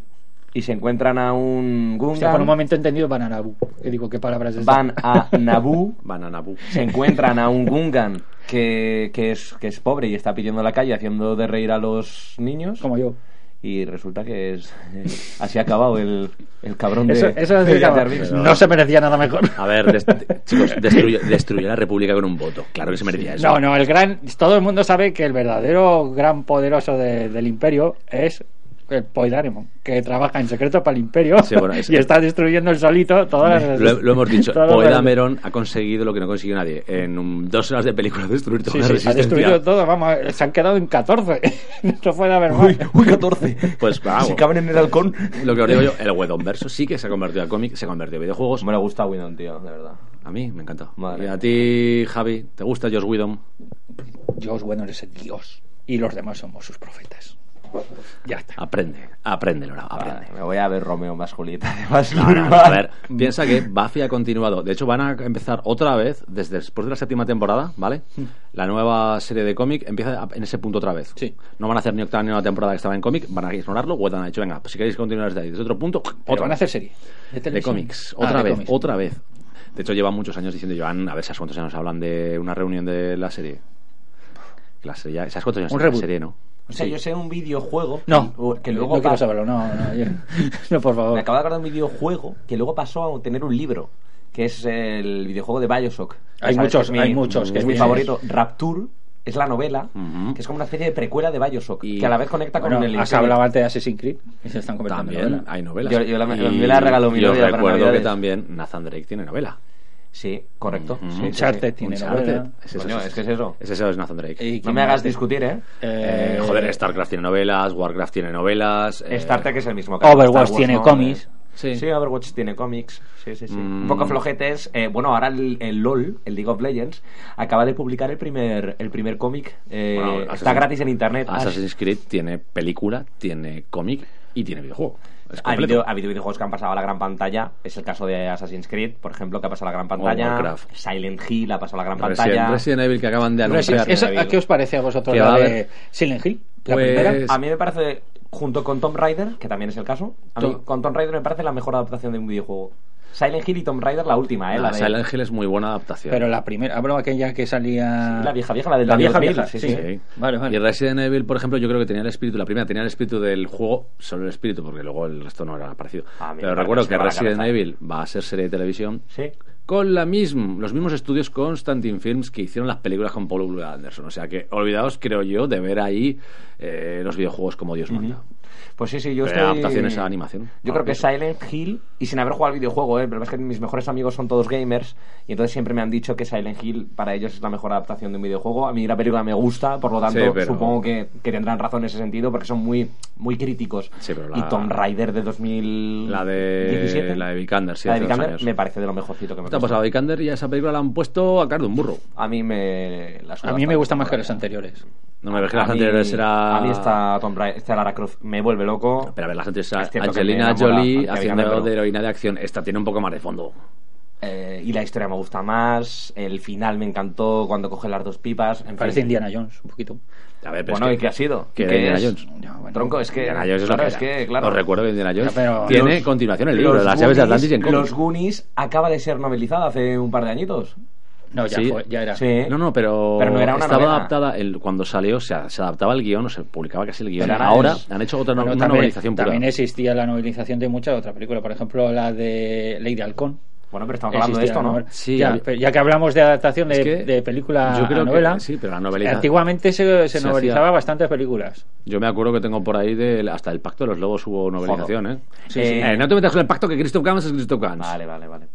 Speaker 2: y se encuentran a un
Speaker 4: O sea,
Speaker 2: Gungan.
Speaker 1: pues
Speaker 4: por un momento he entendido Bananabu. Que digo, ¿qué palabras es esa?
Speaker 2: van a Naboo
Speaker 1: Banana Boo.
Speaker 2: se encuentran a un Gungan que, que, es, que es pobre y está pidiendo la calle haciendo de reír a los niños.
Speaker 4: Como yo.
Speaker 2: Y resulta que es eh, así ha acabado el, el cabrón de.
Speaker 4: Eso, eso es
Speaker 2: de
Speaker 4: digamos,
Speaker 2: Jar Binks.
Speaker 4: No se merecía nada mejor.
Speaker 1: A ver, des- chicos, destruye, destruye la República con un voto. Claro que se merecía eso.
Speaker 4: No, no, el gran. Todo el mundo sabe que el verdadero gran poderoso de- del imperio es el Poidaremon, que trabaja en secreto para el imperio
Speaker 1: Sí, bueno, es-
Speaker 4: y está destruyendo el solito todas las.
Speaker 1: Lo, lo hemos dicho,
Speaker 4: todas las-
Speaker 1: Poedameron ha conseguido lo que no consiguió nadie. En un- dos horas de película destruir toda
Speaker 4: Sí,
Speaker 1: la
Speaker 4: sí, ha
Speaker 1: resistencia.
Speaker 4: destruido todo, vamos, eh, se han quedado en 14. no puede haber más.
Speaker 2: Uy, uy, 14.
Speaker 1: Pues, vamos.
Speaker 2: Si caben en el halcón.
Speaker 1: Lo que os digo yo, el Wedon Verso sí que se ha convertido a cómic, se ha convertido a videojuegos.
Speaker 2: Me le gusta Winon, tío, de verdad.
Speaker 1: A mí me encanta.
Speaker 2: Madre
Speaker 1: Y a
Speaker 2: mía.
Speaker 1: ti, Javi, ¿te gusta Josh Whedon?
Speaker 4: Dios bueno es el Dios y los demás somos sus profetas. Ya está.
Speaker 1: Aprende, aprende, Laura, aprende.
Speaker 2: Vale, me voy a ver Romeo más Julieta. Además,
Speaker 1: No, no, no, a ver, piensa que Buffy ha continuado. De hecho, van a empezar otra vez, desde después de la séptima temporada, ¿vale?
Speaker 4: Hmm.
Speaker 1: La nueva serie de cómic empieza a- en ese punto otra vez.
Speaker 4: Sí.
Speaker 1: No van a hacer ni octava ni una temporada que estaba en cómic, van a ignorarlo. Wedan ha dicho, venga, si queréis continuar desde ahí, desde otro punto,
Speaker 4: Pero
Speaker 1: otra
Speaker 4: van a
Speaker 1: vez.
Speaker 4: hacer serie. De,
Speaker 1: de
Speaker 4: televisión.
Speaker 1: cómics,
Speaker 4: Ah,
Speaker 1: otra
Speaker 4: de
Speaker 1: vez,
Speaker 4: cómics.
Speaker 1: otra vez. De hecho, llevan muchos años diciendo, llevan, a ver, ¿sabes cuántos años hablan de una reunión de la serie? La serie, ya- ¿sabes cuántos años hablan
Speaker 4: Un
Speaker 1: de la
Speaker 4: reboot.
Speaker 1: serie, no?
Speaker 2: O sea, yo sé un videojuego.
Speaker 4: No,
Speaker 2: Uh, Que luego.
Speaker 4: no quiero
Speaker 2: pa-
Speaker 4: saberlo, no, no, yo- no, por
Speaker 2: Me
Speaker 4: favor.
Speaker 2: acabo de acordar de un videojuego que luego pasó a tener un libro. Que es el videojuego de Bioshock.
Speaker 4: Hay
Speaker 2: Sabes
Speaker 4: muchos,
Speaker 2: que es mi-
Speaker 4: hay muchos, que
Speaker 2: Es mi
Speaker 4: tienes.
Speaker 2: favorito. Rapture es la novela.
Speaker 1: Ujú.
Speaker 2: Que es como una especie de precuela de Bioshock.
Speaker 1: Y-
Speaker 2: Que a la vez conecta
Speaker 4: Bueno,
Speaker 2: con el.
Speaker 4: has hablado antes de Assassin's Creed y se están Eh, convirtiendo en
Speaker 1: También
Speaker 4: novela.
Speaker 1: hay novelas.
Speaker 2: Yo- yo la-
Speaker 1: Y
Speaker 2: me la regaló mi
Speaker 1: yo
Speaker 2: novia para
Speaker 1: recuerdo que
Speaker 2: Navidades.
Speaker 1: también Nathan Drake tiene novela.
Speaker 2: Sí, correcto.
Speaker 1: Ujú.
Speaker 2: Sí, sí,
Speaker 4: Uncharted
Speaker 2: sí.
Speaker 4: tiene
Speaker 1: Uncharted.
Speaker 4: novela.
Speaker 1: Es eso,
Speaker 2: Coño,
Speaker 1: es
Speaker 2: es
Speaker 1: eso.
Speaker 2: que es eso.
Speaker 1: Es eso, es Nathan Drake.
Speaker 4: ¿Y qué
Speaker 2: No me
Speaker 4: más
Speaker 2: hagas
Speaker 4: de-
Speaker 2: discutir, ¿eh?
Speaker 1: Eh,
Speaker 4: Eh,
Speaker 1: joder, StarCraft tiene novelas, WarCraft tiene novelas. eh,
Speaker 2: Star Trek es el mismo. que Star
Speaker 4: Overwatch
Speaker 2: Wars,
Speaker 4: tiene
Speaker 2: ¿no?
Speaker 4: cómics.
Speaker 1: Sí.
Speaker 2: Sí, Overwatch tiene cómics. Sí, sí, sí.
Speaker 1: Mm.
Speaker 2: Un poco flojetes. Eh, bueno, ahora el, el LOL, el League of Legends, acaba de publicar el primer, el primer cómic. Eh,
Speaker 1: Bueno,
Speaker 2: está
Speaker 1: Assassin's-
Speaker 2: gratis en internet.
Speaker 1: Assassin's Creed tiene película, tiene cómic y tiene videojuego. Es
Speaker 2: Ha
Speaker 1: completo.
Speaker 2: habido, ha habido videojuegos que han pasado a la gran pantalla. Es el caso de Assassin's Creed, por ejemplo, que ha pasado a la gran pantalla.
Speaker 1: Warcraft.
Speaker 2: Silent Hill ha pasado a la gran
Speaker 1: Resident-
Speaker 2: pantalla.
Speaker 1: Resident Evil que acaban de
Speaker 4: Resident-
Speaker 1: anunciar.
Speaker 4: ¿eso-
Speaker 2: Evil.
Speaker 4: ¿A qué os parece a vosotros
Speaker 1: Que va
Speaker 4: la
Speaker 1: a
Speaker 4: de
Speaker 1: haber-
Speaker 4: Silent Hill? La
Speaker 1: Pues-
Speaker 4: primera.
Speaker 1: Es-
Speaker 2: A mí me parece, junto con Tomb Raider, que también es el caso, a mí,
Speaker 1: To-
Speaker 2: con Tomb Raider me parece la mejor adaptación de un videojuego. Silent Hill y Tomb Raider, la última, ¿eh?
Speaker 1: La
Speaker 2: la, de-
Speaker 1: Ah, Silent Hill es muy buena adaptación.
Speaker 4: Pero la primera, hablo aquella que salía.
Speaker 2: la vieja vieja, la de
Speaker 4: La vieja
Speaker 2: 2000,
Speaker 4: vieja,
Speaker 2: sí,
Speaker 1: Sí.
Speaker 2: sí.
Speaker 4: Vale, vale.
Speaker 1: Y Resident Evil, por ejemplo, yo creo que tenía el espíritu, la primera tenía el espíritu del juego, solo el espíritu, porque luego el resto no era parecido.
Speaker 2: A mí me
Speaker 1: Pero
Speaker 2: parece
Speaker 1: recuerdo
Speaker 2: que
Speaker 1: que
Speaker 2: se va la
Speaker 1: Resident
Speaker 2: cabeza.
Speaker 1: Evil va a ser serie de televisión
Speaker 2: Sí.
Speaker 1: con la misma, los mismos estudios Constantin Films que hicieron las películas con Paul W. Anderson. O sea que olvidaos, creo yo, de ver ahí eh, los videojuegos como Dios manda.
Speaker 2: Pues sí, sí, yo
Speaker 1: Pero
Speaker 2: estoy...
Speaker 1: adaptaciones a animación.
Speaker 2: Yo creo que Silent Hill, y sin haber jugado al videojuego, ¿eh? pero es que mis mejores amigos son todos gamers, y entonces siempre me han dicho que Silent Hill para ellos es la mejor adaptación de un videojuego. A mí la película me gusta, por lo tanto
Speaker 1: Sí, pero-
Speaker 2: supongo que, que tendrán razón en ese sentido, porque son muy, muy críticos.
Speaker 1: Sí, pero la-
Speaker 2: Y Tomb Raider de 2000...
Speaker 1: La de, la de Vikander, sí,
Speaker 2: La de
Speaker 1: hace dos
Speaker 2: Vikander
Speaker 1: años.
Speaker 2: me parece de lo mejorcito que me
Speaker 1: Está
Speaker 2: ha
Speaker 1: pasado
Speaker 2: pasado.
Speaker 1: Vikander y a esa película la han puesto a cara de un burro.
Speaker 2: A mí me... la suda
Speaker 4: A mí
Speaker 2: bastante.
Speaker 4: me gusta más que las anteriores.
Speaker 1: No me
Speaker 2: A
Speaker 1: imagino las
Speaker 2: mí-
Speaker 1: anteriores era...
Speaker 2: A mí esta Tomb Raider, esta Lara Croft me vuelve loco.
Speaker 1: Pero a ver, las anteriores era
Speaker 2: Es cierto que me
Speaker 1: Angelina
Speaker 2: enamora
Speaker 1: Jolie
Speaker 2: Angelina
Speaker 1: haciendo
Speaker 2: Jolie,
Speaker 1: de
Speaker 2: pero-
Speaker 1: heroína de acción. Esta tiene un poco más de fondo.
Speaker 2: Eh, y la historia me gusta más. El final me encantó cuando coge las dos pipas. En
Speaker 4: Me parece
Speaker 2: fin.
Speaker 4: Indiana Jones, un poquito.
Speaker 1: A ver, pero
Speaker 2: Bueno,
Speaker 1: es
Speaker 2: ¿y qué ha sido?
Speaker 1: que
Speaker 2: ¿Y
Speaker 1: era
Speaker 2: qué
Speaker 1: Indiana
Speaker 2: es?
Speaker 1: Jones.
Speaker 4: No, bueno.
Speaker 2: Tronco, es que.
Speaker 1: Indiana Jones es lo
Speaker 2: claro,
Speaker 1: que
Speaker 2: es
Speaker 1: era.
Speaker 2: que, claro.
Speaker 1: Os recuerdo que Indiana Jones
Speaker 4: Pero-
Speaker 1: tiene
Speaker 2: Los-
Speaker 1: continuación el libro,
Speaker 2: los
Speaker 1: Las llaves de
Speaker 2: Goonies-
Speaker 1: Atlantis y en
Speaker 2: Los
Speaker 1: cómics.
Speaker 2: Goonies acaba de ser novelizada hace un par de añitos.
Speaker 4: No, ya,
Speaker 1: Sí.
Speaker 4: fue- ya era.
Speaker 2: Sí.
Speaker 1: No, no, pero,
Speaker 2: Pero no era una
Speaker 1: estaba
Speaker 2: novela.
Speaker 1: adaptada, el- cuando salió se, se adaptaba el guión o se publicaba casi el guión.
Speaker 4: Pero
Speaker 1: Ahora
Speaker 4: es-
Speaker 1: han hecho otra no-
Speaker 4: Bueno,
Speaker 1: una
Speaker 4: también,
Speaker 1: novelización pura.
Speaker 4: También existía la novelización de muchas otras películas. Por ejemplo, la de Ley de Halcón.
Speaker 2: Bueno, pero estamos hablando de
Speaker 4: Existía
Speaker 2: esto,
Speaker 4: la
Speaker 2: ¿no?
Speaker 4: novela.
Speaker 1: Sí,
Speaker 4: ya,
Speaker 1: había-
Speaker 4: pero ya que hablamos de adaptación
Speaker 1: Es
Speaker 4: de,
Speaker 1: que
Speaker 4: de película
Speaker 1: yo creo
Speaker 4: a
Speaker 1: que-
Speaker 4: novela,
Speaker 1: sí, pero la noveliza-
Speaker 4: antiguamente se, se
Speaker 1: se
Speaker 4: novelizaba
Speaker 1: hacía-
Speaker 4: bastantes películas.
Speaker 1: Yo me acuerdo que tengo por ahí del- hasta el Pacto de los Lobos hubo novelización, ¿eh?
Speaker 2: Eh,
Speaker 1: Eh, No te metas con el pacto que Christoph Gans es Christoph Gans.
Speaker 2: Vale, vale, vale.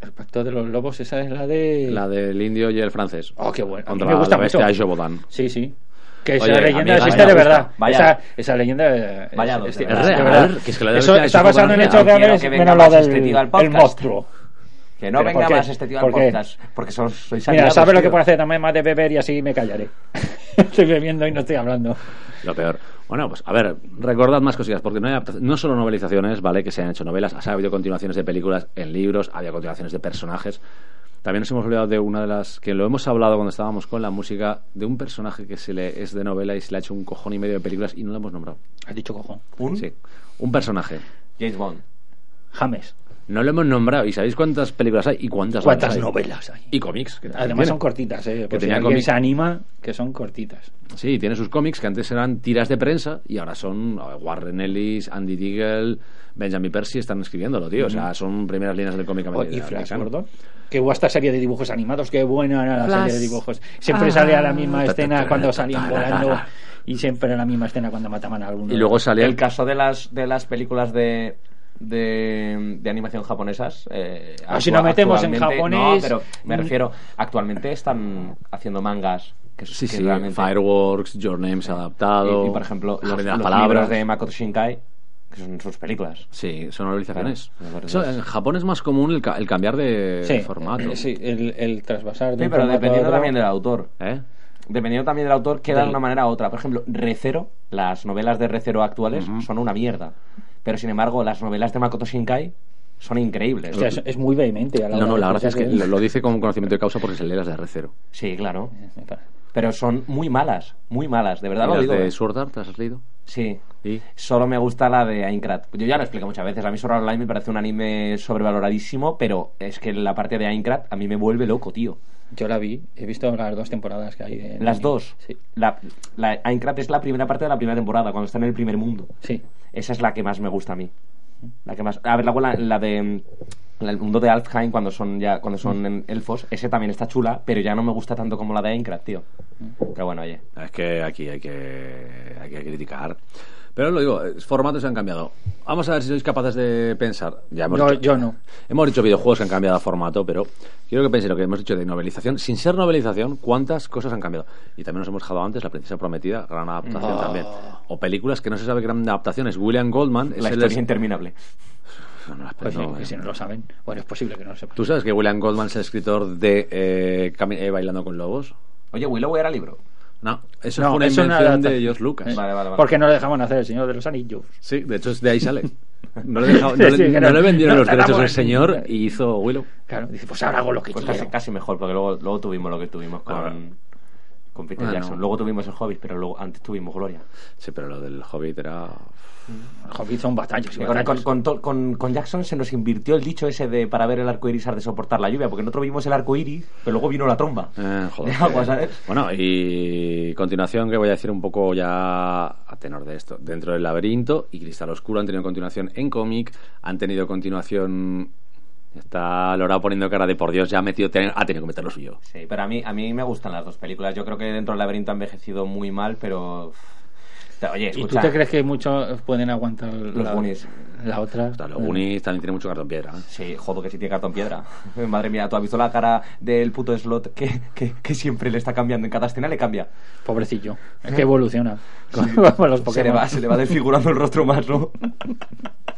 Speaker 4: El Pacto de los Lobos, esa es la de...
Speaker 1: La del indio y el francés.
Speaker 4: Oh, qué bueno. A mí
Speaker 1: Contra
Speaker 4: me gusta
Speaker 1: la bestia
Speaker 4: mucho.
Speaker 1: Jobodán.
Speaker 4: Sí, sí. Que
Speaker 1: Oye,
Speaker 4: esa
Speaker 1: a mí-
Speaker 4: leyenda
Speaker 1: a mí
Speaker 4: existe
Speaker 1: me
Speaker 4: de
Speaker 1: gusta.
Speaker 4: verdad.
Speaker 2: Vaya.
Speaker 4: Esa, esa leyenda eh,
Speaker 2: Vaya
Speaker 4: es-
Speaker 2: dos,
Speaker 4: es
Speaker 2: de
Speaker 4: de
Speaker 2: verdad.
Speaker 4: verdad.
Speaker 2: Es
Speaker 1: real, que es que la de
Speaker 4: Eso
Speaker 1: bestia es
Speaker 4: está
Speaker 1: un
Speaker 4: basado
Speaker 1: poco
Speaker 4: en
Speaker 1: real.
Speaker 4: hechos
Speaker 2: Quiero
Speaker 4: reales,
Speaker 2: que venga
Speaker 4: menos la
Speaker 2: más
Speaker 4: del
Speaker 2: este tío al
Speaker 4: el
Speaker 2: podcast.
Speaker 4: monstruo.
Speaker 2: Que no
Speaker 4: ¿Pero
Speaker 2: venga
Speaker 4: por qué?
Speaker 2: más este tío al
Speaker 4: ¿Por qué?
Speaker 2: podcast. Porque son, sois
Speaker 4: Mira,
Speaker 2: aliados,
Speaker 4: ¿sabes lo
Speaker 2: tío.
Speaker 4: que puedo hacer? También más de beber y así me callaré. estoy bebiendo y no estoy hablando.
Speaker 1: Lo peor. Bueno, pues a ver, recordad más cosillas, porque no, hay adaptación- no solo novelizaciones, ¿vale? Que se han hecho novelas, ha habido continuaciones de películas en libros, había continuaciones de personajes. También nos hemos olvidado de una de las que lo hemos hablado cuando estábamos con la música, de un personaje que se le es de novela y se le ha hecho un cojón y medio de películas y no lo hemos nombrado.
Speaker 4: Has dicho cojón.
Speaker 2: Un
Speaker 1: Sí, un personaje.
Speaker 2: James Bond.
Speaker 4: James.
Speaker 1: No lo hemos nombrado y sabéis cuántas películas hay y cuántas,
Speaker 4: ¿Cuántas
Speaker 1: hay?
Speaker 4: novelas hay?
Speaker 1: y cómics. que también
Speaker 4: Además son
Speaker 1: tiene.
Speaker 4: cortitas, ¿eh? Por si
Speaker 1: tenía
Speaker 4: alguien
Speaker 1: cómic.
Speaker 4: se anima, que son cortitas.
Speaker 1: Sí, tiene sus cómics que antes eran tiras de prensa y ahora son eh, Warren Ellis, Andy Deagle, Benjamin Percy están escribiéndolo, tío. O sea, son primeras líneas del cómic
Speaker 4: Oh,
Speaker 1: amer-
Speaker 4: y Flash
Speaker 1: americano.
Speaker 4: Gordon. Que hubo esta serie de dibujos animados. Qué buena era la
Speaker 1: Flash.
Speaker 4: serie de dibujos. Siempre
Speaker 1: Ah.
Speaker 4: salía la misma
Speaker 1: Ta, ta,
Speaker 4: escena
Speaker 1: ta,
Speaker 4: cuando
Speaker 1: ta,
Speaker 4: salían
Speaker 1: ta,
Speaker 4: volando.
Speaker 1: ta, ta.
Speaker 4: Y siempre la misma escena cuando mataban a alguno.
Speaker 1: Y luego salía
Speaker 2: El caso de las, de las películas de, de, de animación japonesas. eh,
Speaker 4: Ah, si nos metemos en
Speaker 2: actualmente-
Speaker 4: japonés-
Speaker 2: No, pero me refiero. Actualmente están haciendo mangas. Que,
Speaker 1: Sí,
Speaker 2: que
Speaker 1: sí,
Speaker 2: realmente-
Speaker 1: Fireworks, Your Name se ha adaptado.
Speaker 2: Y, y, por ejemplo,
Speaker 1: Jardín
Speaker 2: los,
Speaker 1: de
Speaker 2: los
Speaker 1: las palabras.
Speaker 2: libros de Makoto Shinkai, que son sus películas.
Speaker 1: Sí, son novelizaciones.
Speaker 2: Claro, me parece
Speaker 1: Eso, en Japón es más común el, ca- el cambiar de
Speaker 4: Sí,
Speaker 1: formato.
Speaker 4: eh, Sí, el, el trasvasar. de
Speaker 2: Sí,
Speaker 4: un
Speaker 2: pero
Speaker 4: formato a
Speaker 2: dependiendo
Speaker 4: otro.
Speaker 2: también del autor.
Speaker 1: ¿Eh?
Speaker 2: Dependiendo también del autor, queda de
Speaker 1: Del-
Speaker 2: una manera u otra. Por ejemplo, Recero, las novelas de Recero actuales son una mierda. Pero sin embargo, las novelas de Makoto Shinkai son increíbles.
Speaker 4: Hostia, es, es muy vehemente. A
Speaker 1: No,
Speaker 4: la hora
Speaker 1: no,
Speaker 4: de
Speaker 1: la gracia es
Speaker 4: escuchar
Speaker 1: que lo, lo dice con conocimiento de causa porque se lee las de R0.
Speaker 2: Sí, claro.
Speaker 4: eh,
Speaker 2: Pero son muy malas, muy malas, de verdad
Speaker 1: ¿Y
Speaker 2: lo
Speaker 1: las
Speaker 2: digo.
Speaker 1: de
Speaker 2: ¿eh?
Speaker 1: Sword Art las has leído?
Speaker 2: Sí.
Speaker 1: ¿Y?
Speaker 2: Solo me gusta la de Aincrad. Yo ya lo explico muchas veces. A mí Sword Art Online me parece un anime sobrevaloradísimo, pero es que la parte de Aincrad a mí me vuelve loco, tío.
Speaker 4: Yo la vi. He visto las dos temporadas que hay. de-
Speaker 2: Las dos.
Speaker 4: Sí.
Speaker 2: La, la Aincrad es la primera parte de la primera temporada, cuando está en el primer mundo.
Speaker 4: Sí.
Speaker 2: Esa es la que más me gusta a mí. La que más. A ver, luego la, la de. mm, la- el mundo de Alfheim, cuando son ya cuando son en elfos, ese también está chula, pero ya no me gusta tanto como la
Speaker 1: Mm.
Speaker 2: de Aincrad, tío. Pero bueno, oye.
Speaker 1: Es que aquí hay que, hay que criticar. Pero lo digo, eh, formatos han cambiado. Vamos a ver si sois capaces de pensar. Ya hemos
Speaker 3: No,
Speaker 1: dicho-
Speaker 3: yo no.
Speaker 1: Hemos dicho videojuegos que han cambiado a formato, pero quiero que penséis lo que hemos dicho de novelización. Sin ser novelización, ¿cuántas cosas han cambiado? Y también nos hemos dejado antes La Princesa Prometida, gran adaptación también. O películas que no se sabe que eran adaptaciones. William Goldman es
Speaker 2: La
Speaker 1: el-
Speaker 2: historia interminable.
Speaker 1: No, no, las-
Speaker 4: Pues
Speaker 1: no,
Speaker 4: sí, que
Speaker 1: eh.
Speaker 4: si no lo saben, bueno, es posible que no lo sepan.
Speaker 1: ¿Tú sabes que William Goldman es el escritor de eh, Cami- eh, Bailando con Lobos?
Speaker 2: Oye, Willow era libro.
Speaker 1: No, eso
Speaker 3: No,
Speaker 1: fue una
Speaker 3: es una
Speaker 1: invención de
Speaker 3: adaptación.
Speaker 1: George Lucas.
Speaker 2: Vale, vale, vale.
Speaker 4: ¿Eh? Porque no le dejamos hacer el Señor de los Anillos.
Speaker 1: Sí, de hecho es de ahí sale. No le, dejaba- no
Speaker 4: Sí,
Speaker 1: le-
Speaker 4: que
Speaker 1: no
Speaker 4: no-
Speaker 1: le vendieron
Speaker 4: no
Speaker 1: los
Speaker 4: te
Speaker 1: derechos
Speaker 4: damos
Speaker 1: al señor
Speaker 4: ni-
Speaker 1: y hizo Willow.
Speaker 4: Claro, dice, pues ahora hago lo que
Speaker 2: Pues
Speaker 4: quiero.
Speaker 2: casi, casi mejor, porque luego, luego tuvimos lo que tuvimos
Speaker 1: Ahora.
Speaker 2: con, con Peter
Speaker 1: Ah, no.
Speaker 2: Jackson. Luego tuvimos el Hobbit, pero luego, antes tuvimos Gloria.
Speaker 1: Sí, pero lo del Hobbit era...
Speaker 4: Hobbit son batallos. y
Speaker 2: Con, con-
Speaker 4: batallos.
Speaker 2: con to- con- con Jackson se nos invirtió el dicho ese de para ver el arco iris has de soportar la lluvia, porque nosotros vimos el arco iris, pero luego vino la tromba.
Speaker 4: Ah,
Speaker 1: Eh, joder.
Speaker 2: De
Speaker 4: pues,
Speaker 2: agua, ¿sabes?
Speaker 1: Bueno, y continuación que voy a decir un poco ya a tenor de esto. Dentro del laberinto y Cristal Oscuro han tenido continuación en cómic, han tenido continuación... Está Lorao poniendo cara de por Dios, ya ha metido... Ha tenido que meter lo suyo.
Speaker 2: Sí, pero a mí, a mí me gustan las dos películas. Yo creo que dentro del laberinto ha envejecido muy mal, pero. Oye,
Speaker 4: ¿Y
Speaker 2: escucha.
Speaker 4: tú te crees que muchos pueden aguantar la,
Speaker 2: Goonies.
Speaker 4: la otra?
Speaker 1: Está los
Speaker 4: Ah.
Speaker 1: Goonies también tiene mucho cartón piedra. ¿eh?
Speaker 2: Sí, jodo que sí tiene cartón piedra. Madre mía, ¿tú has visto la cara del puto slot que, que- que siempre le está cambiando? En cada escena le cambia.
Speaker 4: Pobrecillo. Es que evoluciona. Con, con los
Speaker 2: ¿Eh? Se le, va,
Speaker 4: Pokémon.
Speaker 2: se le va desfigurando el rostro más, ¿no?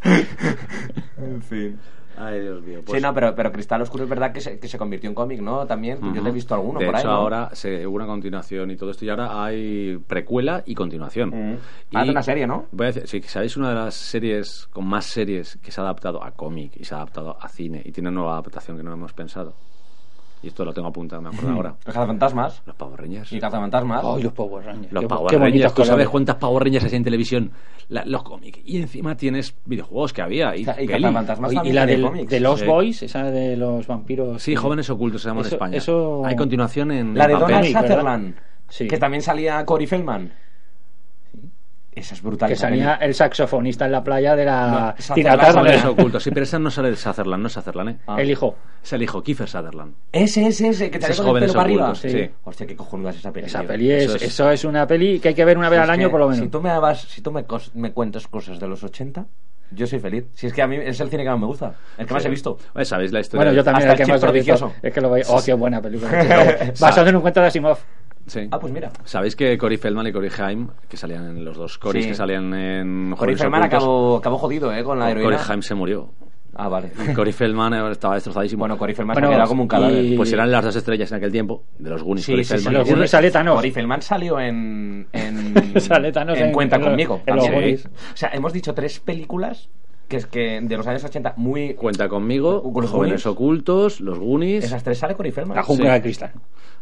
Speaker 2: en fin.
Speaker 1: Ay, Dios mío. pues
Speaker 2: sí, no, pero, pero Cristal Oscuro es verdad que se, que se convirtió en cómic, ¿no? También. Yo te he visto alguno
Speaker 1: de
Speaker 2: por ahí.
Speaker 1: hecho,
Speaker 2: ¿no?
Speaker 1: ahora se, hubo una continuación y todo esto, y ahora hay precuela y continuación.
Speaker 2: Ujú.
Speaker 1: Y
Speaker 2: Hace Mm. una serie, ¿no?
Speaker 1: Voy a decir, sí, ¿sabéis una de las series con más series que se ha adaptado a cómic y se ha adaptado a cine y tiene nueva adaptación que no hemos pensado? Y esto lo tengo apuntado, me acuerdo Mm. ahora.
Speaker 2: Los cazafantasmas.
Speaker 1: Los Power Rangers.
Speaker 2: Y cazafantasmas.
Speaker 4: Ay, los Power Rangers.
Speaker 1: Los
Speaker 4: Qué-
Speaker 1: Power
Speaker 4: qué bonitos
Speaker 1: Rangers, tú sabes
Speaker 4: colores.
Speaker 1: cuántas Power Rangers hay en televisión, La- los cómics. Y encima tienes videojuegos que había. Y,
Speaker 2: O sea, y
Speaker 1: peli.
Speaker 2: cazafantasmas. Más
Speaker 4: Oye,
Speaker 2: también
Speaker 4: y la
Speaker 2: de
Speaker 4: del-
Speaker 2: cómics.
Speaker 4: de los
Speaker 1: Sí.
Speaker 4: Boys, esa de los vampiros.
Speaker 1: Sí, jóvenes ocultos se llama en
Speaker 4: Eso-
Speaker 1: España.
Speaker 4: eso-
Speaker 1: Hay continuación en
Speaker 2: La de
Speaker 1: papel.
Speaker 2: Donald
Speaker 4: Sí, ¿verdad?
Speaker 2: Sutherland.
Speaker 4: Sí.
Speaker 2: Que también salía Cory Feldman. Esa es brutal.
Speaker 4: Que
Speaker 2: esa
Speaker 4: salía el saxofonista en la playa de la
Speaker 2: No,
Speaker 4: Tina
Speaker 2: Sutherland,
Speaker 4: Turner.
Speaker 1: Jóvenes ocultos. Sí, pero esa no sale de Sutherland, no es Sutherland, ¿eh?
Speaker 2: Ah.
Speaker 4: El hijo.
Speaker 1: Es el hijo, Kiefer Sutherland.
Speaker 2: Ese, ese, ese, que te
Speaker 1: Esos
Speaker 2: con el
Speaker 1: jóvenes
Speaker 2: pelo para arriba.
Speaker 1: ocultos, sí.
Speaker 2: Hostia, qué cojonuda es esa peli.
Speaker 4: Esa
Speaker 2: tío.
Speaker 4: peli es,
Speaker 1: eso
Speaker 4: eso,
Speaker 1: es-
Speaker 4: es, una peli que hay que ver una vez
Speaker 2: Si
Speaker 4: al
Speaker 2: es
Speaker 4: año
Speaker 2: que
Speaker 4: por lo menos.
Speaker 2: Si tú me, dabas- si tú me, cos- me cuentas cosas de los 80, yo soy feliz. Si es que a mí es el cine que más me gusta. El que más he visto.
Speaker 1: Oye, Eh, ¿Sabéis la historia?
Speaker 4: Bueno, yo también
Speaker 2: Hasta
Speaker 4: el que
Speaker 2: el
Speaker 4: más
Speaker 2: chip
Speaker 4: lo he visto.
Speaker 2: prodigioso.
Speaker 4: Es que lo veis. Oh, qué buena película. Basado en un cuento de Asimov.
Speaker 1: Sí.
Speaker 2: Ah, pues mira.
Speaker 1: ¿Sabéis que Cory Feldman y Cory Haim, que salían en los dos Corys
Speaker 2: Sí.
Speaker 1: que salían en
Speaker 2: Cory
Speaker 1: Jóvenes
Speaker 2: Feldman
Speaker 1: Ocultos,
Speaker 2: acabó, acabó jodido, ¿eh? Con la
Speaker 1: Cory
Speaker 2: heroína.
Speaker 1: Haim se murió.
Speaker 2: Ah, vale.
Speaker 1: Cory Feldman eh, estaba destrozadísimo.
Speaker 2: Bueno, Cory Feldman
Speaker 4: Bueno,
Speaker 2: se queda como un cadáver.
Speaker 4: y-
Speaker 1: Pues eran las dos estrellas en aquel tiempo, de los Goonies,
Speaker 2: Sí,
Speaker 1: Cory
Speaker 2: sí,
Speaker 1: Feldman.
Speaker 2: sí,
Speaker 1: y
Speaker 4: Los
Speaker 1: Cory-
Speaker 4: Goonies sale Thanos.
Speaker 2: Cory Feldman salió en. en
Speaker 4: Sale Thanos
Speaker 2: en
Speaker 4: en-
Speaker 2: Cuenta
Speaker 4: en lo-
Speaker 2: conmigo.
Speaker 4: en los
Speaker 2: también.
Speaker 4: Goonies.
Speaker 2: O sea, hemos dicho tres películas que es que de los años 80 muy.
Speaker 1: Cuenta conmigo,
Speaker 2: Con los
Speaker 1: Jóvenes
Speaker 2: Goonies.
Speaker 1: Ocultos, Los Goonies...
Speaker 2: Esas tres sale Cory Feldman.
Speaker 4: La jungla
Speaker 1: Ah, Sí.
Speaker 4: de cristal.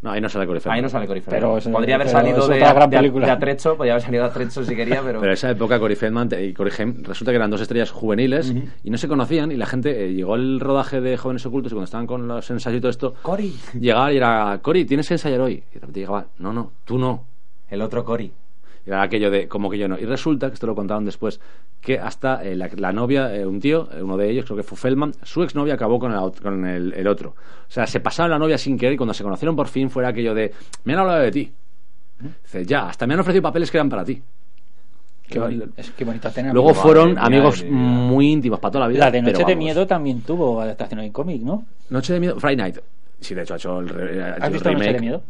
Speaker 1: No, ahí no sale Cory Feldman.
Speaker 2: Ahí no sale Cory Feldman.
Speaker 4: Pero es-
Speaker 2: podría haber
Speaker 4: pero
Speaker 2: salido
Speaker 4: es
Speaker 2: de,
Speaker 4: otra gran
Speaker 2: de-
Speaker 4: película.
Speaker 2: de Atrecho, podría haber salido de Atrecho si quería, pero...
Speaker 1: Pero esa época Cory Feldman te- y Cory Haim resulta que eran dos estrellas juveniles y no se conocían y la gente eh, llegó al rodaje de Jóvenes Ocultos y cuando estaban con los ensayos y todo esto,
Speaker 2: Cory.
Speaker 1: llegaba y era, Cory, ¿tienes que ensayar hoy? Y de repente llegaba, no, no, tú no.
Speaker 2: El otro Cory.
Speaker 1: Y Era aquello de, como que yo no. Y resulta, que esto lo contaban después, que hasta eh, la, la novia, eh, un tío, eh, uno de ellos, creo que fue Feldman, su exnovia acabó con, la ot- con el, el otro. O sea, se pasaron la novia sin querer y cuando se conocieron por fin fuera aquello de, me han hablado de ti. Dice, ya, hasta me han ofrecido papeles que eran para ti.
Speaker 4: Qué, bonito, es, qué bonito tener.
Speaker 1: Luego
Speaker 2: Madre
Speaker 1: fueron
Speaker 2: mía,
Speaker 1: amigos
Speaker 2: de mi vida.
Speaker 1: muy íntimos para toda la vida.
Speaker 4: La de
Speaker 1: pero
Speaker 4: Noche de
Speaker 1: vamos.
Speaker 4: Miedo también tuvo adaptación en cómic, ¿no?
Speaker 1: Noche de Miedo, Friday Night. Sí, de hecho ha hecho el, re- ha hecho
Speaker 4: ¿Has
Speaker 1: el
Speaker 4: visto Noche
Speaker 1: remake.
Speaker 4: de Miedo?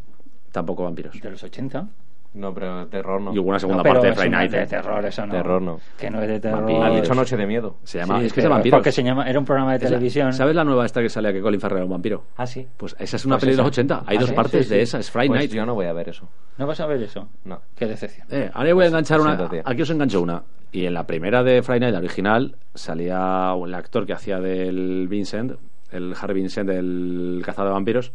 Speaker 1: Tampoco vampiros.
Speaker 4: De los 80
Speaker 2: No, pero terror no.
Speaker 1: Y hubo una segunda
Speaker 4: no, pero
Speaker 1: parte de
Speaker 4: es
Speaker 1: Friday
Speaker 4: una
Speaker 1: Night. ¿eh?
Speaker 4: de terror, eso no.
Speaker 2: Terror no.
Speaker 4: Que no es de terror.
Speaker 1: Vampiro.
Speaker 2: Has
Speaker 1: Pues-
Speaker 2: dicho Noche de Miedo.
Speaker 1: Se llama,
Speaker 4: Sí,
Speaker 1: es que se llama vampiros.
Speaker 4: Porque se llama, era un programa de
Speaker 1: Es la-
Speaker 4: televisión.
Speaker 1: ¿Sabes la nueva esta que sale que Colin Farrell era un vampiro?
Speaker 2: Ah, sí.
Speaker 1: Pues esa es una
Speaker 4: Pues
Speaker 1: peli de los
Speaker 4: esa.
Speaker 1: 80. Hay
Speaker 4: Ah,
Speaker 1: dos
Speaker 4: sí,
Speaker 1: partes
Speaker 4: sí,
Speaker 1: de
Speaker 4: sí.
Speaker 1: esa, es Friday
Speaker 2: Pues
Speaker 1: Night.
Speaker 2: yo no voy a ver eso.
Speaker 4: ¿No vas a ver eso?
Speaker 2: No.
Speaker 4: Qué decepción.
Speaker 1: Eh, ahora yo voy a enganchar una.
Speaker 2: siento, tío.
Speaker 1: Aquí os engancho una. Y en la primera de Friday Night, la original, salía el actor que hacía del Vincent, el Harry Vincent, el cazador de vampiros.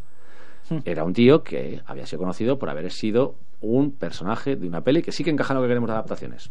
Speaker 4: Hmm.
Speaker 1: Era un tío que había sido conocido por haber sido un personaje de una peli que sí que encaja en lo que queremos de adaptaciones.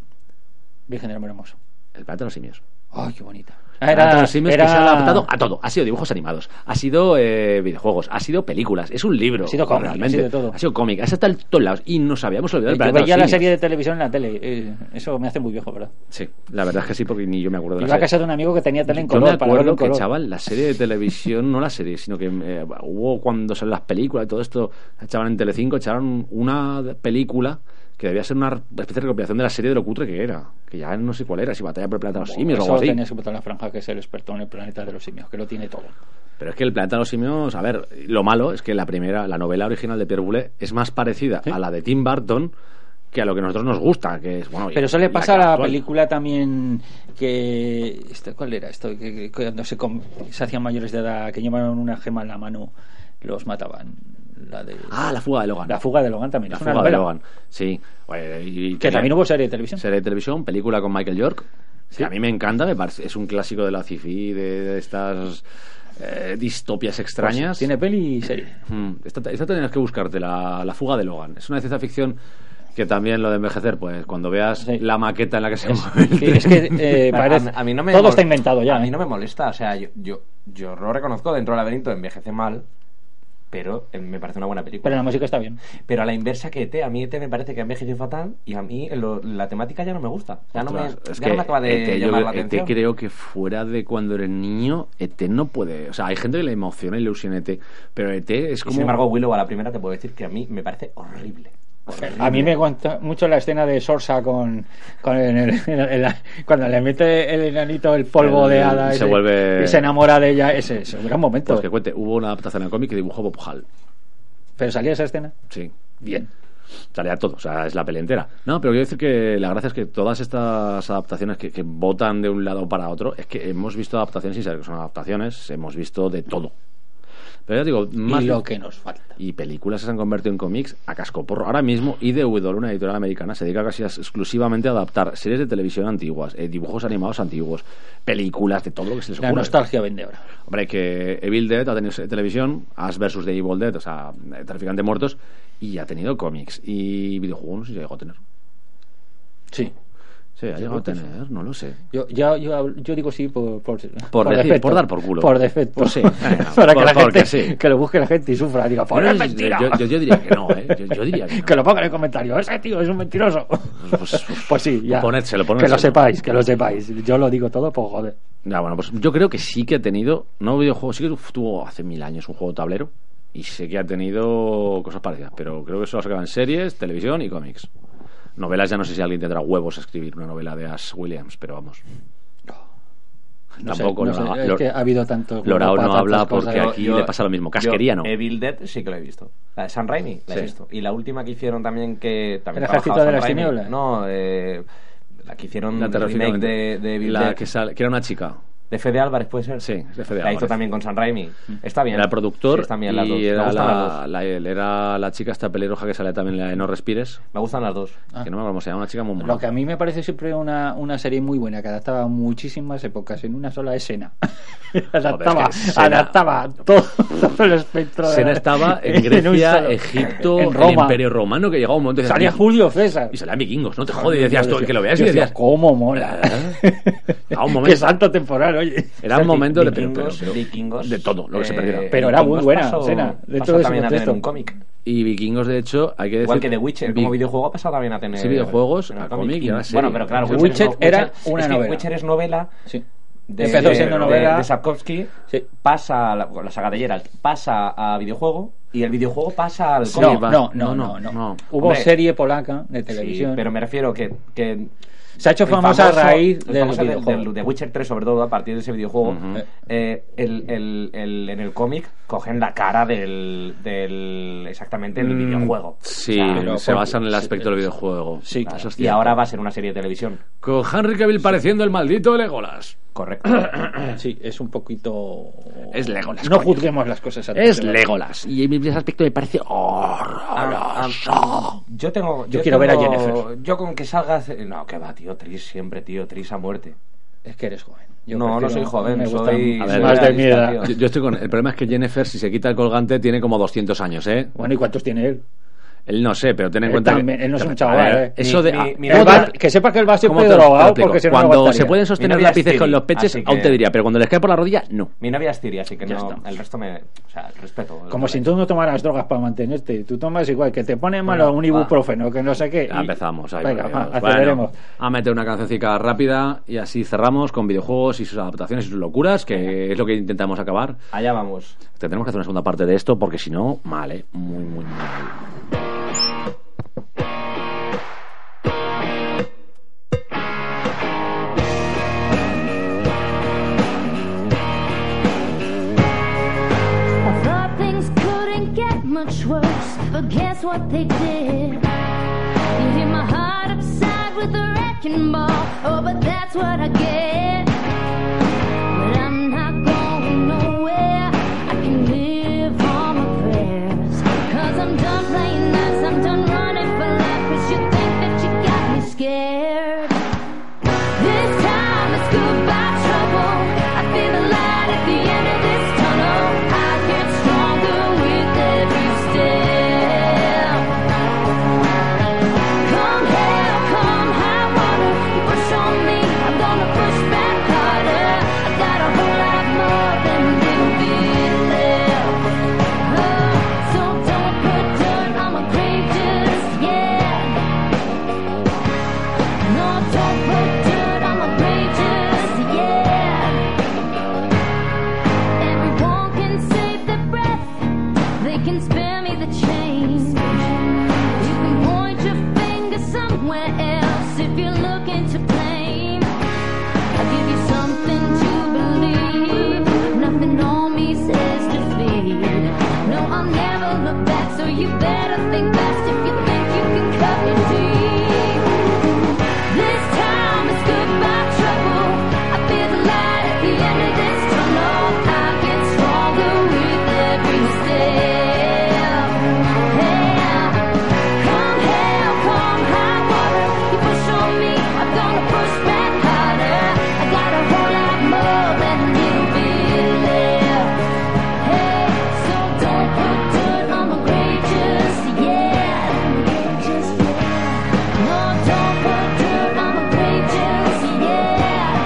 Speaker 4: Virgen del Amor Hermoso.
Speaker 1: El planeta de los simios.
Speaker 4: Ay, qué bonita.
Speaker 1: El planeta de los simios que se ha adaptado a todo. Ha sido dibujos animados, ha sido eh, videojuegos, ha sido películas, es un libro.
Speaker 4: Ha sido cómic,
Speaker 1: realmente.
Speaker 4: ha sido todo.
Speaker 1: Ha sido cómic, ha estado en todos lados. Y nos habíamos olvidado del
Speaker 4: Yo
Speaker 1: planeta de
Speaker 4: veía
Speaker 1: los
Speaker 4: la
Speaker 1: simios.
Speaker 4: serie de televisión en la tele. eh, eso me hace muy viejo, ¿verdad?
Speaker 1: Sí, la verdad es que sí, porque ni yo me acuerdo de la
Speaker 4: Iba a
Speaker 1: serie.
Speaker 4: casa de un amigo que tenía tele en
Speaker 1: Yo
Speaker 4: color.
Speaker 1: me
Speaker 4: para verlo
Speaker 1: acuerdo
Speaker 4: en
Speaker 1: que,
Speaker 4: color.
Speaker 1: chaval, la serie de televisión, no la serie, sino que eh, hubo cuando salen las películas y todo esto, echaban en Telecinco, echaron una película que debía ser una especie de recopilación de la serie de lo cutre que era. Que ya no sé cuál era, si Batalla por el Planeta de los Simios o
Speaker 4: Eso
Speaker 1: algo así.
Speaker 4: tenías que botar en la franja que es el experto en el planeta de los simios, que lo tiene todo.
Speaker 1: Pero es que el Planeta de los Simios, a ver, lo malo es que la primera, la novela original de Pierre Boulet es más parecida a la de Tim Burton que a lo que a nosotros nos gusta, que es, bueno... y-
Speaker 4: Pero eso le
Speaker 1: y
Speaker 4: pasa a la
Speaker 1: actual.
Speaker 4: película también que... este, ¿Cuál era esto? Que, que cuando se, com- se hacían mayores de edad, que llevaban una gema en la mano, los mataban. La de...
Speaker 1: Ah, La fuga de Logan.
Speaker 4: La fuga de Logan también.
Speaker 1: La
Speaker 4: es una
Speaker 1: fuga de
Speaker 4: novela.
Speaker 1: Logan, sí. Oye, y- y
Speaker 4: Que
Speaker 1: tenía-
Speaker 4: también hubo serie de televisión.
Speaker 1: serie de televisión, película con Michael York, que a mí me encanta, me parece, es un clásico de la sci-fi, de, de estas eh, distopias
Speaker 2: Pues,
Speaker 1: extrañas.
Speaker 4: Tiene peli y serie.
Speaker 1: Mm, esta, esta tienes que buscarte, la, la fuga de Logan. Es una ciencia ficción que también lo de envejecer, pues cuando veas
Speaker 4: Sí.
Speaker 1: la maqueta en la que se mueve el
Speaker 4: Sí, es que
Speaker 1: tren.
Speaker 4: eh,
Speaker 2: Pero
Speaker 4: parece-
Speaker 2: a, a mí no me
Speaker 4: todo
Speaker 2: mol-
Speaker 4: está inventado ya. ¿eh?
Speaker 2: A mí no me molesta, o sea, yo, yo, yo lo reconozco dentro del laberinto, envejece mal, pero eh, me parece una buena película.
Speaker 4: Pero la música está bien.
Speaker 2: Pero a la inversa que ET, a mí ET me parece que ha envejecido fatal y a mí lo- la temática ya no me gusta. Ya no me,
Speaker 1: Ostras,
Speaker 2: ya no me acaba
Speaker 4: E
Speaker 2: de
Speaker 1: ET, yo
Speaker 2: llamar
Speaker 1: creo-
Speaker 2: la
Speaker 1: ET
Speaker 2: atención.
Speaker 1: creo que fuera de cuando eres niño, ET no puede. O sea, hay gente que le emociona y le ilusiona ET, pero ET es como.
Speaker 2: Y
Speaker 1: pues
Speaker 2: sin embargo, Willow a la primera te puedo decir que a mí me parece horrible.
Speaker 4: A mí me cuenta mucho la escena de Sorsa con, con el- el- el- el- cuando le mete el enanito el polvo
Speaker 1: El-
Speaker 4: de
Speaker 1: el-
Speaker 4: hada
Speaker 1: se
Speaker 4: ese,
Speaker 1: vuelve-
Speaker 4: y se enamora de ella. Ese es un gran momento.
Speaker 1: Pues que cuente, hubo una adaptación al cómic que dibujó Bob Hall.
Speaker 4: Pero salía esa escena.
Speaker 1: Sí. Bien. Salía todo, o sea, es la peli entera. No, pero quiero decir que la gracia es que todas estas adaptaciones que, que botan de un lado para otro, es que hemos visto adaptaciones sin saber que son adaptaciones, hemos visto de todo. Pero ya digo, más
Speaker 4: y lo que nos falta.
Speaker 1: y películas que se han convertido en cómics a cascoporro. Ahora mismo IDW, una editorial americana, se dedica casi a- exclusivamente a adaptar series de televisión antiguas, eh, dibujos animados antiguos, películas, de todo lo que se les
Speaker 4: La
Speaker 1: ocurra.
Speaker 4: nostalgia vende ahora.
Speaker 1: Hombre, que Evil Dead ha tenido se- televisión, Ash vs. The Evil Dead, o sea, eh, Traficante de Muertos, y ha tenido cómics. Y videojuegos no sé si llegó a tener.
Speaker 4: Sí. pues,
Speaker 1: Sí, ha llegado a tener, no lo sé.
Speaker 4: Yo, ya- yo, yo digo sí por, por,
Speaker 1: decir, por dar por culo.
Speaker 4: Por defecto.
Speaker 1: Pues sí, venga,
Speaker 4: Para
Speaker 1: por-
Speaker 4: que, la
Speaker 1: porque
Speaker 4: gente,
Speaker 1: sí.
Speaker 4: que lo busque la gente y sufra. Diga, "Pues
Speaker 1: Bueno,
Speaker 4: es
Speaker 1: yo-
Speaker 4: mentira.
Speaker 1: yo- yo- yo diría que no, ¿eh? Yo- yo diría que no.
Speaker 4: Que lo pongan en el comentario. Ese tío es un mentiroso.
Speaker 1: Pues-
Speaker 4: Pues sí, ya.
Speaker 1: Ponédselo,
Speaker 4: Que
Speaker 1: ponédselo.
Speaker 4: lo sepáis, que lo sepáis. Yo lo digo todo, pues joder.
Speaker 1: Ya, bueno, pues yo creo que sí que ha tenido, no videojuegos, sí que tuvo hace mil años un juego de tablero y sé que ha tenido cosas parecidas, pero creo que eso lo sacaban series, televisión y cómics. Novelas, ya no sé si alguien tendrá huevos a escribir una novela de Ash Williams, pero vamos.
Speaker 4: No sé,
Speaker 1: Tampoco
Speaker 4: no
Speaker 1: Lora-
Speaker 4: sé, es
Speaker 1: Lor-
Speaker 4: que ha habido tanto.
Speaker 1: Lorao
Speaker 4: para
Speaker 1: no
Speaker 4: tantas
Speaker 1: habla
Speaker 4: cosas.
Speaker 1: porque aquí le pasa lo mismo. Casquería no.
Speaker 2: Evil Dead sí que lo he visto. La de San Raimi la he
Speaker 1: Sí.
Speaker 2: visto. Y la última que hicieron también que... También
Speaker 4: ¿El ejército
Speaker 2: trabajaba
Speaker 4: de las
Speaker 2: Sam Raimi.
Speaker 4: tinieblas?
Speaker 2: No, eh, la que hicieron
Speaker 1: La
Speaker 2: el remake
Speaker 1: terroríficamente-
Speaker 2: de, de Evil
Speaker 1: la
Speaker 2: Dead.
Speaker 1: que, sale- que era una chica.
Speaker 2: De Fede Álvarez, ¿puede ser?
Speaker 1: Sí, es de Fede
Speaker 2: la
Speaker 1: Álvarez. Mm.
Speaker 2: hizo también con San Raimi. Está bien.
Speaker 1: Era el productor
Speaker 2: Sí, están bien las dos.
Speaker 1: y
Speaker 2: Me
Speaker 1: era
Speaker 2: gustan las
Speaker 1: la,
Speaker 2: dos.
Speaker 1: la- él era la chica esta pelirroja que sale también en la de No Respires,
Speaker 2: Me gustan las dos.
Speaker 1: que no me acuerdo cómo se llama, una chica muy
Speaker 4: Ah. Lo
Speaker 1: mona.
Speaker 4: que a mí me parece siempre una, una serie muy buena, que adaptaba muchísimas épocas en una sola escena. adaptaba,
Speaker 1: que Sena-
Speaker 4: adaptaba todo, todo el espectro. de-
Speaker 1: Sena estaba en
Speaker 4: en un
Speaker 1: Grecia,
Speaker 4: solo-
Speaker 1: Egipto,
Speaker 4: en Roma.
Speaker 1: el Imperio Romano, que llegaba un momento y decía,
Speaker 4: Salía Julio César.
Speaker 1: Y salían vikingos, no te jodas. Y decías tú, que lo veas y
Speaker 4: Yo decía,
Speaker 1: decías.
Speaker 4: ¿Cómo mola?
Speaker 1: Ah, un momento.
Speaker 4: Qué salto temporal, oye.
Speaker 1: Era un momento de. Pero,
Speaker 2: Vikingos,
Speaker 1: pero- pero-
Speaker 2: vikingos,
Speaker 1: de todo, lo que se perdiera.
Speaker 4: eh, Pero era muy
Speaker 2: Vikingos
Speaker 4: buena
Speaker 2: pasó-
Speaker 4: escena, de
Speaker 2: pasó
Speaker 4: todo ese
Speaker 2: también a tener
Speaker 4: contexto.
Speaker 2: un cómic.
Speaker 1: Y vikingos, de hecho, hay que decir.
Speaker 2: Igual que The Witcher, como
Speaker 1: vi-
Speaker 2: videojuego ha pasado también a tener.
Speaker 1: Sí, videojuegos,
Speaker 2: tener
Speaker 1: a cómic y ahora
Speaker 2: Bueno,
Speaker 1: serie.
Speaker 2: pero claro,
Speaker 1: Witcher
Speaker 2: Witcher,
Speaker 4: no- era
Speaker 2: es
Speaker 4: una
Speaker 2: es que
Speaker 4: novela.
Speaker 2: Witcher es novela.
Speaker 4: Sí.
Speaker 2: De,
Speaker 4: Empezó
Speaker 2: de-
Speaker 4: siendo
Speaker 2: de-
Speaker 4: novela.
Speaker 2: de Sapkowski,
Speaker 4: Sí.
Speaker 2: pasa a la, la saga de Geralt, pasa a videojuego y el videojuego pasa al
Speaker 1: Sí,
Speaker 2: cómic.
Speaker 4: No,
Speaker 1: va.
Speaker 4: no,
Speaker 1: No,
Speaker 4: no,
Speaker 1: no,
Speaker 4: no, no.
Speaker 1: no.
Speaker 4: Hubo
Speaker 2: Hombre.
Speaker 4: serie polaca de televisión.
Speaker 2: Sí, pero me refiero que, que
Speaker 4: Se ha hecho
Speaker 2: el
Speaker 4: famosa a
Speaker 2: famoso-
Speaker 4: raíz
Speaker 2: el
Speaker 4: del
Speaker 2: famoso
Speaker 4: videojuego.
Speaker 2: de Witcher 3, sobre todo a partir de ese videojuego.
Speaker 1: Ujú.
Speaker 2: eh, el- el- el- en el cómic cogen la cara del, del exactamente del
Speaker 1: Mm,
Speaker 2: videojuego.
Speaker 1: Sí,
Speaker 2: O sea,
Speaker 4: pero
Speaker 1: se
Speaker 4: por-
Speaker 1: basan en el
Speaker 4: sí,
Speaker 1: aspecto del videojuego.
Speaker 4: sí,
Speaker 1: Eso
Speaker 2: claro.
Speaker 1: es
Speaker 2: y
Speaker 1: cierto.
Speaker 2: ahora va a ser una serie de televisión.
Speaker 1: Con Henry Cavill pareciendo el maldito Legolas.
Speaker 2: Correcto.
Speaker 4: Sí, es un poquito.
Speaker 1: Es Legolas,
Speaker 4: No
Speaker 1: coño.
Speaker 4: juzguemos las cosas a
Speaker 1: Es
Speaker 4: tercera.
Speaker 1: Legolas. Y en ese aspecto me parece
Speaker 2: Ah,
Speaker 1: horroroso.
Speaker 2: ah, yo tengo.
Speaker 4: Yo quiero ver a
Speaker 2: tengo-
Speaker 4: Jennifer.
Speaker 2: Yo con que salgas. eh, No, que va, tío. Tris siempre, tío. Tris a muerte.
Speaker 4: Es que eres joven.
Speaker 2: No, no soy joven,
Speaker 4: me gusta
Speaker 2: soy-
Speaker 1: A ver,
Speaker 4: más de mi edad.
Speaker 2: tío.
Speaker 1: Yo, yo estoy con. El problema es que Jennifer, si se quita el colgante, tiene como 200 años, ¿eh?
Speaker 4: Bueno, ¿y cuántos tiene él?
Speaker 1: Él no sé, pero ten en
Speaker 4: Él
Speaker 1: cuenta. que-
Speaker 4: Eh, también, él no es un
Speaker 1: A
Speaker 4: chaval,
Speaker 1: ver,
Speaker 4: ¿eh?
Speaker 1: Eso
Speaker 2: Mi-
Speaker 1: de.
Speaker 2: mi-
Speaker 1: ah,
Speaker 2: mi
Speaker 1: ¿cómo
Speaker 4: Él
Speaker 1: te-
Speaker 4: va- que sepa que él va siempre
Speaker 1: ¿Cómo te- te lo
Speaker 4: drogado
Speaker 1: explico?
Speaker 4: porque si no, no
Speaker 1: cuando
Speaker 4: aguantaría.
Speaker 1: se pueden sostener
Speaker 2: novia
Speaker 1: las
Speaker 2: es
Speaker 1: pices con
Speaker 2: Tiri,
Speaker 1: los peches,
Speaker 2: así que-
Speaker 1: aún te diría, pero cuando les cae por la rodilla, no.
Speaker 2: Mi novia es Tiri, así que
Speaker 4: Ya
Speaker 2: no.
Speaker 4: está.
Speaker 2: El resto me. O sea, el respeto.
Speaker 4: Como si tú no tomaras drogas para mantenerte. Tú tomas igual, que te pone malo
Speaker 2: Bueno,
Speaker 4: un ibuprofeno, que no sé qué.
Speaker 1: Ya
Speaker 4: y-
Speaker 1: empezamos. Ahí
Speaker 4: Venga,
Speaker 1: por
Speaker 4: va,
Speaker 1: Dios.
Speaker 4: aceleremos.
Speaker 1: Bueno, a meter una cancioncita rápida y así cerramos con videojuegos y sus adaptaciones y sus locuras, que es lo que intentamos acabar.
Speaker 2: Allá vamos.
Speaker 1: Tendremos que hacer una segunda parte de esto porque si no, mal, ¿eh? Muy, muy mal.
Speaker 7: much worse, but guess what they did? You hit my heart upside with a wrecking ball. Oh, but that's what I get. But I'm not going nowhere. I can live on my prayers. Cause I'm done playing nice, I'm done running for life. Cause you think that you got me scared. This time it's goodbye trouble. I feel the light at the end of this tunnel. I get stronger with every step. Come hell, come high water. You push on me, I'm gonna push back harder. I got a whole lot more than will be left. Oh, so don't put dirt on my grave just yet. No, don't put dirt on my grave just yet. Everyone can save their breath. They can spare me the change. You can point your finger somewhere else if you're looking to blame. I give you something to believe. Nothing on me says defeat. No, I'll never look back, so you better think fast if you think you can cut me deep. This time it's goodbye trouble. I feel the light at the end of this tunnel. I get stronger with every step. Yeah. Come hell, come high water. You push on me, I'm gonna push back harder. I got a whole lot more than you believe. Hey, so don't put dirt on my grave just yet. No, don't put dirt on my grave just yet.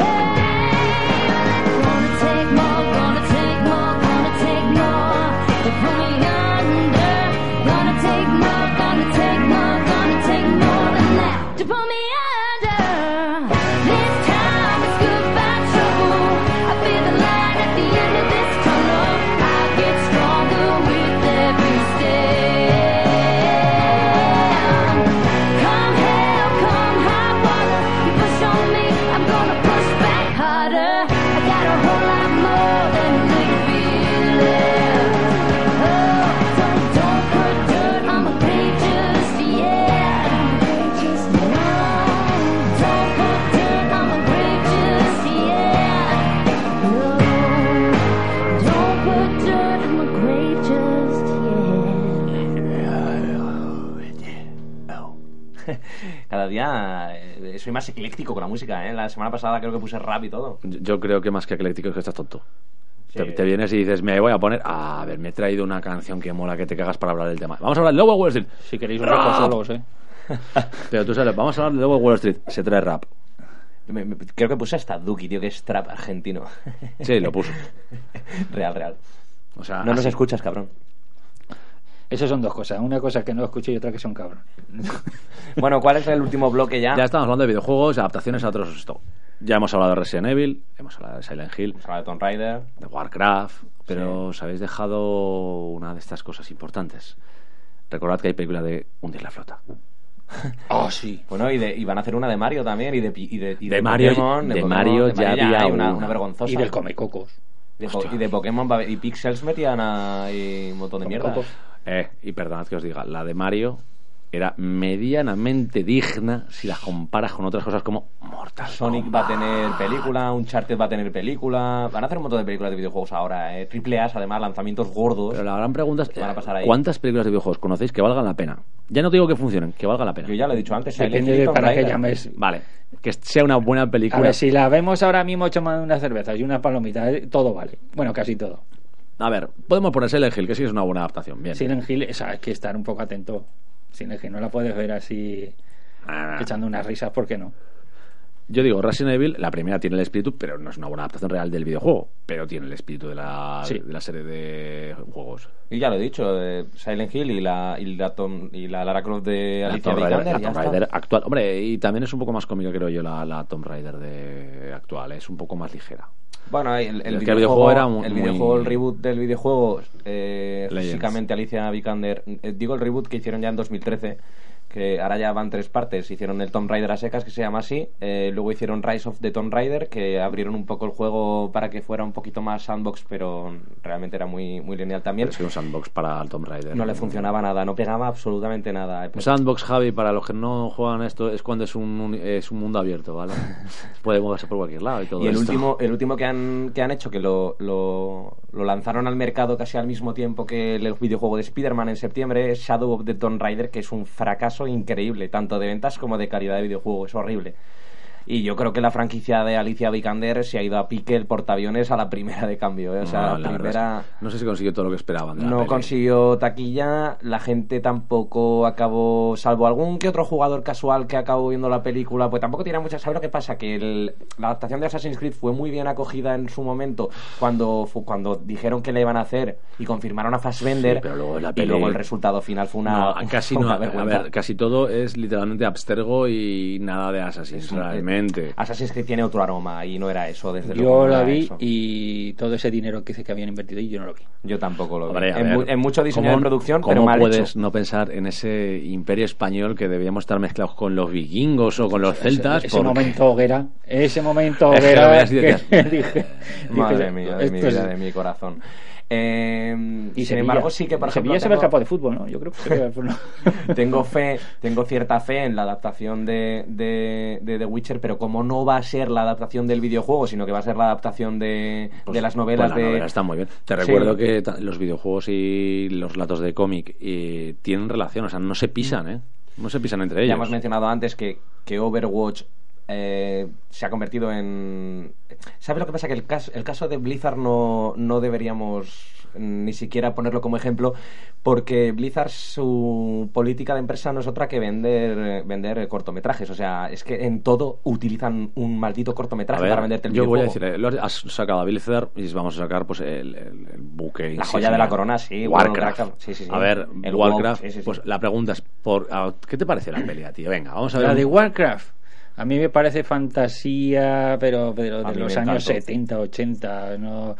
Speaker 7: Hey, gonna take more, gonna take more, gonna take more. To pull me under, gonna take more, gonna take more, gonna take more than that. To pull me under. This time it's goodbye trouble. I feel the light at the end of this tunnel. I get stronger with every step. Come hell, come high water. You push on me, I'm gonna push back harder. I got a whole lot more than little feeling. Oh, don't, don't put dirt on my grave just yet. No, don't put dirt on my grave just yet. No, don't put dirt on my grave just yet.
Speaker 2: Cada día eh, soy más ecléctico con la música, ¿eh? La semana pasada creo que puse rap y todo.
Speaker 1: Yo yo creo que más que ecléctico es que estás tonto. Te,
Speaker 2: Sí.
Speaker 1: te vienes y dices, me voy a poner. A ver, me he traído una canción que mola que te cagas para hablar del tema. Vamos a hablar de Lobo Wall Street.
Speaker 4: Si queréis un poco solos, ¿eh?
Speaker 1: Pero tú sabes, vamos a hablar de Lobo Wall Street. Se trae rap.
Speaker 2: Me- me- creo que puse hasta Duki, tío, que es trap argentino.
Speaker 1: Sí, lo puso.
Speaker 2: real, real.
Speaker 1: O sea,
Speaker 2: No nos
Speaker 1: así.
Speaker 2: escuchas, cabrón.
Speaker 4: Esas son dos cosas. Una cosa que no escucho y otra que son cabrones.
Speaker 2: Bueno, ¿cuál es el último bloque ya?
Speaker 1: ya estamos hablando de videojuegos, adaptaciones a otros. Esto. Ya hemos hablado de Resident Evil, hemos hablado de Silent Hill,
Speaker 2: Hemos hablado de Tomb Raider.
Speaker 1: de Warcraft, pero os habéis dejado una de estas cosas importantes. Recordad que hay película de Hundir la Flota.
Speaker 4: Oh, sí.
Speaker 2: Bueno, y, de, y van a hacer una de Mario también, y de, pi- y de, y
Speaker 1: De Mario-
Speaker 2: Pokémon,
Speaker 1: de
Speaker 2: Pokémon,
Speaker 1: Mario ya había
Speaker 2: hay una,
Speaker 1: una.
Speaker 2: una vergonzosa.
Speaker 4: Y del Comecocos.
Speaker 2: De po- y de Pokémon va a haber- y Pixels metían a, y un montón de mierda.
Speaker 4: Comecocos.
Speaker 1: Eh, y perdonad que os diga, la de Mario era medianamente digna si la comparas con otras cosas como Mortal
Speaker 2: Sonic va a tener película, Uncharted va a tener película, van a hacer un montón de películas de videojuegos ahora, eh. Triple A, además, lanzamientos gordos.
Speaker 1: Pero la gran pregunta es,
Speaker 2: ¿Qué van a pasar ahí?
Speaker 1: Eh, ¿cuántas películas de videojuegos conocéis que valgan la pena? Ya no digo que funcionen, que valgan la pena.
Speaker 2: Yo ya lo he dicho antes, Silent
Speaker 4: Depende
Speaker 2: Hill y
Speaker 4: de
Speaker 2: Tomb
Speaker 4: para qué
Speaker 2: Raider.
Speaker 4: llames.
Speaker 1: Vale, que sea una buena
Speaker 4: A
Speaker 1: película.
Speaker 4: ver, si la vemos ahora mismo tomando una cerveza y una palomita, eh, todo vale. Bueno, casi todo.
Speaker 1: A ver, podemos poner Silent Hill, que sí es una buena adaptación. Bien.
Speaker 4: Silent Hill, esa, hay que estar un poco atento. Silent Hill no la puedes ver así
Speaker 1: Ah,
Speaker 4: echando unas risas, ¿por qué no?
Speaker 1: Yo digo, Resident Evil, la primera tiene el espíritu, pero no es una buena adaptación real del videojuego, pero tiene el espíritu de la,
Speaker 4: Sí.
Speaker 1: de la serie de juegos.
Speaker 2: Y ya lo he dicho, eh, Silent Hill y la, y, la Tom- y la Lara Croft de
Speaker 1: La
Speaker 2: Alicia
Speaker 1: Tomb Raider,
Speaker 2: Vikander,
Speaker 1: la
Speaker 2: ya
Speaker 1: Tomb
Speaker 2: está.
Speaker 1: Raider actual. Hombre, y también es un poco más cómica, creo yo, la, la Tomb Raider de actual. Es un poco más ligera.
Speaker 2: Bueno, el, el
Speaker 1: Es que
Speaker 2: videojuego,
Speaker 1: el videojuego era mu-
Speaker 2: el
Speaker 1: muy-
Speaker 2: videojuego, el reboot del videojuego, eh,
Speaker 1: Legends.
Speaker 2: físicamente Alicia Vikander, eh, digo el reboot que hicieron ya en 2013, que ahora ya van tres partes. Hicieron el Tomb Raider a secas, que se llama así. eh, luego hicieron Rise of the Tomb Raider, que abrieron un poco el juego para que fuera un poquito más sandbox, pero realmente era muy, muy lineal también.
Speaker 1: Pero es que un sandbox para el Tomb Raider.
Speaker 2: No le funcionaba nada, no pegaba absolutamente nada. Pues
Speaker 1: Un sandbox, Javi, para los que no juegan esto, es cuando es un, uni- es un mundo abierto, ¿vale? Puede moverse por cualquier lado y todo
Speaker 2: Y el
Speaker 1: esto.
Speaker 2: último, el último que han, que han hecho, que lo, lo, lo lanzaron al mercado casi al mismo tiempo que el videojuego de Spider-Man en septiembre, es Shadow of the Tomb Raider, que es un fracaso increíble, tanto de ventas como de calidad de videojuego, es horrible. Y yo creo que la franquicia de Alicia Vikander se ha ido a pique el portaaviones a la primera de cambio. ¿eh? O sea,
Speaker 1: No,
Speaker 2: la
Speaker 1: la verdad es
Speaker 2: primera...
Speaker 1: que no sé si consiguió todo lo que esperaban. de la
Speaker 2: No
Speaker 1: peli.
Speaker 2: consiguió taquilla, la gente tampoco acabó, salvo algún que otro jugador casual que acabó viendo la película, pues tampoco tiene mucha... ¿Sabes lo que pasa? Que el- la adaptación de Assassin's Creed fue muy bien acogida en su momento cuando, fu- cuando dijeron que la iban a hacer y confirmaron a Fassbender
Speaker 1: Sí, pero luego la
Speaker 2: y
Speaker 1: peli-
Speaker 2: luego el resultado final fue una...
Speaker 1: No, casi no.
Speaker 2: una
Speaker 1: A
Speaker 2: vergüenza.
Speaker 1: ver, casi todo es literalmente abstergo y nada de Assassin's,
Speaker 2: un-
Speaker 1: realmente.
Speaker 2: Assassin's Creed tiene otro aroma y no era eso, desde luego.
Speaker 4: Yo
Speaker 2: no
Speaker 4: la
Speaker 2: era
Speaker 4: vi
Speaker 2: eso.
Speaker 4: y todo ese dinero que, se- que habían invertido y yo no lo vi.
Speaker 2: Yo tampoco lo vi.
Speaker 1: Hombre, a
Speaker 2: en,
Speaker 1: ver,
Speaker 2: mu- en mucho diseño de
Speaker 1: ¿cómo-
Speaker 2: producción,
Speaker 1: ¿cómo
Speaker 2: pero mal
Speaker 1: puedes
Speaker 2: hecho.
Speaker 1: no pensar en ese imperio español que debíamos estar mezclados con los vikingos o con los celtas?
Speaker 4: Ese,
Speaker 1: porque-
Speaker 4: momento hoguera, ese momento
Speaker 1: Es que lo
Speaker 4: hoguera.
Speaker 1: veas y decías,
Speaker 4: que dije-
Speaker 2: Madre
Speaker 4: dije,
Speaker 2: mía, de mi
Speaker 4: esto es-
Speaker 2: vida, de mi corazón. Eh,
Speaker 4: Y
Speaker 2: sin embargo, sí que, por ejemplo,
Speaker 4: se ve el campo
Speaker 2: tengo,
Speaker 4: de fútbol, ¿no? Yo creo que se ve el fútbol.
Speaker 2: tengo fe, tengo cierta fe en la adaptación de, de, de The Witcher, pero como no va a ser la adaptación del videojuego, sino que va a ser la adaptación de,
Speaker 1: Pues,
Speaker 2: de las
Speaker 1: pues
Speaker 2: novelas
Speaker 1: la
Speaker 2: de...
Speaker 1: novela está muy bien. Te
Speaker 2: Sí.
Speaker 1: recuerdo que ta- los videojuegos y los relatos de cómic eh, tienen relación, o sea, no se pisan, ¿eh? No se pisan entre
Speaker 2: Ya
Speaker 1: ellos.
Speaker 2: hemos mencionado antes que, que Overwatch eh, se ha convertido en... ¿Sabes lo que pasa? Que el caso, el caso de Blizzard no, no deberíamos ni siquiera ponerlo como ejemplo porque Blizzard su política de empresa no es otra que vender vender cortometrajes o sea es que en todo utilizan un maldito
Speaker 1: A
Speaker 2: cortometraje
Speaker 1: ver,
Speaker 2: para venderte el
Speaker 1: yo voy a
Speaker 2: videojuego.
Speaker 1: decir, eh, lo has- has sacado a Blizzard y vamos a sacar pues el, el- el buque.
Speaker 2: La
Speaker 1: insignia.
Speaker 2: joya de la corona, sí,
Speaker 1: Warcraft.
Speaker 2: World of Warcraft, sí, sí, sí.
Speaker 1: A ver,
Speaker 2: El
Speaker 1: Warcraft.
Speaker 2: WoW, sí, sí, sí.
Speaker 1: Pues la pregunta es: por, a- ¿qué te parece la pelea, tío? Venga, vamos a ver.
Speaker 4: La
Speaker 1: un-
Speaker 4: de Warcraft. A mí me parece fantasía, pero, pero
Speaker 2: A
Speaker 4: de
Speaker 2: mí
Speaker 4: los
Speaker 2: me
Speaker 4: años
Speaker 2: encantó.
Speaker 4: 70, 80. No,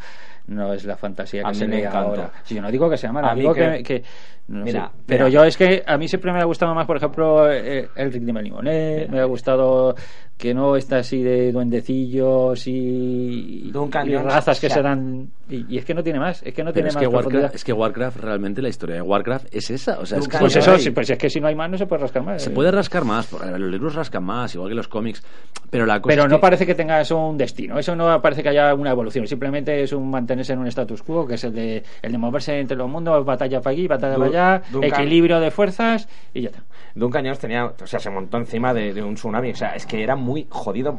Speaker 4: no es la fantasía
Speaker 2: A
Speaker 4: que
Speaker 2: mí
Speaker 4: se
Speaker 2: me
Speaker 4: ve
Speaker 2: encantó.
Speaker 4: ahora. Si yo no digo que sea mala,
Speaker 2: A mí
Speaker 4: digo que.
Speaker 2: que-
Speaker 4: que- no
Speaker 2: Mira,
Speaker 4: sé. Pero
Speaker 2: mira.
Speaker 4: yo es que a mí siempre me ha gustado más, por ejemplo, eh, el ritmo de Limonet. Me ha gustado que no está así de duendecillos y,
Speaker 2: Duncan
Speaker 4: y
Speaker 2: Jones,
Speaker 4: razas que
Speaker 2: o sea.
Speaker 4: se dan. Y, y es que no tiene más. Es que
Speaker 1: Pero
Speaker 4: no tiene
Speaker 1: es
Speaker 4: más.
Speaker 1: que, Warcraft,
Speaker 4: profundidad.
Speaker 1: es que Warcraft, realmente la historia de Warcraft es esa. O sea, es que
Speaker 4: Pues
Speaker 2: Yo
Speaker 4: eso,
Speaker 2: ahí-
Speaker 4: sí, pues es que si no hay más, no se puede rascar más.
Speaker 1: se
Speaker 4: Eh.
Speaker 1: puede rascar más. porque, a ver, los libros rascan más, igual que los cómics. Pero la cosa
Speaker 4: Pero
Speaker 1: es
Speaker 4: no
Speaker 1: que-
Speaker 4: parece que tenga eso un destino, eso no parece que haya una evolución, simplemente es un mantenerse en un status quo, que es el de, el de moverse entre los mundos, batalla para aquí, batalla
Speaker 2: Du-
Speaker 4: para allá,
Speaker 2: Duncan.
Speaker 4: equilibrio de fuerzas y ya está.
Speaker 2: Duncan Jones tenía, o sea, se montó encima de, de un tsunami. O sea, es que era muy jodido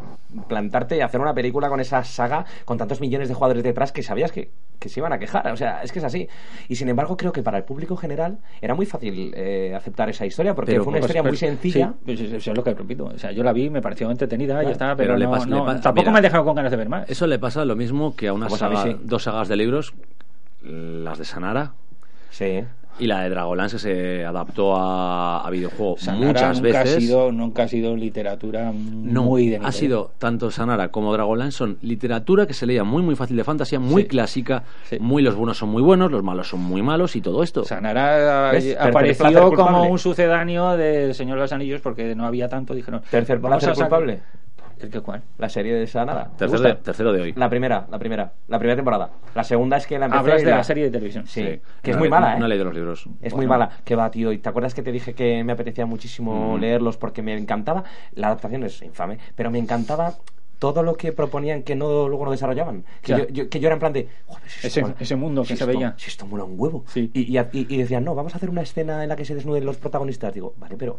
Speaker 2: plantarte y hacer una película con esa saga, con tantos millones de jugadores detrás que sabías que, que se iban a quejar. O sea, es que es así. Y sin embargo, creo que para el público general era muy fácil eh, aceptar esa historia porque
Speaker 1: Pero,
Speaker 2: fue una
Speaker 1: pues,
Speaker 2: historia muy
Speaker 4: Pero-
Speaker 2: sencilla.
Speaker 4: sí, pues eso eso es lo que repito. O sea, yo la vi, me pareció entretenida, ya está,
Speaker 1: pero
Speaker 4: pero,
Speaker 1: le
Speaker 4: no-
Speaker 1: pas- le
Speaker 4: no-
Speaker 1: pas-
Speaker 4: tampoco
Speaker 1: mira.
Speaker 4: me han dejado con ganas de ver más.
Speaker 1: Eso le pasa lo mismo que a una
Speaker 4: Pues
Speaker 2: Como sabéis,
Speaker 1: saga-
Speaker 2: sí.
Speaker 1: dos sagas de libros, las de Sanara
Speaker 2: Sí.
Speaker 1: y la de Dragolance que se adaptó a, a videojuego
Speaker 4: Sanara
Speaker 1: muchas
Speaker 4: nunca
Speaker 1: veces.
Speaker 4: Ha sido, nunca ha sido literatura
Speaker 1: no,
Speaker 4: muy de
Speaker 1: ha
Speaker 4: nivel.
Speaker 1: sido tanto Sanara como Dragonlance son literatura que se leía muy muy fácil de fantasía, muy
Speaker 4: Sí.
Speaker 1: clásica,
Speaker 4: Sí.
Speaker 1: muy los buenos son muy buenos, los malos son muy malos y todo esto.
Speaker 4: Sanara
Speaker 2: ¿Ves?
Speaker 4: eh,
Speaker 2: Tercer placer
Speaker 4: apareció
Speaker 2: culpable.
Speaker 4: como un sucedáneo de Señor de los Anillos porque no había tanto, dijeron.
Speaker 2: Tercer
Speaker 4: vamos
Speaker 2: placer
Speaker 4: a sac-
Speaker 2: culpable.
Speaker 4: ¿El que cuál?
Speaker 2: La serie de Sanada. ¿Te
Speaker 1: tercero,
Speaker 2: gusta?
Speaker 1: de, tercero de hoy.
Speaker 2: La primera, la primera, la primera temporada. La segunda es que la empecé
Speaker 4: Hablas
Speaker 2: y
Speaker 4: de la serie de televisión.
Speaker 2: Sí,
Speaker 1: Sí.
Speaker 2: que es
Speaker 1: No
Speaker 2: muy
Speaker 1: le-
Speaker 2: mala, ¿eh?
Speaker 1: No he leído los libros.
Speaker 2: Es muy mala. Que va, tío. ¿Y te acuerdas que te dije que me apetecía
Speaker 1: Mm.
Speaker 2: muchísimo leerlos porque me encantaba? La adaptación es infame, pero me encantaba todo lo que proponían que no luego no desarrollaban. Que,
Speaker 4: Ya.
Speaker 2: yo, yo- que yo era en plan de... "Joder, si
Speaker 4: Ese-
Speaker 2: mola-
Speaker 4: ese mundo
Speaker 2: si
Speaker 4: que se
Speaker 2: esto-
Speaker 4: veía".
Speaker 2: Si esto mola un huevo.
Speaker 4: Sí.
Speaker 2: Y, y, y- y decían, no, vamos a hacer una escena en la que se desnuden los protagonistas. Digo, vale, pero...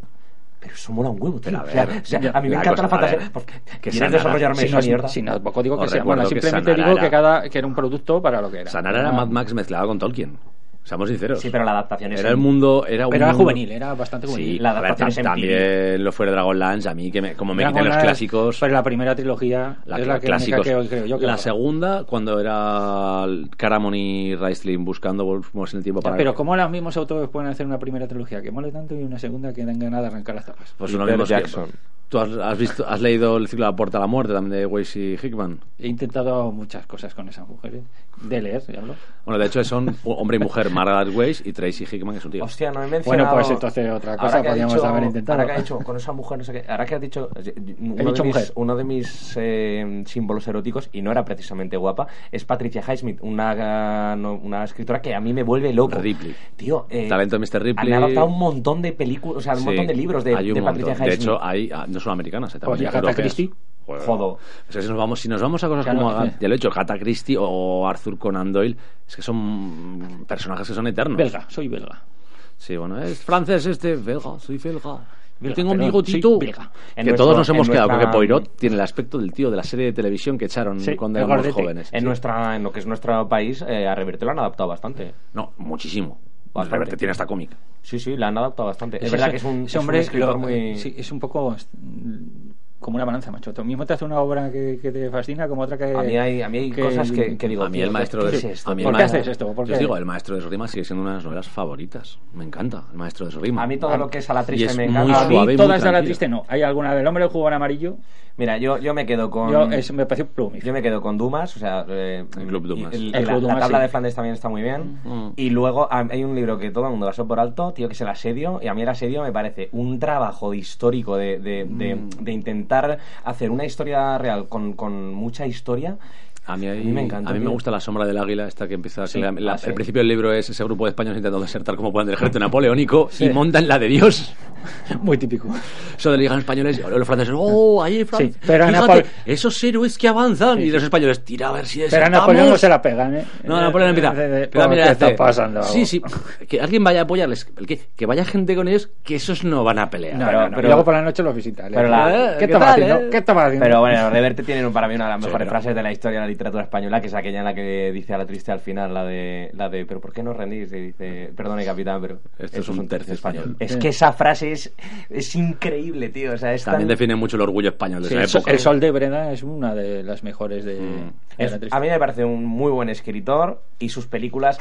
Speaker 2: Pero eso mola un huevo, tío.
Speaker 1: Pero a
Speaker 2: O sea,
Speaker 1: ver,
Speaker 2: o sea,
Speaker 1: ya.
Speaker 2: a mí me
Speaker 1: La
Speaker 2: encanta la
Speaker 1: cosa- a
Speaker 2: fantasía.
Speaker 1: ver,
Speaker 2: porque
Speaker 1: que
Speaker 2: ¿Quieres
Speaker 1: Sanara-
Speaker 2: desarrollarme
Speaker 1: si
Speaker 2: esa
Speaker 1: no es-
Speaker 2: mierda?
Speaker 4: Si no, tampoco digo que
Speaker 1: Os
Speaker 4: sea
Speaker 1: recuerdo
Speaker 4: mala,
Speaker 1: que
Speaker 4: simplemente
Speaker 1: Sanara
Speaker 4: digo
Speaker 1: era-
Speaker 4: que, cada, que era un producto para lo que era.
Speaker 1: Sanara era
Speaker 4: Una-
Speaker 1: Mad Max mezclado con Tolkien. Seamos sinceros.
Speaker 2: Sí, pero la adaptación es...
Speaker 1: Era el mundo, era un
Speaker 4: Pero era
Speaker 1: mundo-
Speaker 4: juvenil, ¿eh? era bastante juvenil.
Speaker 1: Sí,
Speaker 2: La
Speaker 1: a ver,
Speaker 2: adaptación
Speaker 1: tam-
Speaker 2: es en
Speaker 1: también lo fue de Dragonlance, a mí que me- como me quité los
Speaker 4: Dragonlance,
Speaker 1: clásicos.
Speaker 4: Pero la primera trilogía
Speaker 1: la-
Speaker 4: es la que, única
Speaker 1: clásicos.
Speaker 4: que hoy creo yo que
Speaker 1: la
Speaker 4: mola.
Speaker 1: segunda, cuando era el Caramon y Raistlin buscando Volvemos en el tiempo
Speaker 4: Ya,
Speaker 1: para.
Speaker 4: Pero ¿cómo los mismos autores pueden hacer una primera trilogía que mole tanto y una segunda que dan ganas de arrancar las tapas?
Speaker 1: Pues lo
Speaker 2: Peter
Speaker 1: mismo es que-
Speaker 2: Jackson.
Speaker 1: ¿Tú has, has visto, has leído el ciclo de La Puerta a la Muerte también de Weiss y Hickman?
Speaker 4: He intentado muchas cosas con esas mujeres. De leer, ya hablo.
Speaker 1: Bueno, de hecho son hombre y mujer, Margaret Weiss y Tracy Hickman, que es un tío.
Speaker 2: Hostia, no he
Speaker 4: Bueno,
Speaker 2: mencionado.
Speaker 4: pues entonces otra cosa
Speaker 2: Ahora que has
Speaker 4: podríamos
Speaker 2: dicho-
Speaker 4: haber intentado.
Speaker 2: Ahora que has dicho, con esa mujer, no sé qué. Ahora que has dicho. eh, Uno
Speaker 4: dicho
Speaker 2: de mis,
Speaker 4: mujer.
Speaker 2: Uno de mis eh, símbolos eróticos, y no era precisamente guapa, es Patricia Highsmith, una, eh, no- una escritora que a mí me vuelve loco.
Speaker 1: Ripley.
Speaker 2: Tío, eh,
Speaker 1: Talento de Mr. Ripley.
Speaker 2: Han adaptado un montón de películas, o sea, un
Speaker 1: Sí,
Speaker 2: montón de libros de,
Speaker 1: hay un
Speaker 2: de
Speaker 1: montón.
Speaker 2: Patricia
Speaker 1: De
Speaker 2: Highsmith.
Speaker 1: hecho, hay, ah, no son americanas, eh, también
Speaker 4: Oye, Agatha
Speaker 1: europeas.
Speaker 4: Christie.
Speaker 1: Joder.
Speaker 2: Jodo.
Speaker 1: O sea, si, nos vamos, si nos vamos a cosas
Speaker 4: Ya
Speaker 1: como
Speaker 4: no-
Speaker 1: Agatha- ya lo he dicho, Agatha Christie o Arthur Conan Doyle, es que son mm, personajes que son eternos.
Speaker 4: Belga, soy belga.
Speaker 1: Sí, bueno, es francés este, belga, soy belga. Yo
Speaker 4: Belga,
Speaker 1: tengo un
Speaker 4: perdón,
Speaker 1: bigotito.
Speaker 4: soy belga.
Speaker 1: Que
Speaker 2: En nuestro-
Speaker 1: todos nos
Speaker 2: en
Speaker 1: hemos quedado con que
Speaker 2: nuestra-
Speaker 1: Poirot tiene el aspecto del tío de la serie de televisión que echaron
Speaker 4: Sí,
Speaker 1: cuando
Speaker 4: el
Speaker 1: éramos
Speaker 4: gordete.
Speaker 1: jóvenes.
Speaker 2: En, nuestra, en lo que es nuestro país, eh, a Reverte lo han adaptado bastante.
Speaker 1: No, muchísimo.
Speaker 2: Bastante.
Speaker 1: Reverte tiene hasta cómic.
Speaker 2: Sí, sí, la han adaptado bastante. Es
Speaker 4: Pues Ese-
Speaker 2: verdad que es un,
Speaker 4: ese
Speaker 2: es un
Speaker 4: hombre
Speaker 2: escritor
Speaker 4: lo- eh,
Speaker 2: muy.
Speaker 4: sí, es un poco mm, como una balanza, macho. Tú mismo te hace una obra que, que te fascina, como otra que.
Speaker 2: A mí hay, a mí hay
Speaker 4: que-
Speaker 2: cosas que, que digo.
Speaker 1: a mí
Speaker 2: tío,
Speaker 1: el maestro
Speaker 2: ¿qué
Speaker 1: de
Speaker 2: es esto?
Speaker 1: a mí el
Speaker 4: ¿Por qué
Speaker 1: maestro-
Speaker 4: haces esto? ¿Por
Speaker 1: Yo os
Speaker 4: qué?
Speaker 1: digo, el maestro de Rima sigue siendo una de las novelas favoritas. Me encanta, el maestro de Rima.
Speaker 2: A mí todo lo que es a la triste
Speaker 1: y es
Speaker 2: me
Speaker 1: muy
Speaker 2: encanta.
Speaker 4: A mí
Speaker 1: Ah, suave y muy
Speaker 4: todas de la
Speaker 1: tranquilo.
Speaker 4: triste no. Hay alguna del hombre del jugón amarillo.
Speaker 2: Mira, yo, yo me quedo con.
Speaker 4: Yo, es- me pareció plumífico.
Speaker 2: yo me quedo con Dumas, o sea, eh,
Speaker 1: El Club Dumas.
Speaker 2: y- y
Speaker 4: El
Speaker 2: la,
Speaker 4: Club
Speaker 2: la
Speaker 4: Dumas,
Speaker 2: tabla
Speaker 4: sí.
Speaker 2: de Flandes también está muy bien.
Speaker 1: Mm.
Speaker 2: Y luego a- hay un libro que todo el mundo pasó por alto, tío, que es el asedio. Y a mí el asedio me parece un trabajo de histórico de, de- de-
Speaker 4: Mm.
Speaker 2: de intentar hacer una historia real con, con mucha historia.
Speaker 1: A mí, hay-
Speaker 2: A mí me encanta,
Speaker 1: a mí me
Speaker 2: tío.
Speaker 1: gusta la sombra del águila, esta que empieza.
Speaker 2: Sí.
Speaker 1: que la- la-
Speaker 2: Ah, sí.
Speaker 1: El principio del libro es ese grupo de españoles intentando desertar como puedan del ejército napoleónico
Speaker 4: Sí.
Speaker 1: y montan la de Dios.
Speaker 6: Muy típico.
Speaker 1: Eso de ligan españoles y los franceses, ¡oh, ahí Francia!
Speaker 4: Sí, pero a Napole-
Speaker 1: esos héroes que avanzan y los españoles, tira a ver si es.
Speaker 4: Pero a Napoleón no se la pegan, ¿eh?
Speaker 1: No, Napoleón empieza.
Speaker 4: Eh, eh, eh,
Speaker 1: Pero mira
Speaker 4: ¿Qué
Speaker 1: este.
Speaker 4: está pasando?
Speaker 1: Sí, sí. Que alguien vaya a apoyarles. el Que, que vaya gente con ellos, que esos no van a pelear.
Speaker 4: No,
Speaker 2: Pero-
Speaker 4: no, no.
Speaker 2: pero-
Speaker 4: Y luego por la noche los visitas.
Speaker 2: Pero la-
Speaker 4: ¿Qué
Speaker 1: ¿qué
Speaker 4: estabas
Speaker 1: tal,
Speaker 4: haciendo?
Speaker 1: eh?
Speaker 4: ¿Qué estabas haciendo?
Speaker 2: Pero bueno, Reverte tiene para mí una de las mejores
Speaker 1: pero-
Speaker 2: frases de la historia de la literatura española, que es aquella en la que dice a la triste al final, la de, la de ¿pero por qué no rendís? Y dice, perdone capitán, pero...
Speaker 1: Esto es un tercio español.
Speaker 2: Es que esa frase es, es increíble, tío. O sea, es
Speaker 1: También
Speaker 2: tan-
Speaker 1: define mucho el orgullo español de
Speaker 4: Sí,
Speaker 1: esa
Speaker 4: el, sol,
Speaker 1: pues, época.
Speaker 4: el sol de Breda es una de las mejores de, de
Speaker 2: Mm. es-
Speaker 4: la triste.
Speaker 2: a mí me parece un muy buen escritor y sus películas...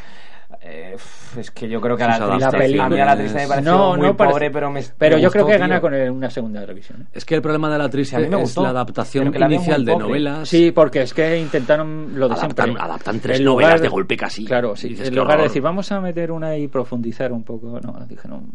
Speaker 2: eh, f- es que yo creo que a la,
Speaker 1: Sus
Speaker 2: triste,
Speaker 1: adaptaciones.
Speaker 2: a mí a la triste me pareció
Speaker 4: No,
Speaker 2: muy
Speaker 4: no parece-
Speaker 2: pobre, pero me
Speaker 4: Pero
Speaker 2: me
Speaker 4: yo creo
Speaker 2: gustó,
Speaker 4: que gana
Speaker 2: tío.
Speaker 4: con el- una segunda revisión. ¿eh?
Speaker 1: Es que el problema de la
Speaker 2: Sí, a mí
Speaker 1: triste
Speaker 2: me
Speaker 1: es
Speaker 2: gustó,
Speaker 1: la
Speaker 2: pero
Speaker 1: adaptación
Speaker 2: que la veo
Speaker 1: inicial
Speaker 2: muy
Speaker 1: de
Speaker 2: pobre.
Speaker 1: novelas.
Speaker 4: Sí, porque es que intentaron lo de
Speaker 1: Adaptan-
Speaker 4: siempre.
Speaker 1: adaptan tres
Speaker 4: En
Speaker 1: novelas de golpe casi.
Speaker 4: Claro, sí.
Speaker 1: Dices,
Speaker 4: en
Speaker 1: qué
Speaker 4: lugar de
Speaker 1: horror.
Speaker 4: decir, vamos a meter una y profundizar un poco. No, dijeron.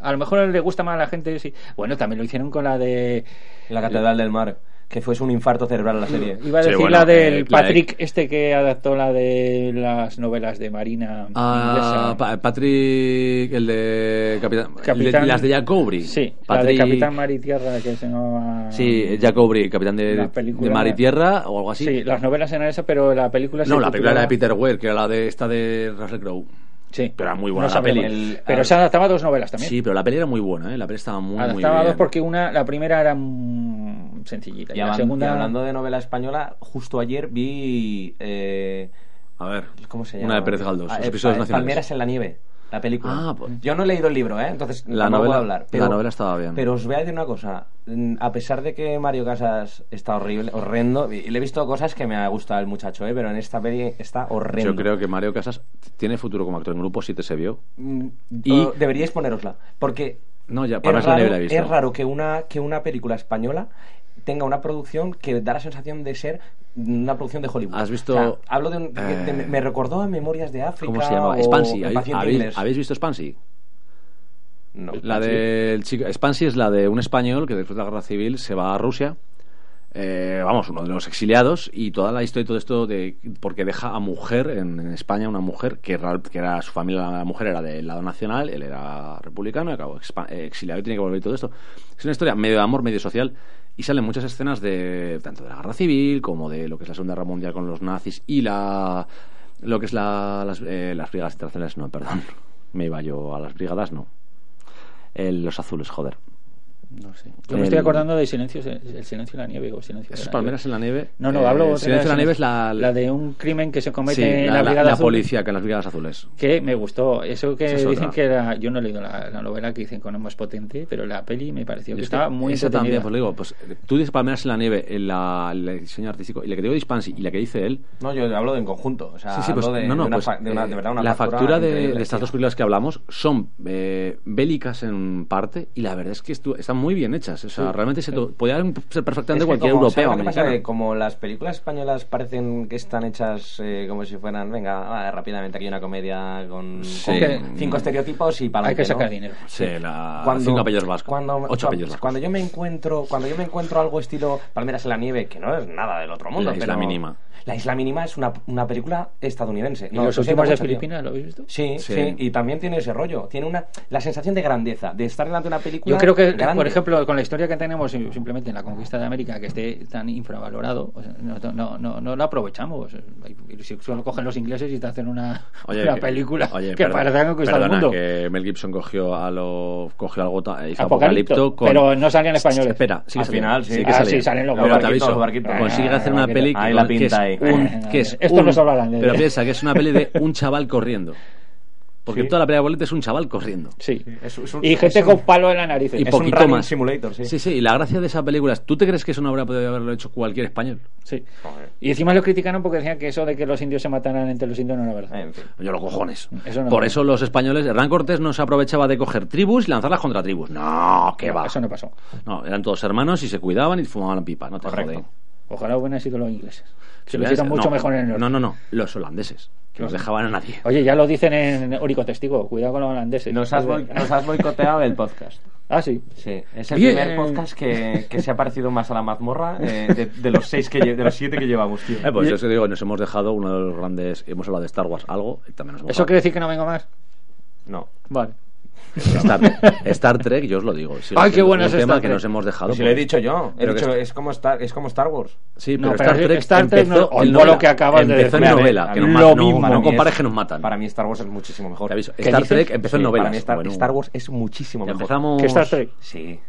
Speaker 4: A lo mejor le gusta más a la gente. Sí. Bueno, también lo hicieron con la de.
Speaker 2: La Catedral del Mar, que fue un infarto cerebral la serie.
Speaker 4: Iba a
Speaker 1: Sí,
Speaker 4: decir
Speaker 1: bueno,
Speaker 4: la del
Speaker 1: eh, la de-
Speaker 4: Patrick, este que adaptó la de las novelas de Marina.
Speaker 1: Ah,
Speaker 4: inglesa.
Speaker 1: Pa- Patrick, el de Capitán. el de-
Speaker 4: Capitán-
Speaker 1: las de Jacobri.
Speaker 4: Sí,
Speaker 1: Patrick,
Speaker 4: la de Capitán Mar y Tierra, que se llamaba.
Speaker 1: Sí, eh, Jacobri, Capitán de,
Speaker 4: La película-
Speaker 1: de Mar y Tierra o algo así.
Speaker 4: Sí, las novelas eran esas, pero la película. se
Speaker 1: no, la película era
Speaker 4: titulaba-
Speaker 1: de Peter Weir, que era la de esta de Russell Crowe.
Speaker 4: Sí.
Speaker 1: pero era muy buena
Speaker 4: No
Speaker 1: la peli. Ah,
Speaker 4: sabemos.
Speaker 2: El-
Speaker 4: pero se adaptaba a dos novelas también.
Speaker 1: Sí, pero la peli era muy buena, ¿eh? La peli estaba muy, muy
Speaker 4: adaptaba a dos
Speaker 1: bien.
Speaker 4: porque una, la primera era mm, sencillita. Y,
Speaker 2: Y,
Speaker 4: la
Speaker 2: hablando-
Speaker 4: segunda.
Speaker 2: y hablando de novela española, justo ayer vi. eh,
Speaker 1: A ver,
Speaker 2: ¿Cómo se
Speaker 1: Una
Speaker 2: llama?
Speaker 1: de Pérez Galdós,
Speaker 2: Ah,
Speaker 1: los
Speaker 2: eh,
Speaker 1: episodios
Speaker 2: eh,
Speaker 1: nacionales.
Speaker 2: Palmeras en la nieve, la película.
Speaker 1: Ah, pues-
Speaker 2: Yo no he leído el libro, ¿eh? Entonces
Speaker 1: La
Speaker 2: no puedo
Speaker 1: novela-
Speaker 2: hablar.
Speaker 1: la novela estaba bien.
Speaker 2: Pero os voy a decir una cosa. Mm, A pesar de que Mario Casas está horrible, horrendo, y le he visto cosas que me ha gustado el muchacho, ¿eh? Pero en esta peli está horrendo.
Speaker 1: Yo creo que Mario Casas tiene futuro como actor en grupo si te se vio.
Speaker 2: Mm,
Speaker 1: Y-
Speaker 2: o- deberíais ponerosla, porque
Speaker 1: No, ya, para más
Speaker 2: es
Speaker 1: la
Speaker 2: raro,
Speaker 1: nieve la he visto.
Speaker 2: es raro que una que una película española tenga una producción que da la sensación de ser una producción de Hollywood.
Speaker 1: ¿Has visto,
Speaker 2: O sea, hablo de, un- de- de-
Speaker 1: eh,
Speaker 2: me recordó a Memorias de África.
Speaker 1: ¿Cómo se llamaba?
Speaker 2: o
Speaker 1: Spansy.
Speaker 2: El
Speaker 1: ¿Habéis,
Speaker 2: paciente
Speaker 1: habéis-
Speaker 2: inglés.
Speaker 1: habéis visto Spansy?
Speaker 2: No.
Speaker 1: La del chico. Spansy es la de un español que después de la guerra civil se va a Rusia. eh, vamos, uno de los exiliados y toda la historia y todo esto de porque deja a mujer en, en España una mujer que, ra- que era su familia, la mujer era del lado nacional, él era republicano, y acabó expa- eh, exiliado y tiene que volver y todo esto. Es una historia medio de amor, medio social y salen muchas escenas de tanto de la guerra civil como de lo que es la Segunda Guerra Mundial con los nazis y la lo que es la- las, eh, las brigadas internacionales, no, perdón, me iba yo a las brigadas, no. El- los azules, joder.
Speaker 4: No sé. Yo
Speaker 1: El-
Speaker 4: me estoy acordando de Silencio, el Silencio en la Nieve o Silencio.
Speaker 1: Esas
Speaker 4: en la
Speaker 1: palmeras en
Speaker 4: nieve.
Speaker 1: la nieve.
Speaker 4: No, no,
Speaker 1: eh,
Speaker 4: hablo. otra
Speaker 1: Silencio en la
Speaker 4: de
Speaker 1: nieve es la,
Speaker 4: la de un crimen que se comete
Speaker 1: sí,
Speaker 4: en
Speaker 1: la,
Speaker 4: la,
Speaker 1: la-
Speaker 4: Brigada
Speaker 1: la
Speaker 4: Azul,
Speaker 1: policía que en las brigadas azules.
Speaker 4: Que me gustó. Eso que
Speaker 1: Esa es
Speaker 4: dicen
Speaker 1: otra.
Speaker 4: que era. Yo no he leído la, la novela que dicen con ambos potente, pero la peli me pareció que
Speaker 1: Es que
Speaker 4: estaba muy
Speaker 1: esa también,
Speaker 4: entretenida.
Speaker 1: pues le digo, pues eh, tú dices palmeras en la nieve, en la, el diseño artístico, y la que te digo de Hispansi y la que dice él,
Speaker 2: No, yo hablo de en conjunto. O sea,
Speaker 1: Sí, sí, pues,
Speaker 2: Ah, hablo de,
Speaker 1: no, no,
Speaker 2: de una
Speaker 1: pues,
Speaker 2: fa- de una- de
Speaker 1: eh,
Speaker 2: verdad, una
Speaker 1: la factura de,
Speaker 2: increíble,
Speaker 1: de estas
Speaker 2: tío.
Speaker 1: dos películas que hablamos son eh, bélicas en parte y la verdad es que estu- están muy bien hechas. O sea,
Speaker 2: Sí, Eh,
Speaker 1: realmente se to- podían ser perfectamente
Speaker 2: Es que
Speaker 1: cualquier
Speaker 2: como-
Speaker 1: europeo.
Speaker 2: ¿sabes lo que pasa?
Speaker 1: americano.
Speaker 2: Que como las películas españolas parecen que están hechas eh, como si fueran, venga, va, rápidamente aquí una comedia con,
Speaker 1: Sí.
Speaker 2: con
Speaker 1: Que-
Speaker 2: cinco estereotipos y para
Speaker 4: Hay que sacar dinero.
Speaker 1: Sí, la... Ah, cinco apellidos vascos.
Speaker 2: Cuando,
Speaker 1: ocho
Speaker 2: cua-
Speaker 1: apellidos vascos.
Speaker 2: cuando yo me encuentro, cuando yo me encuentro algo estilo Palmeras en la nieve, que no es nada del otro mundo,
Speaker 1: La Isla
Speaker 2: pero-
Speaker 1: Mínima.
Speaker 2: La Isla Mínima es una, una película estadounidense.
Speaker 4: ¿Y
Speaker 2: No,
Speaker 4: los
Speaker 2: lo siento
Speaker 4: últimos de
Speaker 2: mucho, tío.
Speaker 4: Filipinas, ¿lo habéis visto?
Speaker 2: Sí,
Speaker 1: Sí.
Speaker 2: sí, y también tiene ese rollo. Tiene una la sensación de grandeza, de estar delante de una película.
Speaker 4: Yo creo que,
Speaker 2: grande.
Speaker 4: por ejemplo, con la historia que tenemos eh, simplemente en la conquista de América, que esté tan infravalorado, o sea, no, no, no, no la aprovechamos. Y Si solo cogen los ingleses y te hacen una, una
Speaker 1: que-
Speaker 4: película
Speaker 1: oye,
Speaker 4: que
Speaker 1: perdona-
Speaker 4: parece que conquista el
Speaker 1: perdona,
Speaker 4: mundo.
Speaker 1: que Mel Gibson cogió a lo cogió algo ta- hizo
Speaker 4: Apocalipto,
Speaker 1: Apocalipto con-
Speaker 4: pero no salían españoles.
Speaker 1: Espera, sí que
Speaker 2: Al
Speaker 1: salían,
Speaker 2: final, sí.
Speaker 1: que
Speaker 2: Ah,
Speaker 1: salían.
Speaker 4: sí, salen los
Speaker 1: Pero te
Speaker 2: barquitos,
Speaker 1: aviso,
Speaker 2: los barquitos.
Speaker 1: consiguen hacer una
Speaker 4: Ah,
Speaker 1: peli
Speaker 2: ahí la
Speaker 1: que es
Speaker 2: pinta ahí.
Speaker 1: un que es
Speaker 4: Esto
Speaker 1: un-
Speaker 4: no se habla holandés.
Speaker 1: Pero piensa que es una peli de un chaval corriendo. Porque
Speaker 2: Sí.
Speaker 1: toda la pelea de bolete es un chaval corriendo.
Speaker 4: Sí.
Speaker 2: Es- es un-
Speaker 4: Y
Speaker 2: es
Speaker 4: gente
Speaker 2: un-
Speaker 4: con palo en la nariz.
Speaker 1: Y
Speaker 2: es un
Speaker 1: poquito
Speaker 2: running
Speaker 1: más.
Speaker 2: simulator, sí.
Speaker 1: sí, y la gracia de esa película es, ¿tú te crees que eso no habría podido haberlo hecho cualquier español?
Speaker 4: Sí. Y encima lo criticaron porque decían que eso de que los indios se mataran entre los indios no era
Speaker 1: Eh,
Speaker 4: verdad.
Speaker 2: En fin.
Speaker 1: Yo los cojones.
Speaker 4: Eso no
Speaker 1: Por
Speaker 4: me-
Speaker 1: eso los españoles, Hernán Cortés no se aprovechaba de coger tribus y lanzarlas contra tribus. No, que
Speaker 4: No,
Speaker 1: va.
Speaker 4: Eso no pasó.
Speaker 1: No, eran todos hermanos y se cuidaban y fumaban pipa, no te
Speaker 2: Correcto.
Speaker 1: jode.
Speaker 4: Ojalá hubieran sido los ingleses.
Speaker 1: Si
Speaker 4: Se lo
Speaker 1: hubieras-
Speaker 4: hicieron mucho
Speaker 1: no,
Speaker 4: mejor en el norte.
Speaker 1: No, no, no, los holandeses, que no
Speaker 4: Los-
Speaker 1: dejaban a nadie.
Speaker 4: Oye, ya lo dicen en Orico Testigo. Cuidado con los holandeses.
Speaker 2: Nos has, boi-
Speaker 4: Desde-
Speaker 2: nos has boicoteado el podcast.
Speaker 4: Ah, sí.
Speaker 2: Pues Sí, es el
Speaker 1: Bien.
Speaker 2: primer podcast que, que se ha parecido más a la mazmorra eh, de, de los seis que lle- de los siete que llevamos, tío.
Speaker 1: Eh, pues yo os digo, nos hemos dejado uno de los grandes. Hemos hablado de Star Wars algo. y También nos hemos
Speaker 4: ¿Eso quiere
Speaker 1: hablado-
Speaker 4: decir que no vengo más?
Speaker 2: No.
Speaker 4: Vale.
Speaker 1: Star, Star Trek, yo os lo digo. sigue
Speaker 4: Ay, qué
Speaker 1: siendo
Speaker 4: buena
Speaker 1: un
Speaker 4: es
Speaker 1: tema
Speaker 4: Star
Speaker 1: que
Speaker 4: Trek.
Speaker 1: nos hemos dejado.
Speaker 2: Pues si lo he dicho yo. He
Speaker 1: Pero que
Speaker 2: dicho,
Speaker 1: es-
Speaker 2: es como, Star, es como Star Wars.
Speaker 1: Sí, pero,
Speaker 4: No, pero
Speaker 1: Star
Speaker 4: es-
Speaker 1: Trek,
Speaker 4: Star Trek no-
Speaker 1: empezó
Speaker 4: o
Speaker 1: en
Speaker 4: lo
Speaker 1: novela.
Speaker 4: que acabas de
Speaker 1: empezó
Speaker 4: decir.
Speaker 1: en
Speaker 2: Mira,
Speaker 1: novela.
Speaker 2: a
Speaker 1: Que
Speaker 2: mí-
Speaker 1: no,
Speaker 4: lo
Speaker 1: ma- no- no
Speaker 4: mismo.
Speaker 2: Para mí
Speaker 1: compares
Speaker 2: es-
Speaker 1: que nos matan.
Speaker 2: Para mí Star Wars es muchísimo mejor.
Speaker 1: Te aviso,
Speaker 4: ¿Qué
Speaker 1: Star
Speaker 4: dices?
Speaker 1: Trek empezó en
Speaker 2: Sí,
Speaker 1: novela.
Speaker 2: Para mí Star,
Speaker 1: bueno,
Speaker 2: Star Wars es muchísimo mejor.
Speaker 1: Empezamos.
Speaker 4: ¿Qué Star Trek?
Speaker 2: Sí,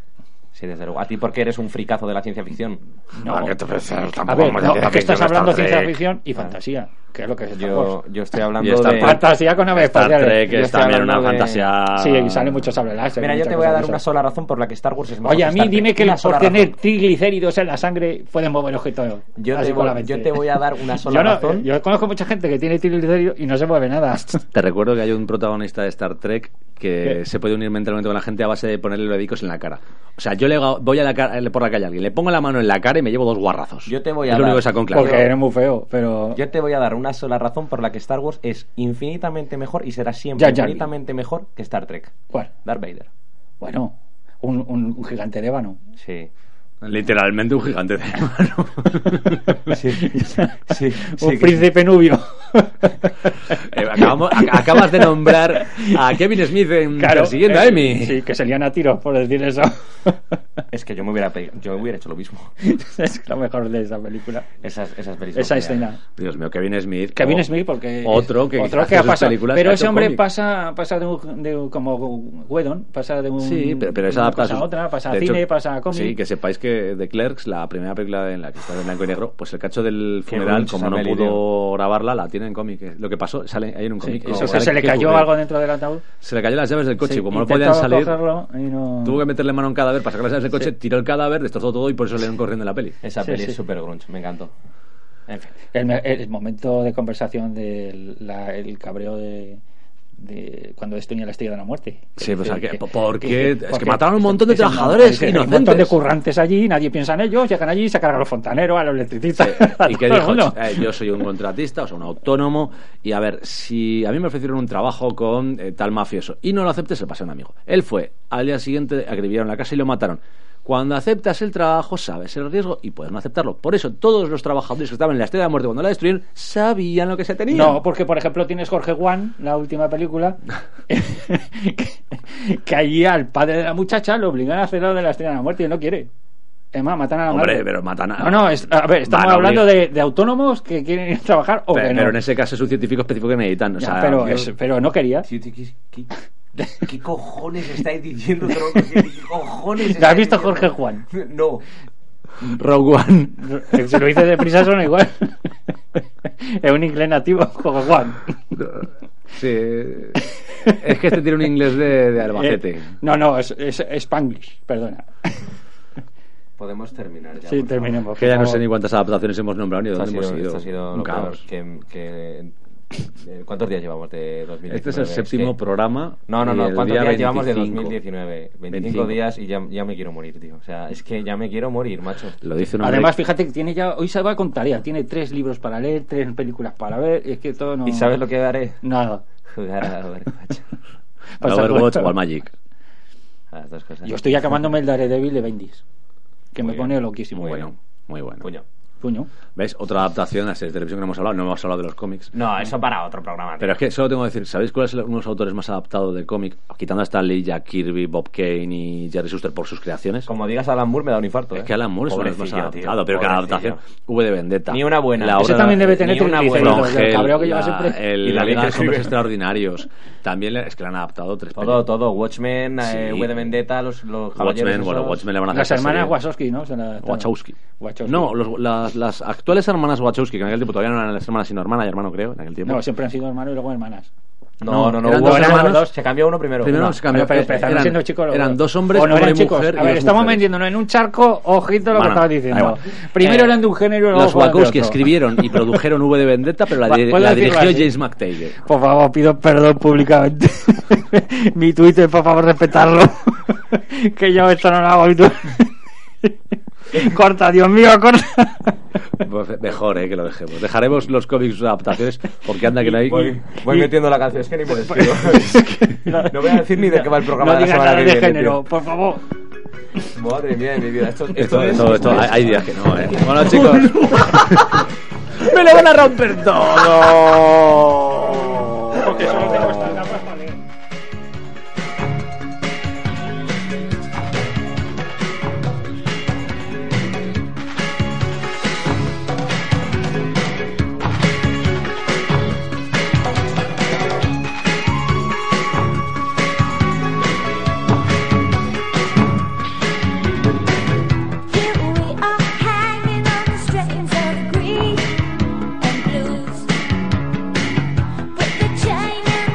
Speaker 2: sí, desde luego. A ti porque eres un fricazo de la ciencia ficción.
Speaker 4: No.
Speaker 8: te parece?
Speaker 4: A
Speaker 8: Tampoco
Speaker 4: ver,
Speaker 8: vamos
Speaker 4: no,
Speaker 8: decir
Speaker 4: es que estás
Speaker 8: Star
Speaker 4: hablando de
Speaker 8: Trek.
Speaker 4: ciencia ficción y fantasía, que es lo que es Star
Speaker 2: Yo,
Speaker 4: Wars.
Speaker 2: yo estoy
Speaker 1: Y
Speaker 2: hablando
Speaker 1: Star
Speaker 2: de...
Speaker 1: Trek.
Speaker 4: Fantasía con naves
Speaker 1: Star
Speaker 4: espaciales.
Speaker 1: Trek
Speaker 2: Yo
Speaker 1: es
Speaker 2: estoy
Speaker 1: también una
Speaker 2: hablando de-
Speaker 1: fantasía.
Speaker 4: Sí, y sale mucho sable láser.
Speaker 2: Mira, yo
Speaker 4: muchas
Speaker 2: te voy a
Speaker 4: cosas
Speaker 2: dar
Speaker 4: de
Speaker 2: una
Speaker 4: esas.
Speaker 2: sola razón por la que Star Wars es mejor.
Speaker 4: Oye, a mí
Speaker 2: Star Trek.
Speaker 4: dime que
Speaker 2: Una
Speaker 4: por
Speaker 2: sola
Speaker 4: tener
Speaker 2: razón.
Speaker 4: triglicéridos en la sangre pueden mover objetos.
Speaker 2: Yo
Speaker 4: así
Speaker 2: te,
Speaker 4: con la
Speaker 2: voy, yo
Speaker 4: mente.
Speaker 2: te voy a dar una sola
Speaker 4: yo no-
Speaker 2: razón.
Speaker 4: Yo conozco mucha gente que tiene triglicéridos y no se mueve nada.
Speaker 1: Te recuerdo que hay un protagonista de Star Trek que se puede unir mentalmente con la gente a base de ponerle lobicos en la cara. O sea, yo le hago- voy a la cara, por la calle a alguien, le pongo la mano en la cara y me llevo dos guarrazos.
Speaker 2: Yo te voy a
Speaker 1: Es lo
Speaker 2: dar-
Speaker 1: único que saco en claro.
Speaker 4: Porque eres muy feo, pero...
Speaker 2: Yo te voy a dar una sola razón por la que Star Wars es infinitamente mejor y será siempre
Speaker 4: Ya, ya.
Speaker 2: infinitamente mejor que Star Trek.
Speaker 4: ¿Cuál?
Speaker 2: Darth Vader.
Speaker 4: Bueno, un, un- un gigante de ébano.
Speaker 2: Sí.
Speaker 1: Literalmente un gigante de mano.
Speaker 2: Sí. Sí.
Speaker 4: un
Speaker 2: sí.
Speaker 4: príncipe nubio.
Speaker 1: Eh, acabamos- a- acabas de nombrar a Kevin Smith en persiguiendo a
Speaker 4: eh,
Speaker 1: Amy.
Speaker 4: Sí, que se lían a tiros por decir eso.
Speaker 2: Es que yo me hubiera pedido- yo hubiera hecho lo mismo.
Speaker 4: es lo mejor de esa película.
Speaker 2: Esas, esas películas.
Speaker 4: Esa
Speaker 2: Mira.
Speaker 4: escena.
Speaker 1: Dios mío, Kevin Smith.
Speaker 4: Kevin
Speaker 1: Oh,
Speaker 4: Smith, porque.
Speaker 1: Otro que,
Speaker 4: otro
Speaker 1: hace
Speaker 4: que ha
Speaker 1: sus
Speaker 4: pasado.
Speaker 1: películas,
Speaker 4: Pero
Speaker 1: ha
Speaker 4: ese
Speaker 1: hecho
Speaker 4: hombre
Speaker 1: cómic.
Speaker 4: pasa, pasa de un, de un- como Whedon, pasa de un.
Speaker 1: Sí, pero, pero es
Speaker 4: una
Speaker 1: adaptar
Speaker 4: cosa a
Speaker 1: sus-
Speaker 4: otra, pasa a
Speaker 1: de
Speaker 4: cine,
Speaker 1: hecho,
Speaker 4: pasa a cómic.
Speaker 1: Sí, que sepáis que The Clerks, la primera película en la que está de blanco y negro, pues el cacho del
Speaker 2: Qué
Speaker 1: funeral,
Speaker 2: bonito
Speaker 1: como
Speaker 2: esa
Speaker 1: no
Speaker 2: peli,
Speaker 1: pudo grabarla, la tiene en cómic. Eh, Lo que pasó, sale ahí en un
Speaker 4: Sí,
Speaker 1: cómic.
Speaker 4: eso
Speaker 1: Como
Speaker 4: que
Speaker 1: sale
Speaker 4: se le
Speaker 1: qué
Speaker 4: cayó
Speaker 1: ocurre.
Speaker 4: algo dentro del ataúd.
Speaker 1: Se le cayó las llaves del coche,
Speaker 4: Sí,
Speaker 1: como no
Speaker 4: intentaba
Speaker 1: podían salir,
Speaker 4: cogerlo y no-
Speaker 1: tuvo que meterle mano a un cadáver para sacar las llaves del coche, tiró el cadáver, destrozó todo y por eso le dieron corriendo en la peli.
Speaker 2: Esa
Speaker 4: Sí,
Speaker 2: peli
Speaker 4: sí.
Speaker 2: es súper grunge. Me encantó. En fin.
Speaker 4: El, me- el momento de conversación del la- el cabreo de, de cuando esto tenía la estrella de la muerte.
Speaker 1: Sí, o sea, que-
Speaker 4: Que-
Speaker 1: ¿por
Speaker 4: que-
Speaker 1: qué? Es que
Speaker 4: porque
Speaker 1: mataron un montón de
Speaker 4: es el-
Speaker 1: trabajadores
Speaker 4: es el- Un montón de
Speaker 1: inocentes.
Speaker 4: currantes allí, nadie piensa en ellos, llegan allí y se cargan a los fontaneros, a los electricistas. a
Speaker 1: y que
Speaker 4: todo el
Speaker 1: dijo,
Speaker 4: mundo.
Speaker 1: "Eh, yo soy un contratista, o sea, un autónomo, y a ver, si a mí me ofrecieron un trabajo con eh, tal mafioso y no lo aceptes, se lo pasé a un amigo. Él fue, al día siguiente acribillaron la casa y lo mataron. Cuando aceptas el trabajo, sabes el riesgo y puedes no aceptarlo. Por eso, todos los trabajadores que estaban en la estrella de la muerte cuando la destruyeron sabían lo que se tenía.
Speaker 4: No, porque por ejemplo tienes Jorge Juan, la última película, que, que allí al padre de la muchacha lo obligan a hacer lo de la estrella de la muerte y él no quiere. Es más, matan a la
Speaker 1: Hombre,
Speaker 4: madre.
Speaker 1: pero matan a-
Speaker 4: No, no, es- a ver, estamos
Speaker 1: Van a
Speaker 4: hablando
Speaker 1: oblig-
Speaker 4: de, de autónomos que quieren ir a trabajar o
Speaker 1: Pe-
Speaker 4: que
Speaker 1: pero,
Speaker 4: no.
Speaker 1: en ese caso es un científico específico que necesitan. O
Speaker 4: Ya,
Speaker 1: sea,
Speaker 4: pero,
Speaker 1: yo-
Speaker 4: es- pero no quería.
Speaker 2: Sí, sí, ¿Qué, qué, qué cojones estáis diciendo, tronco? ¿Qué, qué cojones
Speaker 4: ¿Lo has
Speaker 2: estáis
Speaker 4: visto,
Speaker 2: diciendo?
Speaker 4: Jorge Juan?
Speaker 2: No.
Speaker 1: Rogue One.
Speaker 4: Si lo dices deprisa suena igual. es un inglés nativo, Jorge Juan.
Speaker 1: Sí. Es que este tiene un inglés de, de Albacete.
Speaker 4: Eh, no, no, es, es, es Spanglish, perdona.
Speaker 2: Podemos terminar ya. por
Speaker 4: Sí,
Speaker 2: favor.
Speaker 4: terminemos.
Speaker 1: que ya
Speaker 4: por
Speaker 1: no sé
Speaker 4: favor.
Speaker 1: ni cuántas adaptaciones hemos nombrado ni de
Speaker 2: Esto ha
Speaker 1: dónde hemos
Speaker 2: sido,
Speaker 1: ido.
Speaker 2: esto ha sido
Speaker 1: Un
Speaker 2: lo
Speaker 1: caos.
Speaker 2: peor, que, que Eh, ¿Cuántos días llevamos de 2019?
Speaker 1: Este es el
Speaker 2: que-
Speaker 1: séptimo programa.
Speaker 2: No, no,
Speaker 1: y
Speaker 2: no.
Speaker 1: el
Speaker 2: ¿Cuántos
Speaker 1: día
Speaker 2: días llevamos de
Speaker 1: 25.
Speaker 2: 2019? 25,
Speaker 1: 25.
Speaker 2: días y ya, ya me quiero morir, tío. O sea, es que ya me quiero morir, macho.
Speaker 1: Lo dice un hombre-
Speaker 4: Además, fíjate que tiene ya. Hoy se va con tarea. Tiene tres libros para leer, tres películas para ver. Es que todo no.
Speaker 2: ¿Y sabes lo que haré?
Speaker 4: Nada.
Speaker 2: Jugar a Overwatch.
Speaker 1: al
Speaker 4: pasa
Speaker 1: Overwatch
Speaker 4: con-
Speaker 1: o al Magic.
Speaker 2: A las dos cosas.
Speaker 4: Yo estoy acabándome el Daredevil de Bendis. Que
Speaker 2: Muy
Speaker 4: me
Speaker 2: bien.
Speaker 4: pone loquísimo.
Speaker 1: Muy bueno. Muy bueno.
Speaker 2: Puño.
Speaker 4: Puño.
Speaker 1: ¿Ves? Otra adaptación a series de televisión que no hemos hablado. No hemos hablado de los cómics.
Speaker 2: No, eso para otro programa. tío.
Speaker 1: Pero es que solo tengo que decir, ¿sabéis cuáles son los- unos autores más adaptados de cómic? Quitando a Stanley, Jack Kirby, Bob Kane y Jerry Schuster por sus creaciones.
Speaker 2: Como digas Alan Moore me da un infarto.
Speaker 1: Es
Speaker 2: ¿eh?
Speaker 1: que Alan Moore es uno de los más
Speaker 2: Pobrecillo, tío,
Speaker 1: adaptados, pero que la
Speaker 2: pobrecillo.
Speaker 1: adaptación V de Vendetta.
Speaker 2: Ni una buena.
Speaker 1: La
Speaker 2: Ese
Speaker 1: obra-
Speaker 4: también debe tener
Speaker 2: Ni una
Speaker 4: triglicéridos,
Speaker 2: buena.
Speaker 4: Pero el cabreo que lleva
Speaker 1: la-
Speaker 4: siempre.
Speaker 1: el-
Speaker 2: Y la
Speaker 1: la
Speaker 2: ley
Speaker 1: Liga
Speaker 2: que
Speaker 1: de los Hombres
Speaker 2: escribe.
Speaker 1: Extraordinarios. También le- es que le han adaptado tres
Speaker 2: Todo,
Speaker 1: películas.
Speaker 2: todo. Watchmen, eh,
Speaker 1: Sí.
Speaker 2: V de Vendetta, los, los caballeros.
Speaker 1: Watchmen, bueno,
Speaker 2: esos.
Speaker 1: Watchmen le van a hacer
Speaker 4: Las
Speaker 1: esta
Speaker 4: hermanas
Speaker 1: serie.
Speaker 4: Wachowski, ¿no? Se la-
Speaker 1: Wachowski.
Speaker 4: Wachowski.
Speaker 1: No, los- las, las actuales hermanas Wachowski, que en aquel tiempo todavía no eran las hermanas, sino hermana y hermano, creo, en aquel tiempo.
Speaker 4: No, siempre han sido hermanos y luego hermanas.
Speaker 2: No, no, no.
Speaker 1: eran
Speaker 2: hubo
Speaker 1: dos
Speaker 2: eran
Speaker 1: hermanos.
Speaker 2: dos, Se cambió uno primero.
Speaker 1: Primero
Speaker 2: Una.
Speaker 1: se cambió.
Speaker 4: Pero- pero empezaron
Speaker 1: eran,
Speaker 4: siendo chicos los
Speaker 1: eran
Speaker 4: dos.
Speaker 1: dos hombres,
Speaker 4: o no
Speaker 1: hombre
Speaker 4: eran
Speaker 1: y
Speaker 4: chicos.
Speaker 1: mujer. y
Speaker 4: a ver,
Speaker 1: dos
Speaker 4: estamos
Speaker 1: mujeres.
Speaker 4: vendiéndonos en un charco, ojito lo
Speaker 1: Bueno,
Speaker 4: que estabas
Speaker 1: da
Speaker 4: diciendo.
Speaker 1: igual.
Speaker 4: Primero
Speaker 1: Eh,
Speaker 4: eran de un género y luego
Speaker 1: Los
Speaker 4: eran de
Speaker 1: Wachowski
Speaker 4: otro.
Speaker 1: escribieron y produjeron V de Vendetta, pero la,
Speaker 4: Va,
Speaker 1: dir-
Speaker 4: puedo
Speaker 1: la
Speaker 4: decirlo
Speaker 1: dirigió
Speaker 4: así.
Speaker 1: James McTaggart.
Speaker 4: Por favor, pido perdón públicamente. Mi Twitter, por favor, respetarlo. que yo esto no lo hago habitual. corta, Dios mío, corta.
Speaker 1: Pues, Mejor, eh, que lo dejemos. Dejaremos los cómics sus adaptaciones porque anda que no hay.
Speaker 2: Voy, voy metiendo la canción. Es que ni puedes, tío.
Speaker 4: No,
Speaker 2: No voy a decir ni de qué va el programa
Speaker 4: no
Speaker 2: de la
Speaker 4: digas
Speaker 2: semana
Speaker 4: nada
Speaker 2: que
Speaker 4: de
Speaker 2: viene,
Speaker 4: género,
Speaker 2: tío.
Speaker 4: por favor.
Speaker 2: Madre mía de mi vida. Esto, esto,
Speaker 1: Esto,
Speaker 2: es-
Speaker 1: esto, esto,
Speaker 2: es-
Speaker 1: hay, hay días que no, eh. Bueno, chicos. ¡Me lo van a romper todo!
Speaker 7: Here we are hanging on the strings of the green and blues, with the chain and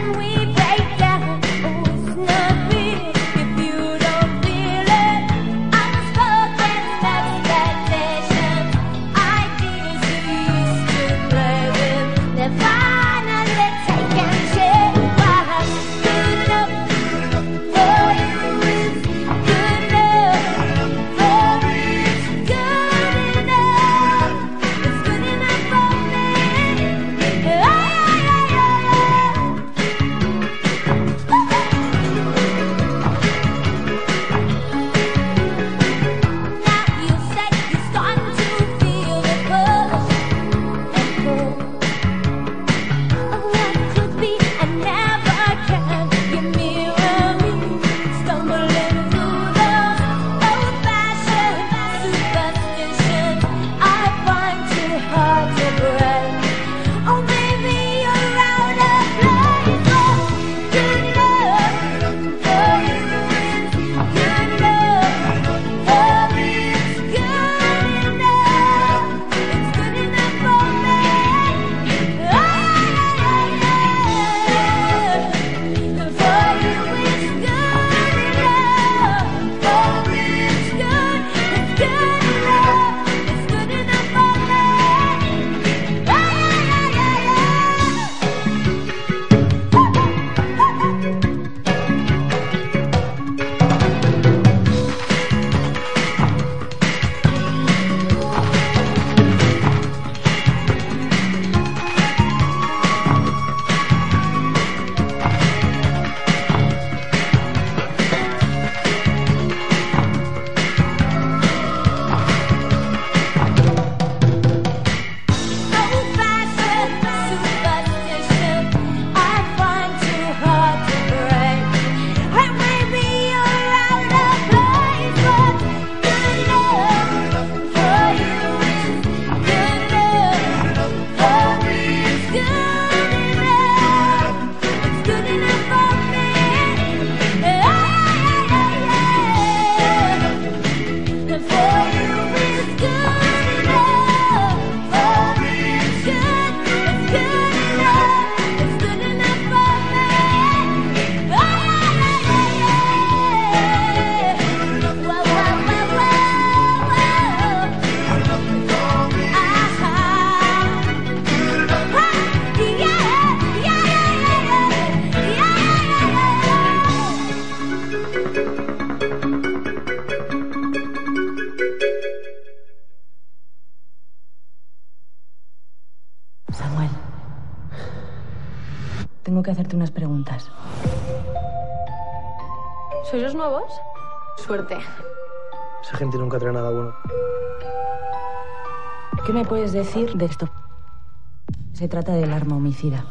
Speaker 8: Tengo que hacerte unas preguntas.
Speaker 7: ¿Sois los nuevos? Suerte.
Speaker 9: Esa gente nunca trae nada bueno.
Speaker 8: ¿Qué me puedes decir de esto? Se trata del arma homicida.